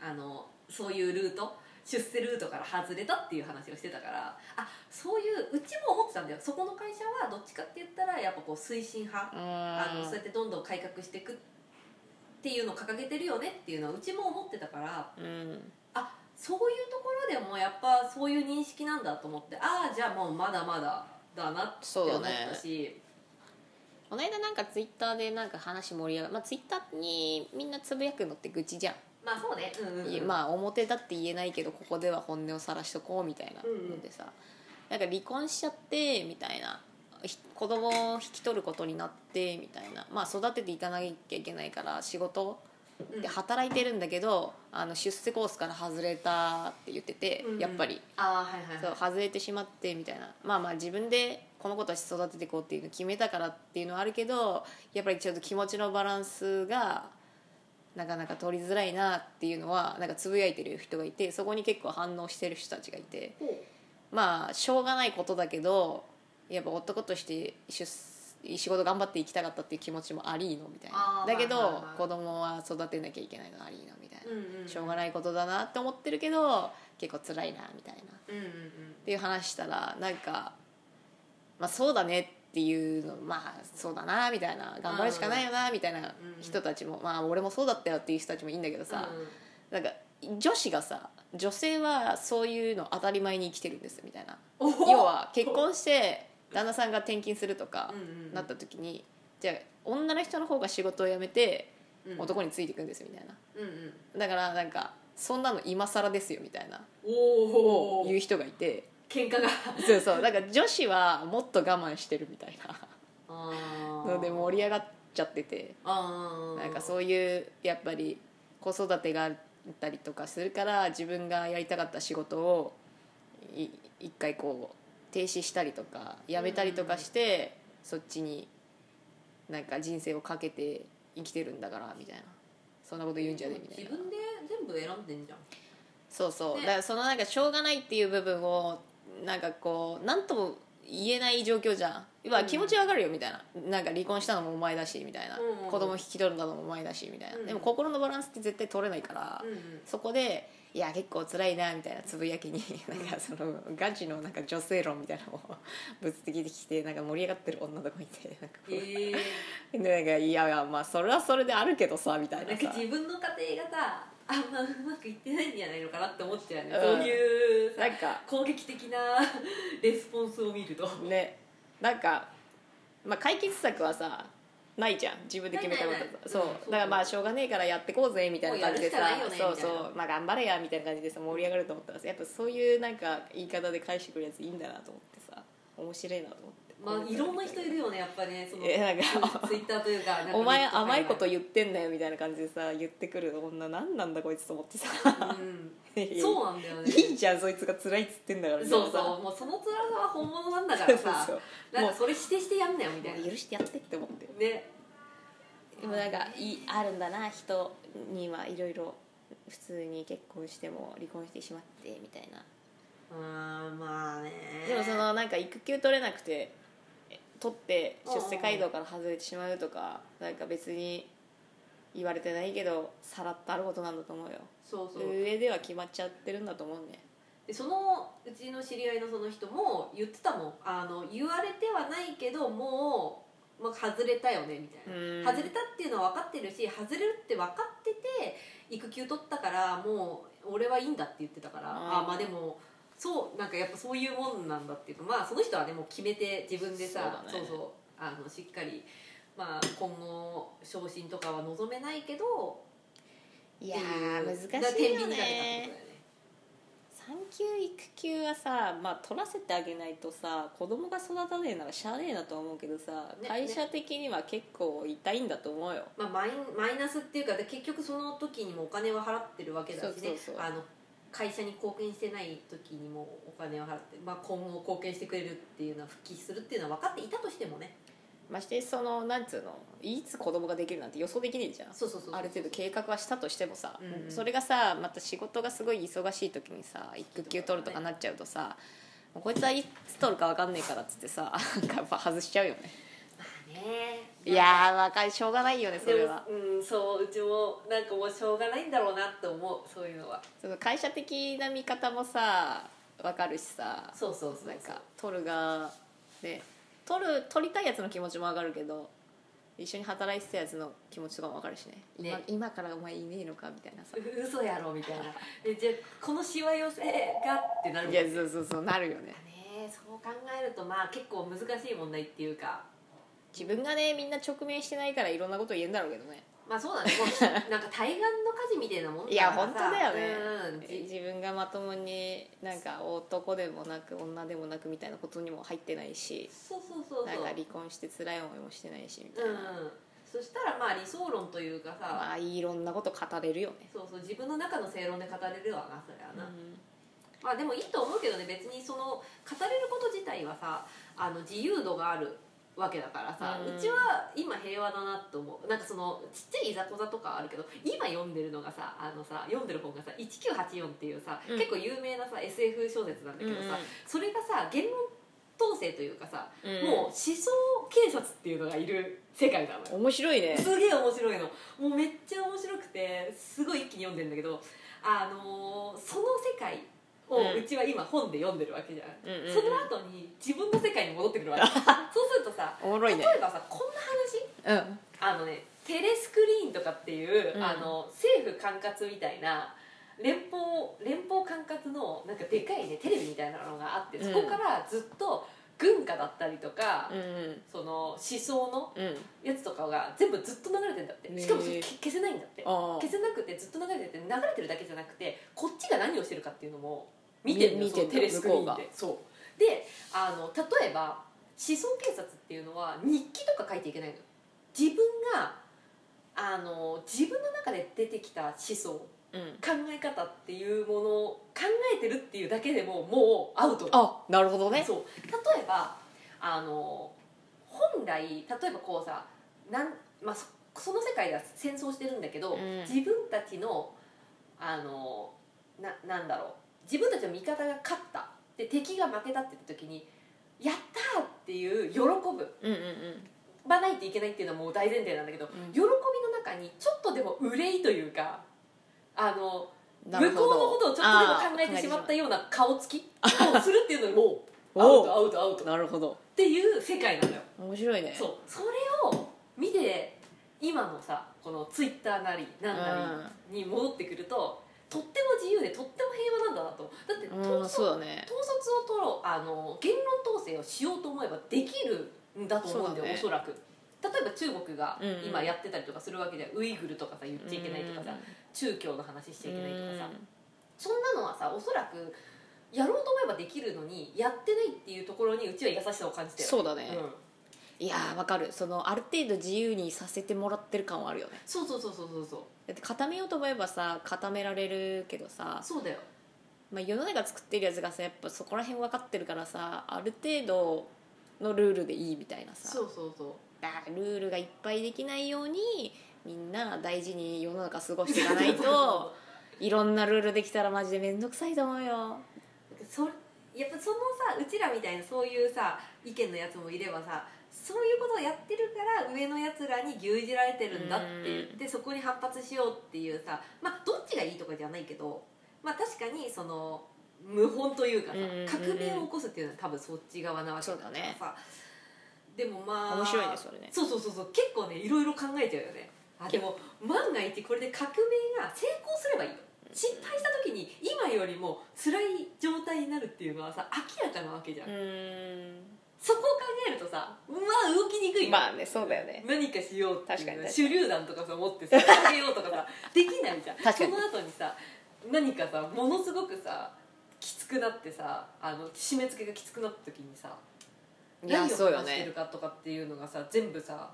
Speaker 2: あのそういうルート出世ルートから外れたっていう話をしてたからあそういううちも思ってたんだよそこの会社はどっちかって言ったらやっぱこう推進派、
Speaker 1: うん
Speaker 2: あのそうやってどんどん改革していくっていうのを掲げてるよねっていうのはうちも思ってたから
Speaker 1: うん
Speaker 2: あそういうところでもやっぱそういう認識なんだと思ってああじゃあもうまだまだだなって
Speaker 1: そう
Speaker 2: 思
Speaker 1: だ
Speaker 2: っ
Speaker 1: ね
Speaker 2: たし
Speaker 1: この間なんかツイッターでなんか話盛り上がまあツイッターにみんなつぶやくのって愚痴じゃん、
Speaker 2: まあそうねうんうん、
Speaker 1: い
Speaker 2: うん、
Speaker 1: まあ表だって言えないけどここでは本音をさらしとこうみたいな
Speaker 2: うんうん
Speaker 1: のでさ、なんか離婚しちゃってみたいなひ子供を引き取ることになってみたいなまあ育てていかなきゃいけないから仕事
Speaker 2: うん
Speaker 1: で働いてるんだけどあの出世コースから外れたって言ってて、
Speaker 2: うんうん
Speaker 1: やっぱり
Speaker 2: ああはいはいはい
Speaker 1: そう外れてしまってみたいなまあまあ自分でこの子たち育てていこうっていうの決めたからっていうのはあるけどやっぱりちょっと気持ちのバランスがなかなか取りづらいなっていうのはなんかつぶやいてる人がいてそこに結構反応してる人たちがいて
Speaker 2: ほう
Speaker 1: まあしょうがないことだけどやっぱ男として出仕事頑張っていきたかったっていう気持ちもありのみたい
Speaker 2: あ
Speaker 1: な
Speaker 2: ー
Speaker 1: だけ
Speaker 2: はいはい
Speaker 1: ど
Speaker 2: はい
Speaker 1: 子供は育てなきゃいけないのありのみたいな、
Speaker 2: うんうん
Speaker 1: しょうがないことだなって思ってるけど結構辛いなみたいな
Speaker 2: うんうんうん
Speaker 1: っていう話したらなんか「まあ、そうだね」っていうのまあそうだなみたいな頑張るしかないよなみたいな人たちも、まあ俺もそうだったよっていう人たちもいいんだけどさ、
Speaker 2: うん
Speaker 1: なんか女子がさ女性はそういうの当たり前に生きてるんですみたいな
Speaker 2: おほ
Speaker 1: 要は結婚して旦那さんが転勤するとか
Speaker 2: うんうんうん
Speaker 1: なった時に、じゃあ女の人の方が仕事を辞めて
Speaker 2: うん
Speaker 1: 男についていくんですみたいな
Speaker 2: うんうん
Speaker 1: だからなんかそんなの今更ですよみたいな
Speaker 2: おお
Speaker 1: いう人がいて。
Speaker 2: 喧嘩が
Speaker 1: そうそうだから女子はもっと我慢してるみたい
Speaker 2: あ
Speaker 1: な
Speaker 2: ー
Speaker 1: ので盛り上がっちゃってて
Speaker 2: あー
Speaker 1: なんかそういうやっぱり子育てがあったりとかするから自分がやりたかった仕事をい一回こう停止したりとかやめたりとかして、そっちになんか人生をかけて生きてるんだからみたいなそんなこと言うんじゃねえみたいな
Speaker 2: 自分で全部選んでんじゃん
Speaker 1: そうそう、
Speaker 2: ね
Speaker 1: だからそのなんかしょうがないっていう部分をなんかこう何とも言えない状況じゃん、まあ、
Speaker 2: うん
Speaker 1: 気持ちわかるよみたいななんか離婚したのもお前だしみたいな、
Speaker 2: うんうん
Speaker 1: 子供引き取るのもお前だしみたいな、
Speaker 2: うん
Speaker 1: でも心のバランスって絶対取れないから、
Speaker 2: うんうん
Speaker 1: そこで「いや結構辛いな」みたいなつぶやきに なんかそのガチのなんか女性論みたいなのをぶつけてきてなんか盛り上がってる女の子がいてなんかこう、
Speaker 2: ええ
Speaker 1: でなんか「いやいやまあそれはそれであるけどさ」みたい
Speaker 2: な
Speaker 1: なん
Speaker 2: か
Speaker 1: さ
Speaker 2: 自分の家庭がさあんまうまくいってないんじゃないのかなって思っちゃうね、
Speaker 1: うん
Speaker 2: そういうさ
Speaker 1: なんか
Speaker 2: 攻撃的な レスポンスを見ると
Speaker 1: ねなんか、まあ、解決策はさないじゃん自分で決めたこと
Speaker 2: ないないない
Speaker 1: そう
Speaker 2: うんそう
Speaker 1: だからまあしょうがねえからやってこうぜみたいな感じでさ
Speaker 2: もうやるしかない
Speaker 1: そ
Speaker 2: よね
Speaker 1: うそうまあ頑張れやみたいな感じでさ盛り上がると思ったらさやっぱそういうなんか言い方で返してくるやついいんだなと思ってさ面白いなと思って
Speaker 2: まあいろんな人いるよねやっぱねその
Speaker 1: えなんか
Speaker 2: ツイッターというかなんか
Speaker 1: お前
Speaker 2: ネット界隈
Speaker 1: 甘いこと言ってんだよみたいな感じでさ言ってくる女何なんだこいつと思ってさ
Speaker 2: うん、そうなんだよ ね
Speaker 1: いいじゃんそいつが辛いっつってんだから
Speaker 2: そう
Speaker 1: みたいな
Speaker 2: そ
Speaker 1: さ
Speaker 2: うもうその辛さは本物なんだから さ
Speaker 1: そうそう
Speaker 2: なんかそれ指定してやんなよみたいな
Speaker 1: もう許してやってって思って
Speaker 2: ね
Speaker 1: でもなんかいあるんだな人にはいろいろ普通に結婚しても離婚してしまってみたいな
Speaker 2: うーんまあね
Speaker 1: でもそのなんか育休取れなくてえ取って出世街道から外れてしまうとかなんか別に言われてないけどさらっとあることなんだと思うよ
Speaker 2: そうそう、
Speaker 1: 上では決まっちゃってるんだと思うね
Speaker 2: でそのうちの知り合いのその人も言ってたもんあの言われてはないけどもう、まあ、外れたよねみたいな、
Speaker 1: うん
Speaker 2: 外れたっていうのは分かってるし外れるって分かってて育休取ったからもう俺はいいんだって言ってたか
Speaker 1: う
Speaker 2: ら、
Speaker 1: ん
Speaker 2: ああまあでもそうなんかやっぱそういうもんなんだっていうかまあその人はねもう決めて自分でさ
Speaker 1: そうだね
Speaker 2: そうそうあのしっかり、まあ、今後昇進とかは望めないけど
Speaker 1: い
Speaker 2: い
Speaker 1: やー難しいよね産休育休はさ、まあ、取らせてあげないとさ子供が育たねえならしゃあねえなとは思うけどさ、
Speaker 2: ね
Speaker 1: 会社的には結構痛いんだと思うよ
Speaker 2: まあ、マインマイナスっていうかで結局その時にもお金は払ってるわけだしね
Speaker 1: そうそうそう
Speaker 2: あの会社に貢献してない時にもお金を払って、まあ、今後貢献してくれるっていうのは復帰するっていうのは分かっていたとしてもね
Speaker 1: ましてそのなんつうのいつ子供ができるなんて予想できねえじゃん
Speaker 2: そうそうそう
Speaker 1: ある程度計画はしたとしてもさ、
Speaker 2: うんうん
Speaker 1: それがさまた仕事がすごい忙しい時にさ育休取るとかなっちゃうとさ、もうこいつはいつ取るか分かんねえからっつってさ なんかやっぱ外しちゃうよね
Speaker 2: まあね
Speaker 1: いやー若いしょうがないよねそれは
Speaker 2: でもうんそううちもなんかもうしょうがないんだろうなって思うそういうのは
Speaker 1: その会社的な見方もさ分かるしさ
Speaker 2: そうそうそう
Speaker 1: なんか取るがね取る取りたいやつの気持ちも分かるけど一緒に働いてたやつの気持ちとかも分かるしね今
Speaker 2: ね
Speaker 1: 今からお前いねえのかみたいなさ
Speaker 2: 嘘やろみたいなえじゃあこのしわ寄せがってなるもん
Speaker 1: いやそうそうそうなるよね
Speaker 2: ねそう考えるとまあ結構難しい問題っていうか
Speaker 1: 自分がねみんな直面してないからいろんなこと言えんだろうけどね
Speaker 2: まあそうだねもう なんか対岸の火事みたいなもん
Speaker 1: いや本当だよね
Speaker 2: うんじ
Speaker 1: 自分がまともになんか男でもなく女でもなくみたいなことにも入ってないし
Speaker 2: そうそうそう
Speaker 1: なん
Speaker 2: そう
Speaker 1: か離婚して辛い思いもしてないしみた
Speaker 2: う
Speaker 1: い
Speaker 2: ん
Speaker 1: な、
Speaker 2: うんそしたらまあ理想論というかさ、
Speaker 1: まあいろんなこと語れるよね、
Speaker 2: そうそう自分の中の正論で語れるわなそれは
Speaker 1: う
Speaker 2: な、
Speaker 1: ん
Speaker 2: まあでもいいと思うけどね別にその語れること自体はさあの自由度があるわけだからさ、
Speaker 1: う
Speaker 2: うんちは今平和だなと思うなんかそのちっちゃいいざこざとかはあるけど今読んでるのがさあのさ読んでる本がさ「1984」っていうさ、
Speaker 1: うん
Speaker 2: 結構有名なさ SF 小説なんだけどさ、それがさ言論統制というかさ、
Speaker 1: うん
Speaker 2: もう思想警察っていうのがいる世界なのよ
Speaker 1: 面白いね
Speaker 2: すげえ面白いのもうめっちゃ面白くてすごい一気に読んでんだけどあのーその世界を
Speaker 1: うん
Speaker 2: うちは今本で読んでるわけじゃん、
Speaker 1: うんうんうん
Speaker 2: その後に自分の世界に戻ってくるわ けそうするとさ
Speaker 1: おもろ
Speaker 2: 例
Speaker 1: い
Speaker 2: え
Speaker 1: ね
Speaker 2: ばさこんな話
Speaker 1: うん
Speaker 2: あのねテレスクリーンとかっていう、
Speaker 1: うん
Speaker 2: あの政府管轄みたいな連邦連邦管轄のなんかでかいねテレビみたいなのがあってそこからずっと軍歌だったりとか、
Speaker 1: うんうん
Speaker 2: その思想の
Speaker 1: うん
Speaker 2: やつとかが全部ずっと流れてんだって
Speaker 1: ねえ
Speaker 2: しかもそれけ消せないんだって
Speaker 1: あ
Speaker 2: 消せなくてずっと流れてて流れてるだけじゃなくてこっちが何をしてるかっていうのも見てるの
Speaker 1: み
Speaker 2: よ
Speaker 1: 見て
Speaker 2: その
Speaker 1: んだ
Speaker 2: テレスクリーン
Speaker 1: 向
Speaker 2: っ
Speaker 1: こう
Speaker 2: てそうであの例えば思想警察っていうのは日記とか書いていけないの自分があの自分の中で出てきた思想考
Speaker 1: あうん
Speaker 2: え方っていうものを考えてるっていうだけでももうアウト
Speaker 1: あなるほどね
Speaker 2: そう例えばあの本来例えばこうさなん、まあ、そその世界では戦争してるんだけど、
Speaker 1: うん
Speaker 2: 自分たちのあのななんだろう自分たちの味方が勝ったで敵が負けたって言った時に「やった!」っていう喜ぶ
Speaker 1: うんうんうん
Speaker 2: ばないといけないっていうのはもう大前提なんだけど、
Speaker 1: ん
Speaker 2: 喜びの中にちょっとでも憂いというかあの
Speaker 1: な
Speaker 2: 向
Speaker 1: る
Speaker 2: こ
Speaker 1: ほ
Speaker 2: う
Speaker 1: ど
Speaker 2: のことをちょっとでも考えてしまったような顔つきをするっていうのにもう。
Speaker 1: あ
Speaker 2: ア
Speaker 1: 考えてし
Speaker 2: ウト
Speaker 1: まう
Speaker 2: アウトアウト
Speaker 1: おうなるほど
Speaker 2: っていう世界なのよ
Speaker 1: 面白いね
Speaker 2: そうそれを見て今のさこのツイッターなりなんなりに戻ってくると、とっても自由でとっても平和なんだなとだって統
Speaker 1: うん
Speaker 2: 率
Speaker 1: そうだね
Speaker 2: 統率を取ろうあの言論統制をしようと思えばできるんだと思うんだよ
Speaker 1: そうだね
Speaker 2: おそらく例えば中国が
Speaker 1: うんうん
Speaker 2: 今やってたりとかするわけじゃん、ウイグルとかさ言っちゃいけないとかさ、中共の話しちゃいけないとかさ、そんなのはさおそらくやろうと思えばできるのにやってないっていうところにうちは優しさを感じてる
Speaker 1: そうだね
Speaker 2: うん
Speaker 1: いやーわかるそのある程度自由にさせてもらってる感はあるよね
Speaker 2: そうそうそうそうそうそう
Speaker 1: だって固めようと思えばさ固められるけどさ、
Speaker 2: そうだよ
Speaker 1: まあ、世の中作ってるやつがさやっぱそこら辺分かってるからさある程度のルールでいいみたいなさ
Speaker 2: そうそうそう
Speaker 1: だからルールがいっぱいできないようにみんな大事に世の中過ごしていかない といろんなルールできたらマジで面倒くさいと思うよ
Speaker 2: そやっぱそのさうちらみたいなそういうさ意見のやつもいればさそういうことをやってるから上のやつらに牛耳られてるんだって言ってそこに反発しようっていうさまあどっちがいいとかじゃないけどまあ確かにその無本というかさ
Speaker 1: うんうんうん
Speaker 2: 革命を起こすっていうのは多分そっち側なわけだから
Speaker 1: そうだね
Speaker 2: さでもまあ
Speaker 1: 面白いねそれね
Speaker 2: そうそうそうそう結構ねいろいろ考えちゃうよねあでも万が一これで革命が成功すればいいよ失敗した時に今よりも辛い状態になるっていうのはさ明らかなわけじゃん、
Speaker 1: ん
Speaker 2: そこを考えるとさまあ動きにくいよ
Speaker 1: まあねそうだよね
Speaker 2: 何かしようって
Speaker 1: 確かに
Speaker 2: いう
Speaker 1: 確か
Speaker 2: 手榴弾とかさ持ってさ投げようとか さできないじゃん
Speaker 1: 確かに
Speaker 2: その後にさ何かさものすごくさきつくなってさあの締め付けがきつくなった時にさ
Speaker 1: いや
Speaker 2: 何を話
Speaker 1: そうよ
Speaker 2: してる
Speaker 1: ね
Speaker 2: かとかっていうのがさ全部さ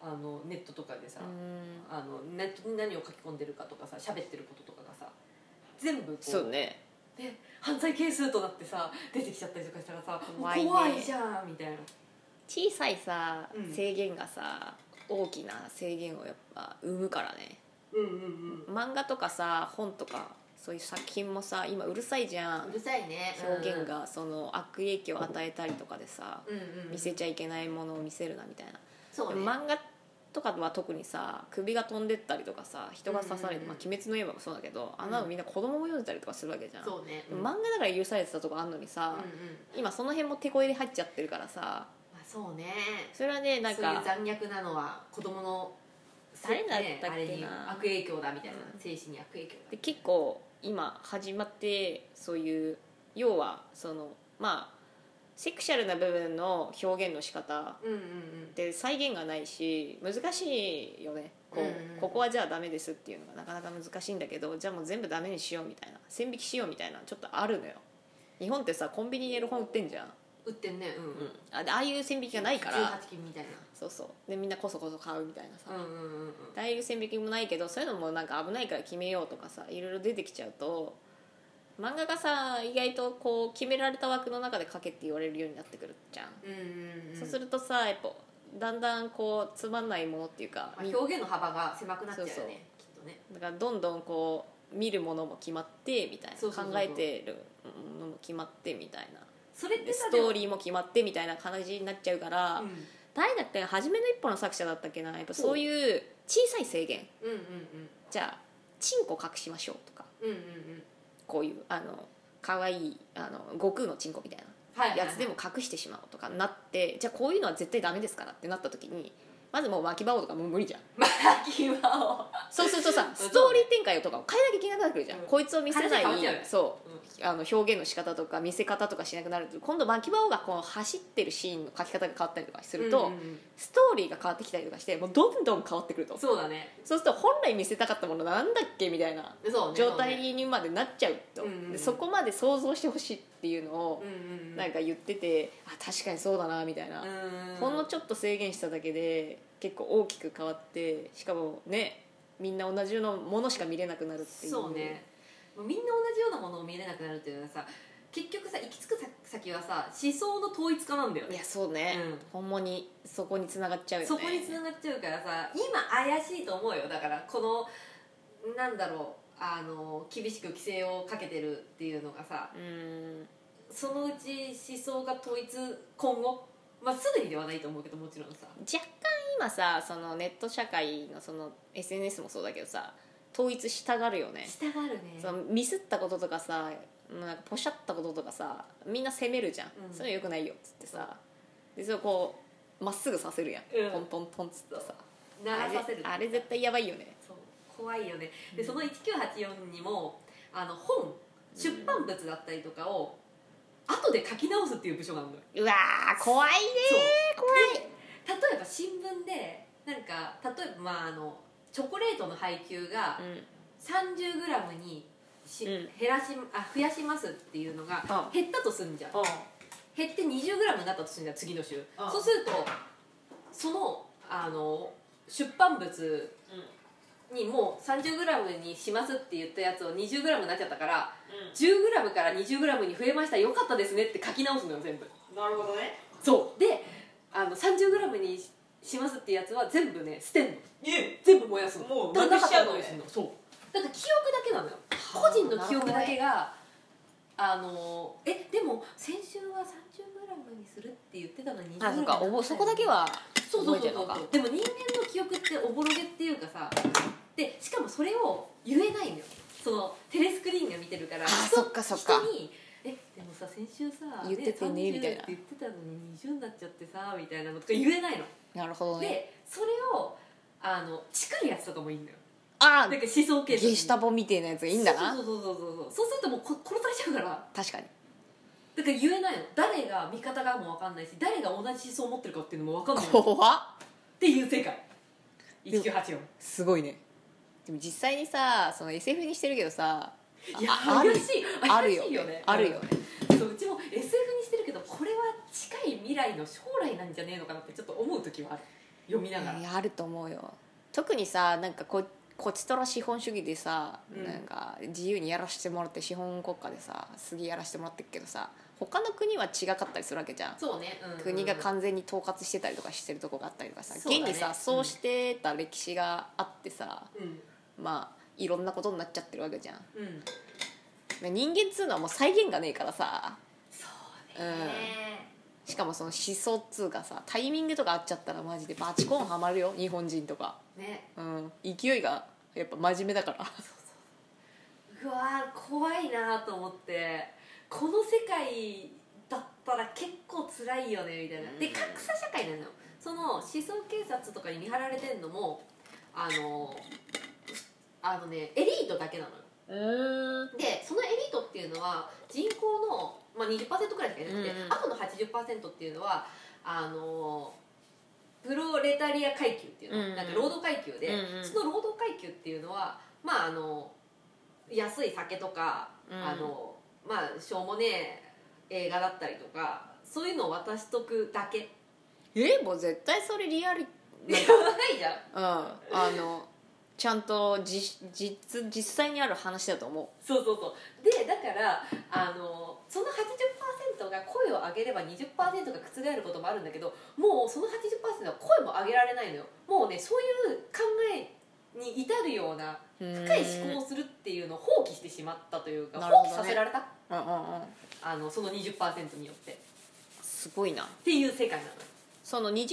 Speaker 2: あのネットとかでさ、
Speaker 1: うん
Speaker 2: あのネットに何を書き込んでるかとかさ喋ってることとかがさ全部こう
Speaker 1: そうね
Speaker 2: で犯罪係数となってさ出てきちゃったりとかしたらさ怖
Speaker 1: 怖
Speaker 2: い,、
Speaker 1: いね
Speaker 2: じゃんみたいな
Speaker 1: 小さいさ
Speaker 2: うん
Speaker 1: 制限がさ、大きな制限をやっぱ生むからね
Speaker 2: うんうん
Speaker 1: 漫画とかさ本とかそういう作品もさ今うるさいじゃ
Speaker 2: うんんうるさいね
Speaker 1: 表現がその悪影響を与えたりとかでさ
Speaker 2: うんうん
Speaker 1: 見せちゃいけないものを見せるなみたいな
Speaker 2: そう
Speaker 1: で
Speaker 2: ね、
Speaker 1: も漫画とかは特にさ首が飛んでったりとかさ人が刺され
Speaker 2: うんうんう
Speaker 1: て「
Speaker 2: ん
Speaker 1: まあ鬼滅の刃」もそうだけどあんなのみんな子供も読んでたりとかするわけじゃんでも
Speaker 2: そうね
Speaker 1: 漫画だから許されてたとこあんのに
Speaker 2: うん
Speaker 1: さ
Speaker 2: うんうん
Speaker 1: 今その辺も手こ入れ入っちゃってるからさ
Speaker 2: まあ、そうね
Speaker 1: それはねなん
Speaker 2: そういう
Speaker 1: か
Speaker 2: 残虐なのは子供の
Speaker 1: 誰だったっけな
Speaker 2: ねあれに悪影響だみたいな、
Speaker 1: うん
Speaker 2: 精神に悪影響だ
Speaker 1: で結構今始まってそういう要はそのまあセクシャルな部分の表現の仕方
Speaker 2: うんうんうん
Speaker 1: で再現がないし難しいよねこう、
Speaker 2: うんうん
Speaker 1: ここはじゃあダメですっていうのがなかなか難しいんだけどじゃあもう全部ダメにしようみたいな線引きしようみたいなちょっとあるのよ日本ってさコンビニにエロ本売ってんじゃん、
Speaker 2: 売ってんねうん、
Speaker 1: うん、あでああいう線引きがないから
Speaker 2: 18金みたい
Speaker 1: そうそうでみんなこそこそ買うみたいなさ、
Speaker 2: なうんうんうんうん
Speaker 1: ああいう線引きもないけどそういうのもなんか危ないから決めようとかさいろいろ出てきちゃうと漫画がさ意外とこう決められた枠の中で書けって言われるようになってくるじゃん、
Speaker 2: うんうん
Speaker 1: そうするとさやっぱだんだんこうつまんないものっていうか
Speaker 2: まあ
Speaker 1: み
Speaker 2: 表現の幅が狭くなっちゃうよね
Speaker 1: そうそう
Speaker 2: きっとね
Speaker 1: だからどんどんこう見るものも決まってみたいな
Speaker 2: そうそうそうそう
Speaker 1: 考えてるものも決まってみたいな
Speaker 2: それって
Speaker 1: で
Speaker 2: さ
Speaker 1: ストー
Speaker 2: ー
Speaker 1: リーも決まってみたいな感じになっちゃうから、
Speaker 2: うん、
Speaker 1: 誰だって初めの一歩の作者だったっけなやっぱそういう小さい制限
Speaker 2: うんうん
Speaker 1: じゃあチンコ隠しましょうとか
Speaker 2: うんうんうんうん
Speaker 1: こういうあの可愛いあの悟空のチンコみたい
Speaker 2: はい
Speaker 1: な
Speaker 2: はいはい
Speaker 1: やつでも隠してしまおうとかなってじゃあこういうのは絶対ダメですからってなった時にまずもう巻き場王とかもう無理じゃん
Speaker 2: まあ牙を
Speaker 1: そうするとさ
Speaker 2: そう
Speaker 1: ストーリー展開とかを変えなきゃいけなくなってくるじゃん、
Speaker 2: うん
Speaker 1: こいつを見せない
Speaker 2: 話変わっちゃうよね
Speaker 1: そううあの表現の仕方とか見せ方とかしなくなると今度巻き場王がこう走ってるシーンの描き方が変わったりとかすると、
Speaker 2: うんうんうん
Speaker 1: ストーリーが変わってきたりとかしてもうどんどん変わってくると
Speaker 2: そうだね
Speaker 1: そうすると本来見せたかったものなんだっけみたいな
Speaker 2: そうね
Speaker 1: 状態にまでなっちゃうと、
Speaker 2: うんうんうん
Speaker 1: でそこまで想像してほしいっていうの
Speaker 2: そ
Speaker 1: を
Speaker 2: うねうんうんうん
Speaker 1: なんか言ってて、あ確かにそうだなみたいな、
Speaker 2: うん
Speaker 1: ほんのちょっと制限しただけで結構大きく変わってしかもねみんな同じようなものしか見れなくなるっていう
Speaker 2: そうねもうみんな同じようなものを見れなくなるっていうのはさ結局さ行き着く先はさ思想の統一化なんだよ
Speaker 1: い
Speaker 2: ね
Speaker 1: やそうね、
Speaker 2: うん
Speaker 1: ほんまにそこに繋がっちゃうよね
Speaker 2: そこにつながっちゃうからさ今怪しいと思うよだからこのなんだろうあの厳しく規制をかけてるっていうのがさ
Speaker 1: うん
Speaker 2: そのうち思想が統一今後まあすぐにではないと思うけどもちろんさ
Speaker 1: 若干今さそのネット社会のその SNS もそうだけどさ統一したがるよね
Speaker 2: 従るね
Speaker 1: そのミスったこととかさなんかポシャったこととかさみんな責めるじゃん、
Speaker 2: うん
Speaker 1: それよくないよっつってさでそれをこうまっすぐさせるやん、ポ
Speaker 2: うん
Speaker 1: ンポンポンっつってさ
Speaker 2: 流
Speaker 1: あ
Speaker 2: させ
Speaker 1: れ
Speaker 2: る
Speaker 1: あれ絶対やばいよね
Speaker 2: そう怖いよねで
Speaker 1: うん
Speaker 2: その1984にもあの本出版物だったりとかを後で書き直すっていう部署があるのよ
Speaker 1: うわー怖いね
Speaker 2: そう
Speaker 1: 怖い
Speaker 2: 例えば新聞でなんか例えばまああのチョコレートの配給が
Speaker 1: うん
Speaker 2: 30g にし、
Speaker 1: うん
Speaker 2: 減らしあ増やしますっていうのが
Speaker 1: うん
Speaker 2: 減ったとすんじゃん減って 20g になったとすんじゃん次の週
Speaker 1: うん
Speaker 2: そうするとそのあの出版物にもう 30g にしますって言ったやつを 20g になっちゃったから 10g から 20g に増えましたよかったですねって書き直すのよ全部
Speaker 1: なるほどね
Speaker 2: そうであの 30g にししますってやつは全部ね捨てんの全部燃やすの
Speaker 1: もう
Speaker 2: だから
Speaker 1: なくしちゃうのね
Speaker 2: なかったことにすんのそうだから記憶だけなのよ個人の記憶だけがあのえでも先週は 30g にするって言ってたのに
Speaker 1: あそうかおぼそこだけは
Speaker 2: そうそう
Speaker 1: 覚え
Speaker 2: そう
Speaker 1: てる
Speaker 2: そ
Speaker 1: の
Speaker 2: う
Speaker 1: か
Speaker 2: でも人間の記憶っておぼろげっていうかさでしかもそれを言えないのよそのテレスクリーンが見てるから
Speaker 1: あ
Speaker 2: 人
Speaker 1: そっかそっか
Speaker 2: 人に「えでもさ先週さ
Speaker 1: 言っててね
Speaker 2: 30
Speaker 1: みたいな
Speaker 2: って言ってたのに20になっちゃってさ」みたいなのとか言えないの、
Speaker 1: なるほどね
Speaker 2: でそれをあのチクるやつとかもいいんだよ
Speaker 1: あ
Speaker 2: なんか
Speaker 1: あ
Speaker 2: 思想系
Speaker 1: ゲシュタボみたいなやつがいいんだな
Speaker 2: そうそうそうそうそうそうするともうこ殺されちゃうから
Speaker 1: 確かに
Speaker 2: だから言えないの誰が味方がも分かんないし誰が同じ思想を持ってるかっていうのも分かんないっ
Speaker 1: 怖って
Speaker 2: いう世界1984
Speaker 1: すごいねでも実際にさその SF にしてるけどさ
Speaker 2: いや
Speaker 1: あある
Speaker 2: 怪しい
Speaker 1: ある
Speaker 2: 怪
Speaker 1: よ
Speaker 2: しいよね
Speaker 1: あるよね
Speaker 2: そううちも SF にしてるけどこれは近い未来の将来なんじゃねえのかなってちょっと思う時はある読みながら、
Speaker 1: いやあると思うよ特にさなんかここちとら資本主義でさ、
Speaker 2: うん
Speaker 1: なんか自由にやらせてもらって資本国家でさすげえやらせてもらってるけどさ他の国は違かったりするわけじゃん
Speaker 2: そうね、うんうん
Speaker 1: 国が完全に統括してたりとかしてるとこがあったりとかさ、
Speaker 2: そうだね
Speaker 1: 現にさ
Speaker 2: う
Speaker 1: そ
Speaker 2: ん
Speaker 1: うしてた歴史があってさ、
Speaker 2: うん
Speaker 1: まあいろんなことになっちゃってるわけじゃん
Speaker 2: うん
Speaker 1: 人間っつうのはもう再現がねえからさ
Speaker 2: そうね、
Speaker 1: しかもその思想っつうかさタイミングとか合っちゃったらマジでバチコンハマるよ日本人とか、
Speaker 2: ね
Speaker 1: うん、勢いがやっぱ真面目だから
Speaker 2: うわー怖いなと思ってこの世界だっったら結構辛いよねみたいなで
Speaker 1: うん
Speaker 2: 格差社会なのよその思想警察とかに見張られてんのもあのあのねエリートだけなのよ
Speaker 1: うん
Speaker 2: でそのエリートっていうのは人口の、まあ、20%くらいしかいなくて、
Speaker 1: うんうん
Speaker 2: あとの80%っていうのはあのプロレタリア階級っていうの、
Speaker 1: うんうん
Speaker 2: なんか労働階級で、
Speaker 1: うんうん
Speaker 2: その労働階級っていうのはまああの安い酒とか、
Speaker 1: うん
Speaker 2: あのまあしょうもねえ映画だったりとかそういうのを渡しとくだけ
Speaker 1: えもう絶対それリアル
Speaker 2: やば いじゃん
Speaker 1: うんあのちゃんと実実実際にある話だと思
Speaker 2: そうそうそうでだからあのその80%が声を上げれば20%が覆ることもあるんだけどもうその80%は声も上げられないのよもうねそういう考えに至るような
Speaker 1: う
Speaker 2: 深い思考をするっていうのを放棄してしまったというか、放棄させられた
Speaker 1: うんうんうん
Speaker 2: あのその20%によってっ
Speaker 1: すごいな
Speaker 2: ていう世界なのよ
Speaker 1: その20%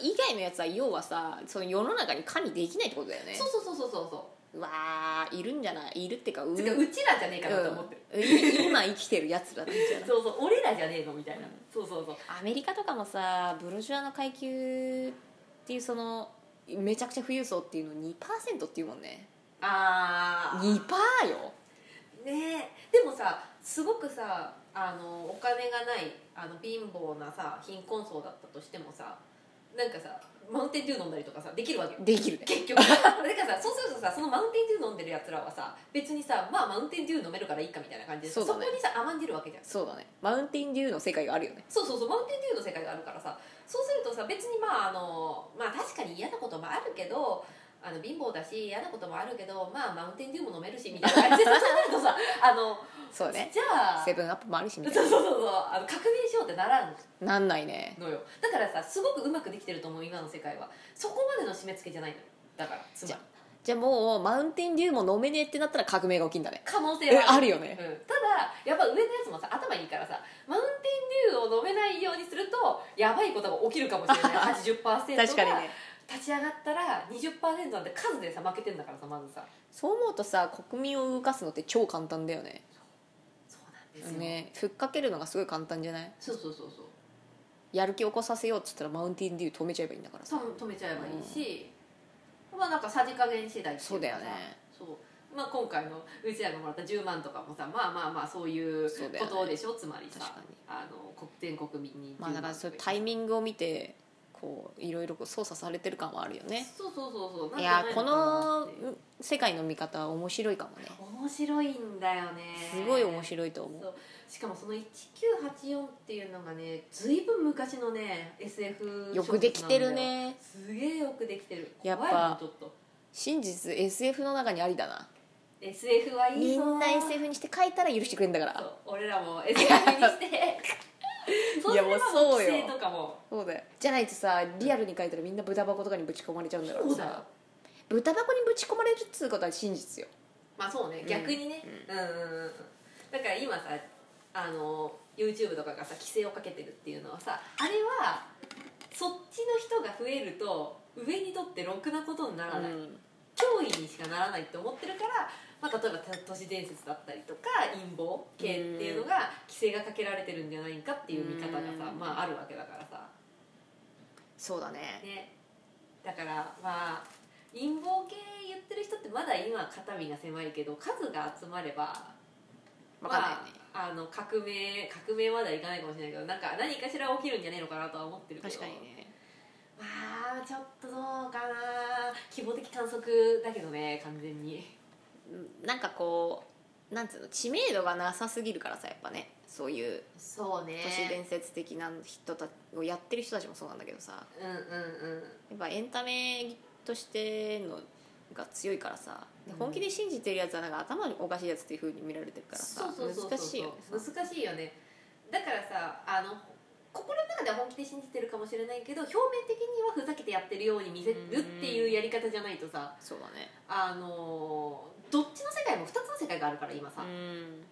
Speaker 1: 以外のやつは要はさその世の中に加味できないってことだよね
Speaker 2: そうそうそうそうそうそう
Speaker 1: わーいるんじゃないいるってかう
Speaker 2: うてかうちらじゃねえかなと思ってる、
Speaker 1: うんい今生きてるやつらなんじゃない
Speaker 2: そうそう俺らじゃねえのみたいな、そうそうそう
Speaker 1: アメリカとかもさブロジュアの階級っていうそのめちゃくちゃ富裕層っていうの2%っていうもんね
Speaker 2: ああ
Speaker 1: 2%よ
Speaker 2: ねえでもさすごくさあのお金がないあの貧乏なさ貧困層だったとしてもさなんかさマウンテンデュー飲んだりとかさできるわけよ
Speaker 1: できるね
Speaker 2: 結局だからさそうするとさそのマウンテンデュー飲んでるやつらはさ別にさまあマウンテンデュー飲めるからいいかみたいな感じで
Speaker 1: そうだね
Speaker 2: こにさ甘んじるわけじゃん
Speaker 1: そうだねマウンテンデューの世界があるよね
Speaker 2: そうそうそうマウンテンデューの世界があるからさそうするとさ別にまああのまあ確かに嫌なこともあるけどあの貧乏だし嫌なこともあるけどまあマウンテンデューも飲めるしみたいな感じでそうなるとさあの
Speaker 1: そうね
Speaker 2: じゃあ
Speaker 1: セブンアップもあるしみ
Speaker 2: そう
Speaker 1: たい
Speaker 2: そうそうそうあの革命しようってなら
Speaker 1: な
Speaker 2: ん
Speaker 1: なんないね
Speaker 2: のよだからさすごくうまくできてると思う今の世界はそこまでの締め付けじゃないのよだからつまり
Speaker 1: じゃあもうマウンテンデューも飲めねえってなったら革命が起きんだね
Speaker 2: 可能性
Speaker 1: え
Speaker 2: は
Speaker 1: あるよね
Speaker 2: うん、ただやっぱ上のやつもさ頭いいからさマウンテンデューを飲めないようにするとやばいことが起きるかもし れない80%が
Speaker 1: 確かにね
Speaker 2: 立ち上がったら20%なんて数でさ負けてんだからさまずさ
Speaker 1: そう思うとさ国民を動かすのって超簡単だよね
Speaker 2: そうなんですよ、
Speaker 1: ねふっかけるのがすごい簡単じゃない
Speaker 2: そうそうそうそう
Speaker 1: やる気起こさせようっつったらマウンテンデュー止めちゃえばいいんだからさ
Speaker 2: さ止めちゃえばいいし、まあなんかさじ加減次第っていかさ
Speaker 1: そうだよね
Speaker 2: そうまあ今回のうちらがもらった10万とかもさまあまあまあそういう
Speaker 1: そうだ
Speaker 2: こ
Speaker 1: よね
Speaker 2: とでしょ、つまりさ
Speaker 1: 確かに
Speaker 2: あの国全国民に10
Speaker 1: まあだから
Speaker 2: 万
Speaker 1: そ
Speaker 2: と
Speaker 1: ういうタイミングを見てこういろいろこう操作されてる感はあるよね
Speaker 2: そうそうそうそうなん
Speaker 1: い
Speaker 2: じゃ
Speaker 1: や
Speaker 2: ない
Speaker 1: こ
Speaker 2: かな
Speaker 1: の
Speaker 2: って
Speaker 1: 世界の見方は面白いかもね
Speaker 2: 面白いんだよね
Speaker 1: すごい面
Speaker 2: い
Speaker 1: 白いと思う
Speaker 2: しかもその1984っていうのがねずいぶん昔のね SF
Speaker 1: よくできてるね
Speaker 2: 小説なんだよすげえよくできてる
Speaker 1: やっぱ
Speaker 2: 怖いもんちょっと
Speaker 1: 真実 SF の中にありだな
Speaker 2: SF はいい
Speaker 1: み
Speaker 2: ぞー
Speaker 1: んな SF にして書いたら許してくれんだか
Speaker 2: そう
Speaker 1: ら
Speaker 2: 俺らも SF にしてそうす
Speaker 1: いや
Speaker 2: ればも
Speaker 1: もう
Speaker 2: う
Speaker 1: そうよ
Speaker 2: 規制とかも
Speaker 1: そうだよじゃないとさリアルに書いたらみんな豚箱とかにぶち込まれちゃうんだから
Speaker 2: そうだよ
Speaker 1: さ豚箱にぶち込まれるっつうことは真実よ
Speaker 2: まあそうね逆にねうんうんうんうんだから今さあの YouTube とかがさ規制をかけてるっていうのはさあれはそっちの人が増えると上にとってろくなことにな
Speaker 1: う
Speaker 2: らない、
Speaker 1: ん
Speaker 2: 脅威にしかならないって思ってるから、まあ、例えばた都市伝説だったりとか陰謀系っていうのが規制がかけられてるんじゃないかっていう見方がさ、
Speaker 1: うん
Speaker 2: まああるわけだからさ
Speaker 1: そうだね
Speaker 2: ねだからまあ陰謀系言ってる人ってまだ今肩身が狭いけど数が集まれば
Speaker 1: 分かんないよね
Speaker 2: まあ、あの革命革命まではいかないかもしれないけどなんか何かしら起きるんじゃねえのかなとは思ってるけど
Speaker 1: 確かにね
Speaker 2: まあちょっとどうかな希望的観測だけどね完全に
Speaker 1: なんかこうなんつうの知名度がなさすぎるからさやっぱねそういう
Speaker 2: そうね
Speaker 1: 都市伝説的な人たちをやってる人たちもそうなんだけどさ
Speaker 2: うんうんうん
Speaker 1: やっぱエンタメとしてのが強いからさで本気で信じてるやつはなんか頭おかしいやつっていうふうに見られてるからさ
Speaker 2: そうそうそうそう
Speaker 1: 難しいよね
Speaker 2: 難しいよねだからさあの心の中では本気で信じてるかもしれないけど表面的にはふざけてやってるように見せるっていうやり方じゃないとさ
Speaker 1: そうだね
Speaker 2: あのどっちの世界も2つの世界があるから今さ、
Speaker 1: うん